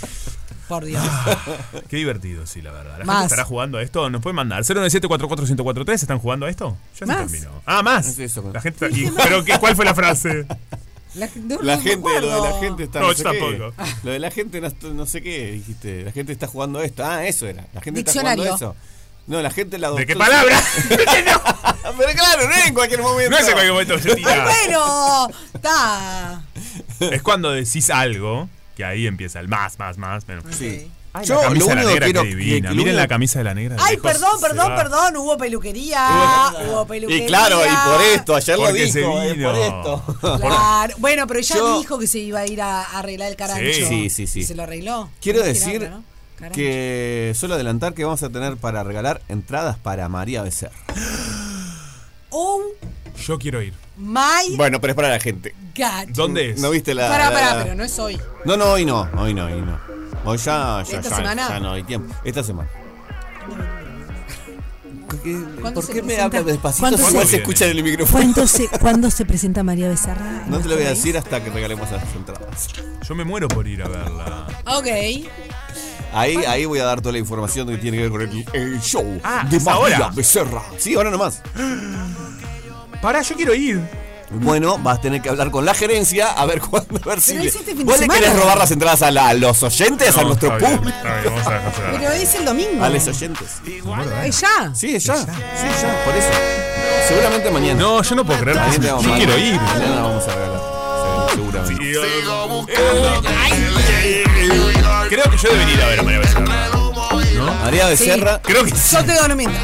S2: Por Dios.
S3: Qué divertido, sí, la verdad. ¿La
S2: Más.
S3: gente estará jugando a esto? ¿Nos pueden mandar? 097-44143, ¿están jugando a esto? Ya se
S2: Más.
S3: terminó. Ah, más. la gente está- y-
S2: más.
S3: ¿Pero qué, cuál fue la frase?
S2: La, no,
S4: La
S2: no me
S4: gente, lo de la
S2: acuerdo.
S4: gente está.
S3: No,
S4: sé
S3: yo
S4: qué.
S3: tampoco.
S4: Lo de la gente, no, no sé qué dijiste. La gente está jugando esto. Ah, eso era. La gente
S2: Diccionario.
S4: está jugando eso. No, la gente la
S3: ¿De qué palabra?
S4: Pero claro, no es en cualquier momento.
S3: No es en cualquier momento que se
S2: Ay,
S3: tira.
S2: bueno, está.
S3: Es cuando decís algo que ahí empieza el más, más, más. Pero...
S4: Sí.
S3: Ay,
S4: Yo, lo
S3: la camisa de
S4: único
S3: la
S4: que
S3: negra,
S4: quiero-
S3: qué divina.
S4: que lo
S3: Miren
S4: único-
S3: la camisa de la negra. de
S2: Ay,
S3: lejos
S2: perdón,
S3: se
S2: perdón,
S3: va.
S2: perdón. Hubo peluquería. Ah, Hubo peluquería.
S4: Y claro, y por esto, ayer lo
S3: Porque
S4: dijo,
S3: se
S4: eh,
S3: vino.
S4: por esto.
S2: Claro. Bueno, pero ya
S4: Yo-
S2: dijo que se iba a ir a, a arreglar el carancho.
S4: Sí, sí, sí, sí.
S2: ¿Y ¿Se lo arregló?
S4: Quiero
S2: Tenés que ir
S4: decir
S2: ahora, ¿no? Carancho.
S4: que solo adelantar que vamos a tener para regalar entradas para María Becerra.
S2: Oh
S3: Yo quiero ir.
S2: my
S4: Bueno, pero es para la gente.
S2: God.
S3: ¿Dónde es?
S4: ¿No viste la.?
S2: Pará,
S4: la-
S2: pará,
S4: la-
S2: pero no es hoy.
S4: No, no, hoy no, hoy no, hoy no. Hoy ya, ya,
S2: ¿Esta
S4: ya,
S2: semana?
S4: ya no hay tiempo. Esta semana.
S2: ¿Cuándo
S4: ¿Por
S2: se
S4: qué me
S2: presenta?
S4: hablas despacito
S2: ¿Cuándo
S4: si
S2: se-
S4: igual se escucha en el micrófono?
S2: ¿Cuándo se, ¿Cuándo se presenta María Becerra?
S4: No te lo voy a decir hasta que regalemos las entradas.
S3: Yo me muero por ir a verla.
S2: Ok.
S4: Ahí, ahí voy a dar toda la información que tiene que ver con el, el show
S3: Ah,
S4: de
S3: ¿es
S4: María
S3: ahora?
S4: Becerra. Sí, ahora nomás.
S3: Pará, yo quiero ir.
S4: Bueno, vas a tener que hablar con la gerencia a ver cuándo, a ver si.
S2: Pero es este fin de
S4: ¿Vos le
S2: semana.
S4: querés robar las entradas a, la- a los oyentes, a
S3: No,
S4: nuestro
S3: está bien,
S4: público?
S3: está bien, vamos a dejársela.
S2: Pero es el domingo.
S4: A los oyentes.
S2: Es ya.
S4: Sí, es ya. Sí, es ya, por eso. Seguramente mañana.
S3: No, yo no puedo creer.
S4: Mañana te
S3: Yo
S4: vamos a-
S3: quiero ir.
S4: Mañana vamos a regalar. Sí, Seguramente.
S3: Creo que yo debería ir a ver a María Becerra.
S4: María Becerra.
S3: Creo que sí.
S2: Yo te doy una mienta.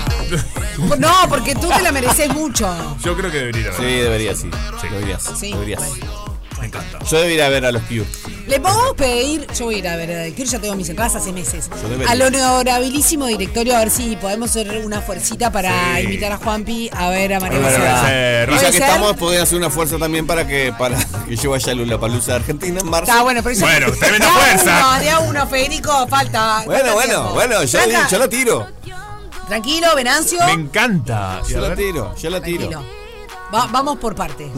S2: No, porque tú te la mereces mucho.
S3: Yo creo que debería ir a
S4: Sí,
S3: ver.
S4: debería, sí.
S3: Sí.
S4: Deberías.
S2: Sí.
S4: Deberías.
S3: Me encanta.
S4: Yo debería ver a los Pew.
S2: Le podemos pedir, yo voy a ir a ver, eh, que yo tengo mis entradas hace meses,
S4: Yo debería.
S2: al honorabilísimo directorio a ver si podemos hacer una fuercita para
S3: Sí.
S2: invitar a Juanpi a ver a María
S3: Bueno,
S2: Becerra.
S3: Becerra.
S4: Y ya
S2: ¿Puede
S4: que
S2: ser?
S4: estamos, podés hacer una fuerza también para que, para que yo vaya a Lula Palusa de Argentina en marzo.
S2: Está Ah, bueno, pero eso-
S3: Bueno, tremenda
S2: De a
S3: fuerza.
S2: Uno, de a uno, Federico, falta.
S4: Bueno,
S2: falta
S4: bueno,
S2: tiempo.
S4: bueno, yo,
S2: Tranca.
S4: yo lo tiro.
S2: Tranquilo, Venancio.
S3: Me encanta. Y
S4: Yo
S3: a
S4: lo
S3: ver,
S4: tiro, yo lo tiro.
S2: Tranquilo. Va- vamos por partes.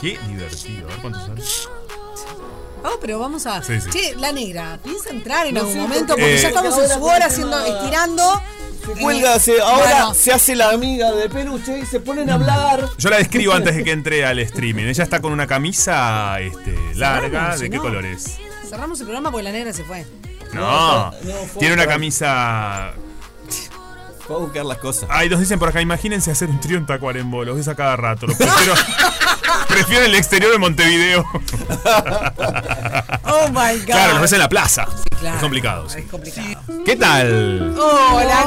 S3: Qué divertido. A ver cuántos son.
S2: Oh, pero vamos a.
S3: Sí, sí.
S2: Che, la negra, piensa entrar en algún momento porque ya estamos en su hora haciendo, estirando. Se
S4: Cuelga, se- ahora se hace la amiga de peluche y se ponen a hablar.
S3: Yo la describo antes de que entre al streaming. Ella está con una camisa este, larga.
S2: Cerramos,
S3: ¿De qué
S2: ¿no?
S3: colores?
S2: cerramos el programa porque la negra se fue.
S3: No.
S4: no,
S3: Tiene una
S4: para-
S3: camisa.
S4: Voy a buscar las cosas.
S3: Ay, nos dicen por acá, imagínense hacer un trío en Tacuarembó. Los ves a cada rato. Los prefiero, prefiero el exterior de Montevideo.
S2: Oh my god.
S3: Claro, los ves en la plaza.
S2: Claro,
S3: Es complicado. sí.
S2: Es complicado.
S3: ¿Qué tal?
S2: Hola,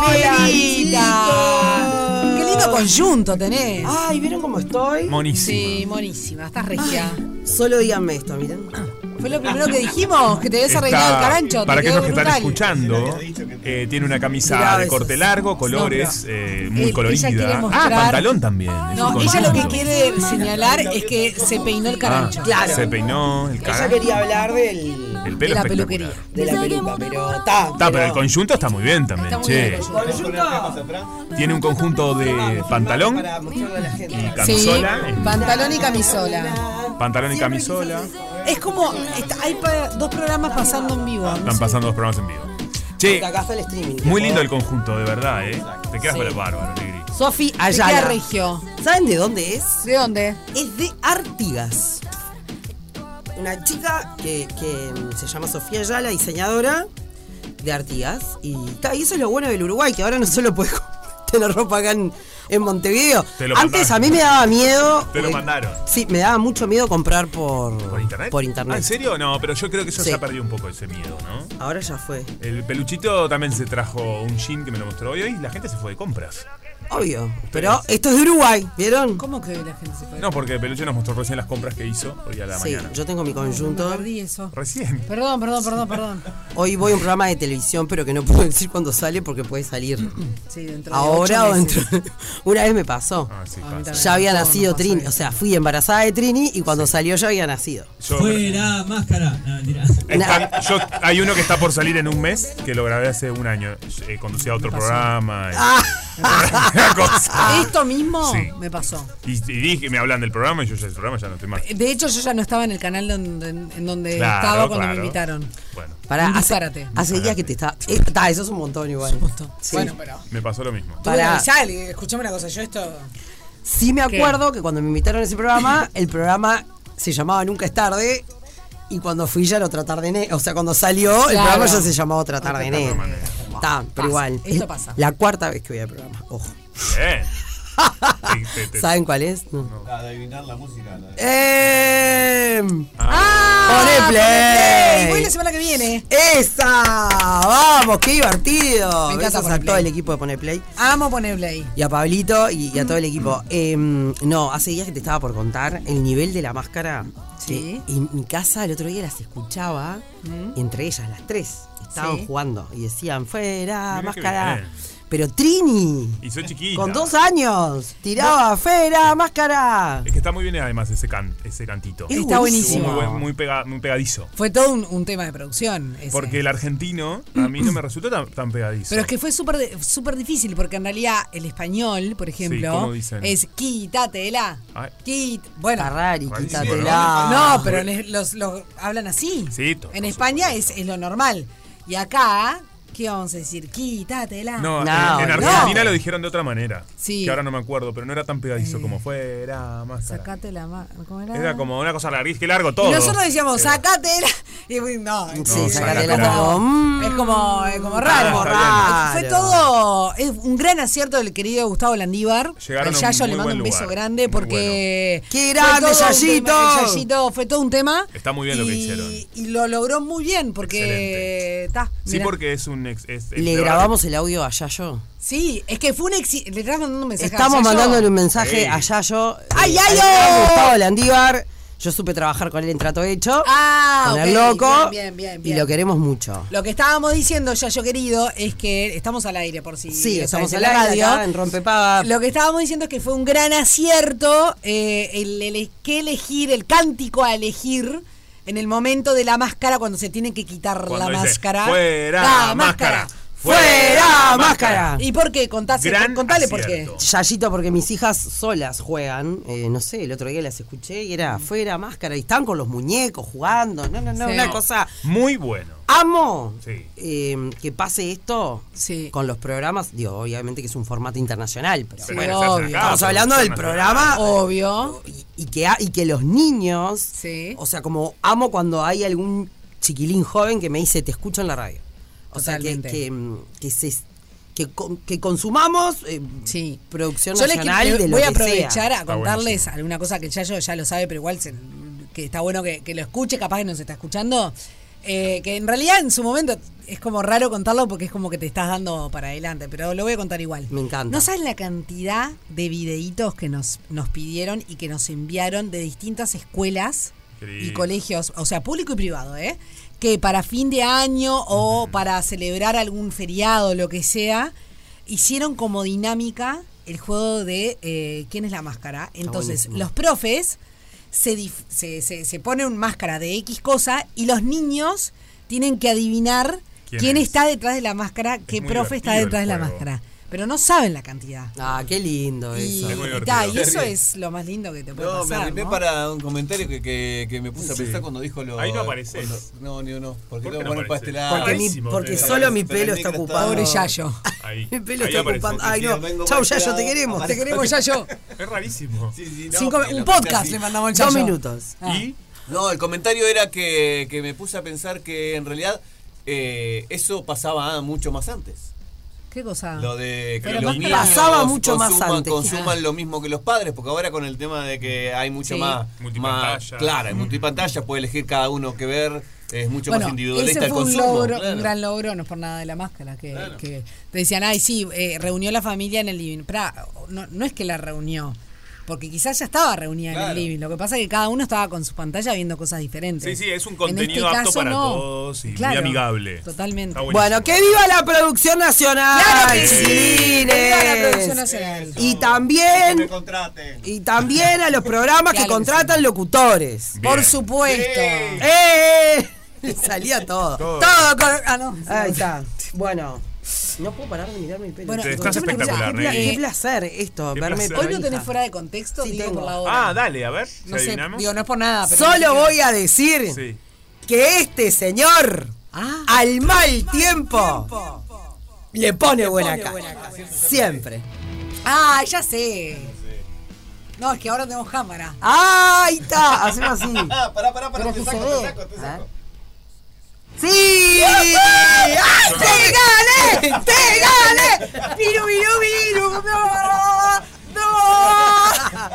S2: negrita. Ah, Qué lindo conjunto tenés.
S11: Ay, ¿vieron cómo estoy?
S3: Monísimo.
S2: Sí, monísima, estás regia.
S11: Solo díganme esto, miren.
S2: Fue lo primero que dijimos, que te habías arreglado el
S3: Está-
S2: carancho. te
S3: para
S2: quedó
S3: aquellos que están
S2: brutal.
S3: escuchando, eh, tiene una camisa
S11: Mirá,
S3: de
S11: esos-
S3: corte largo, colores, eh, muy
S2: Él-
S3: colorida.
S2: ella quiere
S3: ah,
S2: mostrar-
S3: pantalón también. es
S2: No,
S3: un
S2: ella lo que
S3: conjunto.
S2: quiere señalar es que se peinó el
S3: Ah,
S2: carancho.
S11: Claro.
S3: Se peinó el
S11: Ella
S3: carancho.
S11: quería hablar del,
S3: El
S2: de
S3: pelo
S2: la
S3: espectacular.
S2: peluquería.
S11: de la peluca, pero está.
S3: Está, pero el conjunto está muy bien también,
S2: Está muy
S3: che.
S2: bien el conjunto.
S3: Tiene un conjunto de pantalón,
S11: Para mostrarle a la gente.
S3: camisola,
S2: Sí,
S3: en-
S2: pantalón y camisola.
S3: pantalón y camisola.
S2: Es como, está- hay pa- dos programas pasando en vivo. no
S3: Están
S2: sé.
S3: pasando dos programas en vivo. Che,
S11: Acá está el streaming.
S3: muy lindo el conjunto, de verdad, ¿eh? Te quedas para el bárbaro, Negri.
S11: Sofi
S2: ¿De qué
S11: Ayala.
S2: regio?
S11: ¿Saben de dónde es?
S2: ¿De dónde?
S11: Es de Artigas. Una chica que, que, mm, se llama Sofía Ayala, diseñadora de Artigas. Y, ta, y eso es lo bueno del Uruguay, que ahora no solo puedes tener ropa acá en, en Montevideo.
S3: Te lo
S11: Antes
S3: mandaron.
S11: a mí me daba miedo.
S3: Te lo
S11: eh,
S3: mandaron.
S11: Sí, me daba mucho miedo comprar por,
S3: ¿Por internet?
S11: Por
S3: Ah, ¿En serio? No, pero yo creo que eso
S11: Sí.
S3: se ha perdido un poco ese miedo, ¿no?
S11: Ahora ya fue.
S3: El peluchito también se trajo un jean que me lo mostró hoy y la gente se fue de compras.
S11: Obvio. Pero esto es de Uruguay, ¿vieron?
S2: ¿Cómo que la gente se fue?
S3: No, porque el peluche nos mostró recién las compras que hizo hoy a la
S11: Sí,
S3: mañana.
S11: yo tengo mi
S2: Me
S11: conjunto.
S2: perdí eso.
S3: Recién.
S2: Perdón, perdón, perdón, perdón.
S11: Hoy voy a un programa de televisión, pero que no puedo decir cuándo sale porque puede salir.
S2: Sí, dentro de
S11: Ahora
S2: ocho
S11: o
S2: meses.
S11: dentro. Una vez me pasó.
S3: Ah,
S2: A mí pasa. también.
S11: Ya había
S2: No,
S11: nacido
S2: me pasó
S11: Trini. O sea, fui embarazada de Trini y cuando salió ya había nacido.
S5: Fuera máscara. No, mentira.
S3: Está- yo, hay uno que está por salir en un mes, que lo grabé hace un año. Eh, conducía otro
S2: pasó.
S3: programa. y-
S2: Ah, Esto mismo
S3: Sí.
S2: me pasó.
S3: Y, y dije, me hablan del programa y yo ya el programa ya no estoy más.
S2: De hecho, yo ya no estaba en el canal donde, en donde Eh,
S3: Claro,
S2: estaba cuando
S3: claro.
S2: me invitaron.
S3: Bueno.
S11: Pará,
S2: Un
S11: hace-
S2: disparate.
S11: Hace días que te está. Está, eso es un montón igual. Sí.
S2: Bueno, pero.
S3: Me pasó lo mismo.
S11: Pará.
S2: escuchame una cosa, yo esto.
S11: Sí me
S2: ¿Qué?
S11: acuerdo que cuando me invitaron a ese programa, el programa se llamaba Nunca es tarde. Y cuando fui ya era otra tarde negra. O sea, cuando salió, el
S2: Claro.
S11: programa ya se llamaba otra tarde e.
S2: Otra
S11: negra. Está, pero igual.
S2: Esto
S11: es
S2: pasa.
S11: La cuarta vez que voy al programa. Ojo. ¿Saben cuál es? No.
S4: La de adivinar la música. la de-
S11: ¡Eh! ah, ¡Poné
S2: Ah, play!
S11: play!
S2: Voy la semana que viene.
S11: ¡Esa! ¡Vamos! ¡Qué divertido!
S2: Me encanta
S11: Gracias a
S2: Poné
S11: todo
S2: Play.
S11: el equipo de Poner Play.
S2: Amo poner play.
S11: Y a Pablito y, y a todo el equipo. Eh, no, hace días que te estaba por contar el nivel de la máscara.
S2: Sí. Mm.
S11: Eh, en mi casa el otro día las escuchaba, y entre ellas las tres. Estaban
S2: Sí.
S11: jugando y decían, fuera,
S3: Mirá qué
S11: máscara.
S3: bien.
S11: Pero Trini,
S3: Y soy chiquita.
S11: con dos años, tiraba, fuera, máscara.
S3: Es que está muy bien además ese, can, ese cantito.
S2: Es Está buenísimo.
S3: Muy, buen- muy pega- muy pegadizo.
S2: Fue todo un, un tema de producción. ese.
S3: Porque el argentino a mí no me resultó tan, tan pegadizo.
S2: Pero es que fue súper de- súper difícil, porque en realidad el español, por ejemplo,
S3: ¿cómo dicen?
S2: es quítatela.
S3: Ay.
S2: Quit, bueno.
S11: Ferrari,
S3: Buenísimo,
S11: quítatela.
S3: Ah.
S2: No, pero les- los, los hablan así.
S3: Sí, to-
S2: En España es, es lo normal. Y acá, ¿qué vamos a decir? Quítatela.
S3: No, en-
S11: No,
S3: en,
S11: no.
S3: Argentina lo dijeron de otra manera.
S2: Sí.
S3: Que ahora no me acuerdo, pero no era tan
S11: Eh.
S3: pegadizo como fuera máscara.
S2: Sacate la mano. ¿Cómo era?
S3: Era como una cosa larguísima, que largo todo.
S2: Y nosotros decíamos,
S3: Era-
S2: sacatela. Y bueno, no,
S11: Sí,
S3: No,
S11: sácatela.
S3: sácatela.
S11: Mm.
S2: es como, es como
S11: Ah,
S2: raro.
S11: está
S2: Fue
S11: bien. Raro.
S2: todo es un gran acierto del querido Gustavo Landívar.
S3: Llegaron
S2: Al
S3: a un
S2: Yayo
S3: muy
S2: le mando
S3: buen
S2: un beso
S3: lugar.
S2: grande
S3: Muy
S2: porque.
S11: bueno.
S2: fue
S11: ¡Qué grande,
S2: todo un
S11: Yayito!
S2: tema- el Yayito, Fue todo un tema.
S3: Está muy bien lo que
S2: y-
S3: hicieron.
S2: Y lo logró muy bien porque. ta,
S3: Sí,
S2: mirá.
S3: porque es un ex. es- es-
S11: Le
S3: de verdad-
S11: grabamos el audio a Yayo.
S2: Sí, es que fue un éxito. Le estás mandando un mensaje. a
S11: Estamos
S2: Yayo.
S11: mandándole un mensaje
S3: Sí.
S11: a Yayo.
S2: ¡Ay,
S11: eh,
S2: Yayo!
S11: al gran Gustavo Landívar. Yo supe trabajar con él en trato hecho.
S2: Ah,
S11: con
S2: ok,
S11: el loco.
S2: bien, bien, bien, bien.
S11: Y lo queremos mucho.
S2: Lo que estábamos diciendo, Yayo querido, es que estamos al aire por si.
S11: Sí,
S2: o sea,
S11: estamos
S2: en
S11: en
S2: la
S11: la radio. en Rompepaga.
S2: Lo que estábamos diciendo es que fue un gran acierto eh, el, el- que elegir, el cántico a elegir en el momento de la máscara cuando se tiene que quitar
S3: Cuando
S2: la
S3: dice,
S2: máscara.
S3: "Fuera
S2: la
S3: máscara,
S11: ¡Fuera máscara!
S2: ¿Y por qué? Contase,
S3: Gran
S2: contale por
S3: acierto.
S2: qué.
S11: Yayito, porque mis hijas solas juegan. eh, no sé, el otro día las escuché y era fuera máscara. Y están con los muñecos jugando. No, no, no.
S2: Sí.
S11: Una cosa.
S3: Muy bueno.
S11: Ah, Amo
S3: Sí.
S11: eh, que pase esto
S2: Sí.
S11: con los programas. Digo, obviamente que es un formato internacional, pero.
S2: Sí,
S3: bueno, se hacen
S2: obvio.
S3: acá,
S11: Estamos
S3: se
S11: hablando del
S3: hacen
S11: programa.
S2: Obvio.
S11: y, y que, ha- y que los niños,
S2: Sí.
S11: o sea, como amo cuando hay algún chiquilín joven que me dice, te escucho en la radio. O
S2: Totalmente.
S11: sea, que, que, mm, que, se- que con- que consumamos eh,
S2: Sí.
S11: producción
S2: Yo les
S11: nacional
S2: quiero-
S11: de lo
S2: voy a
S11: que
S2: aprovechar
S11: sea.
S2: a contarles alguna cosa que el Yayo ya lo sabe, pero igual se- que está bueno que, que lo escuche, capaz que nos está escuchando. Eh, que en realidad en su momento es como raro contarlo porque es como que te estás dando para adelante, pero lo voy a contar igual.
S11: Me encanta.
S2: No sabes la cantidad de videitos que nos, nos pidieron y que nos enviaron de distintas escuelas
S3: Qué
S2: y
S3: lindo.
S2: colegios, o sea, público y privado, ¿eh? Que para fin de año o para celebrar algún feriado, lo que sea, hicieron como dinámica el juego de eh, quién es la máscara. Entonces,
S11: buenísimo.
S2: los profes se, dif- se, se- se ponen máscara de X cosa y los niños tienen que adivinar quién,
S3: ¿Quién es?
S2: está detrás de la máscara, qué
S3: muy
S2: profe está detrás
S3: divertido
S2: de
S3: el
S2: la
S3: juego.
S2: máscara. Pero no saben la cantidad.
S11: Ah, qué lindo
S2: Y,
S11: eso.
S3: Es muy
S2: y
S3: divertido.
S2: ta, y
S3: Te
S2: eso
S3: ríes.
S2: es lo más lindo que te puede
S4: No, me
S2: pasar.
S4: arrimé
S2: ¿no?
S4: para un comentario que, que, que me puse a
S3: Sí.
S4: pensar cuando dijo lo.
S3: Ahí no apareces.
S4: cuando- no, ni uno. Porque tengo
S3: ¿Por qué
S4: que
S3: no
S4: poner para
S3: apareces?
S4: este lado.
S11: Porque, mi-
S3: Rarísimo,
S11: porque
S3: te-
S11: solo mi
S4: pero el
S11: pelo
S4: micro
S11: está
S4: está-
S11: ocupado.
S2: Pobre Yayo.
S3: Ahí.
S11: Mi pelo
S3: ahí
S11: está
S3: aparece.
S11: ocupado. Ay,
S4: Sí,
S11: no.
S4: sí, vengo
S11: Chau,
S4: golpeado.
S11: Yayo, te queremos.
S2: Te queremos, Yayo.
S3: Es rarísimo.
S4: Sí, sí, no,
S2: Cinco-
S4: porque
S2: un
S4: la puse
S2: podcast
S4: así.
S2: le mandamos al Yayo.
S11: Dos minutos.
S2: Ah.
S3: Y
S4: No, el comentario era que, que me puse a pensar que en realidad eh, eso pasaba mucho más antes.
S2: ¿Qué cosa?
S4: Lo de que
S2: Ah. Pero
S4: los
S2: más
S4: niños
S11: Pasaba mucho más
S4: consuman,
S11: antes.
S4: consuman lo mismo que los padres, porque ahora con el tema de que hay
S2: Sí.
S4: mucho
S2: Mm.
S4: más, más
S3: Multipantalla.
S4: clara, en multipantalla puede elegir cada uno que ver, es mucho
S2: bueno,
S4: más individualista
S2: ese
S4: el
S2: fue un,
S4: consumo.
S2: logro,
S4: claro.
S2: un gran logro, no es por nada de la máscara, que,
S4: Claro.
S2: que te decían, ay, sí, eh, reunió la familia en el living. Pra, no, no es que la reunió, Porque quizás ya estaba reunida en
S3: Claro.
S2: el living. Lo que pasa es que cada uno estaba con su pantalla viendo cosas diferentes.
S3: Sí, sí, es un
S2: En
S3: contenido
S2: este
S3: apto
S2: caso,
S3: para
S2: no.
S3: todos y
S2: Claro.
S3: muy amigable.
S2: Totalmente.
S3: Está
S11: Bueno, que viva la producción nacional.
S2: Claro que sí.
S11: Cines.
S2: Que viva la producción nacional.
S11: Y también y también a los programas que contratan locutores.
S2: Bien. Por supuesto.
S11: Sí. ¡Eh! Le salía todo.
S2: Todo.
S11: Todo.
S2: con- ah, no.
S11: Ahí está. Bueno. No puedo parar de mirar mi pelo.
S2: Bueno,
S11: chicos.
S2: Estás
S11: Qué pla-
S2: espectacular,
S11: qué, pla-
S2: Nelly.
S11: qué placer esto,
S3: Qué
S11: verme
S3: placer.
S2: Hoy lo
S11: prolija.
S2: tenés fuera de contexto, digo, por la hora.
S3: Ah, dale, a ver. si
S2: No sé,
S3: adivinamos.
S2: digo, no es por nada, pero
S11: Solo
S2: no sé
S11: voy a decir
S3: Sí.
S11: que este señor Ah. al mal tiempo le pone buena cara. Siempre.
S2: Ah, ya sé. No, es que ahora tenemos cámara.
S11: Ah, ¡Ahí está! Hacemos así.
S2: Pará, pará, pará,
S11: Pero
S2: te
S11: que
S2: saco,
S11: se
S2: te
S11: ve.
S2: saco, te
S11: A ver. ¡Sí! ¡Ay, te gané! ¡Te gané! ¡Piru, piru, piru! ¡No! ¡No!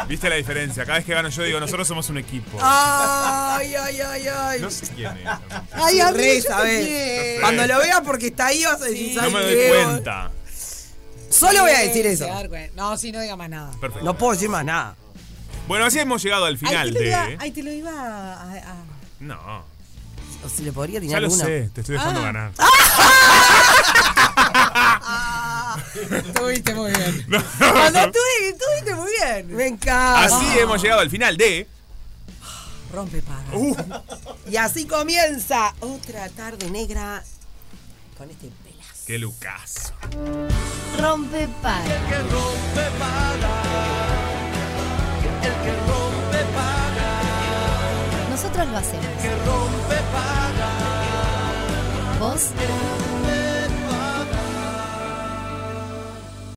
S3: ¿Viste la diferencia? Cada vez que gano yo digo, nosotros somos un equipo.
S11: ¡Ay, ay, ay, ay!
S3: No sé quién es.
S11: Ay, amigo,
S3: Re,
S11: yo
S3: ¿sabes?
S11: también.
S3: No sé.
S11: Cuando lo veas porque está ahí vas a decir,
S3: No
S11: "Ay,
S3: me doy
S11: Diego".
S3: cuenta.
S11: Solo voy a decir
S2: Sí,
S11: eso.
S2: se va a dar cuenta. No, sí, no diga más nada.
S3: Perfecto.
S11: No puedo decir más nada.
S3: Bueno, así hemos llegado al final
S2: ahí, te lo
S3: de.
S2: iba, ahí te lo iba a... a- a-
S3: No.
S11: O si le podría
S3: Ya
S11: tirar
S3: lo
S11: una.
S3: sé, te estoy dejando
S2: Ah.
S3: ganar.
S2: Estuviste muy bien.
S3: No.
S2: Cuando estuviste, estuviste muy bien.
S11: Me encanta.
S3: Así hemos llegado al final de.
S2: Rompe paga.
S3: Uh,
S11: Y así comienza otra tarde negra con este pelazo.
S3: ¡Qué Lucas!
S7: Rompe paga. Nosotros lo hacemos. Vos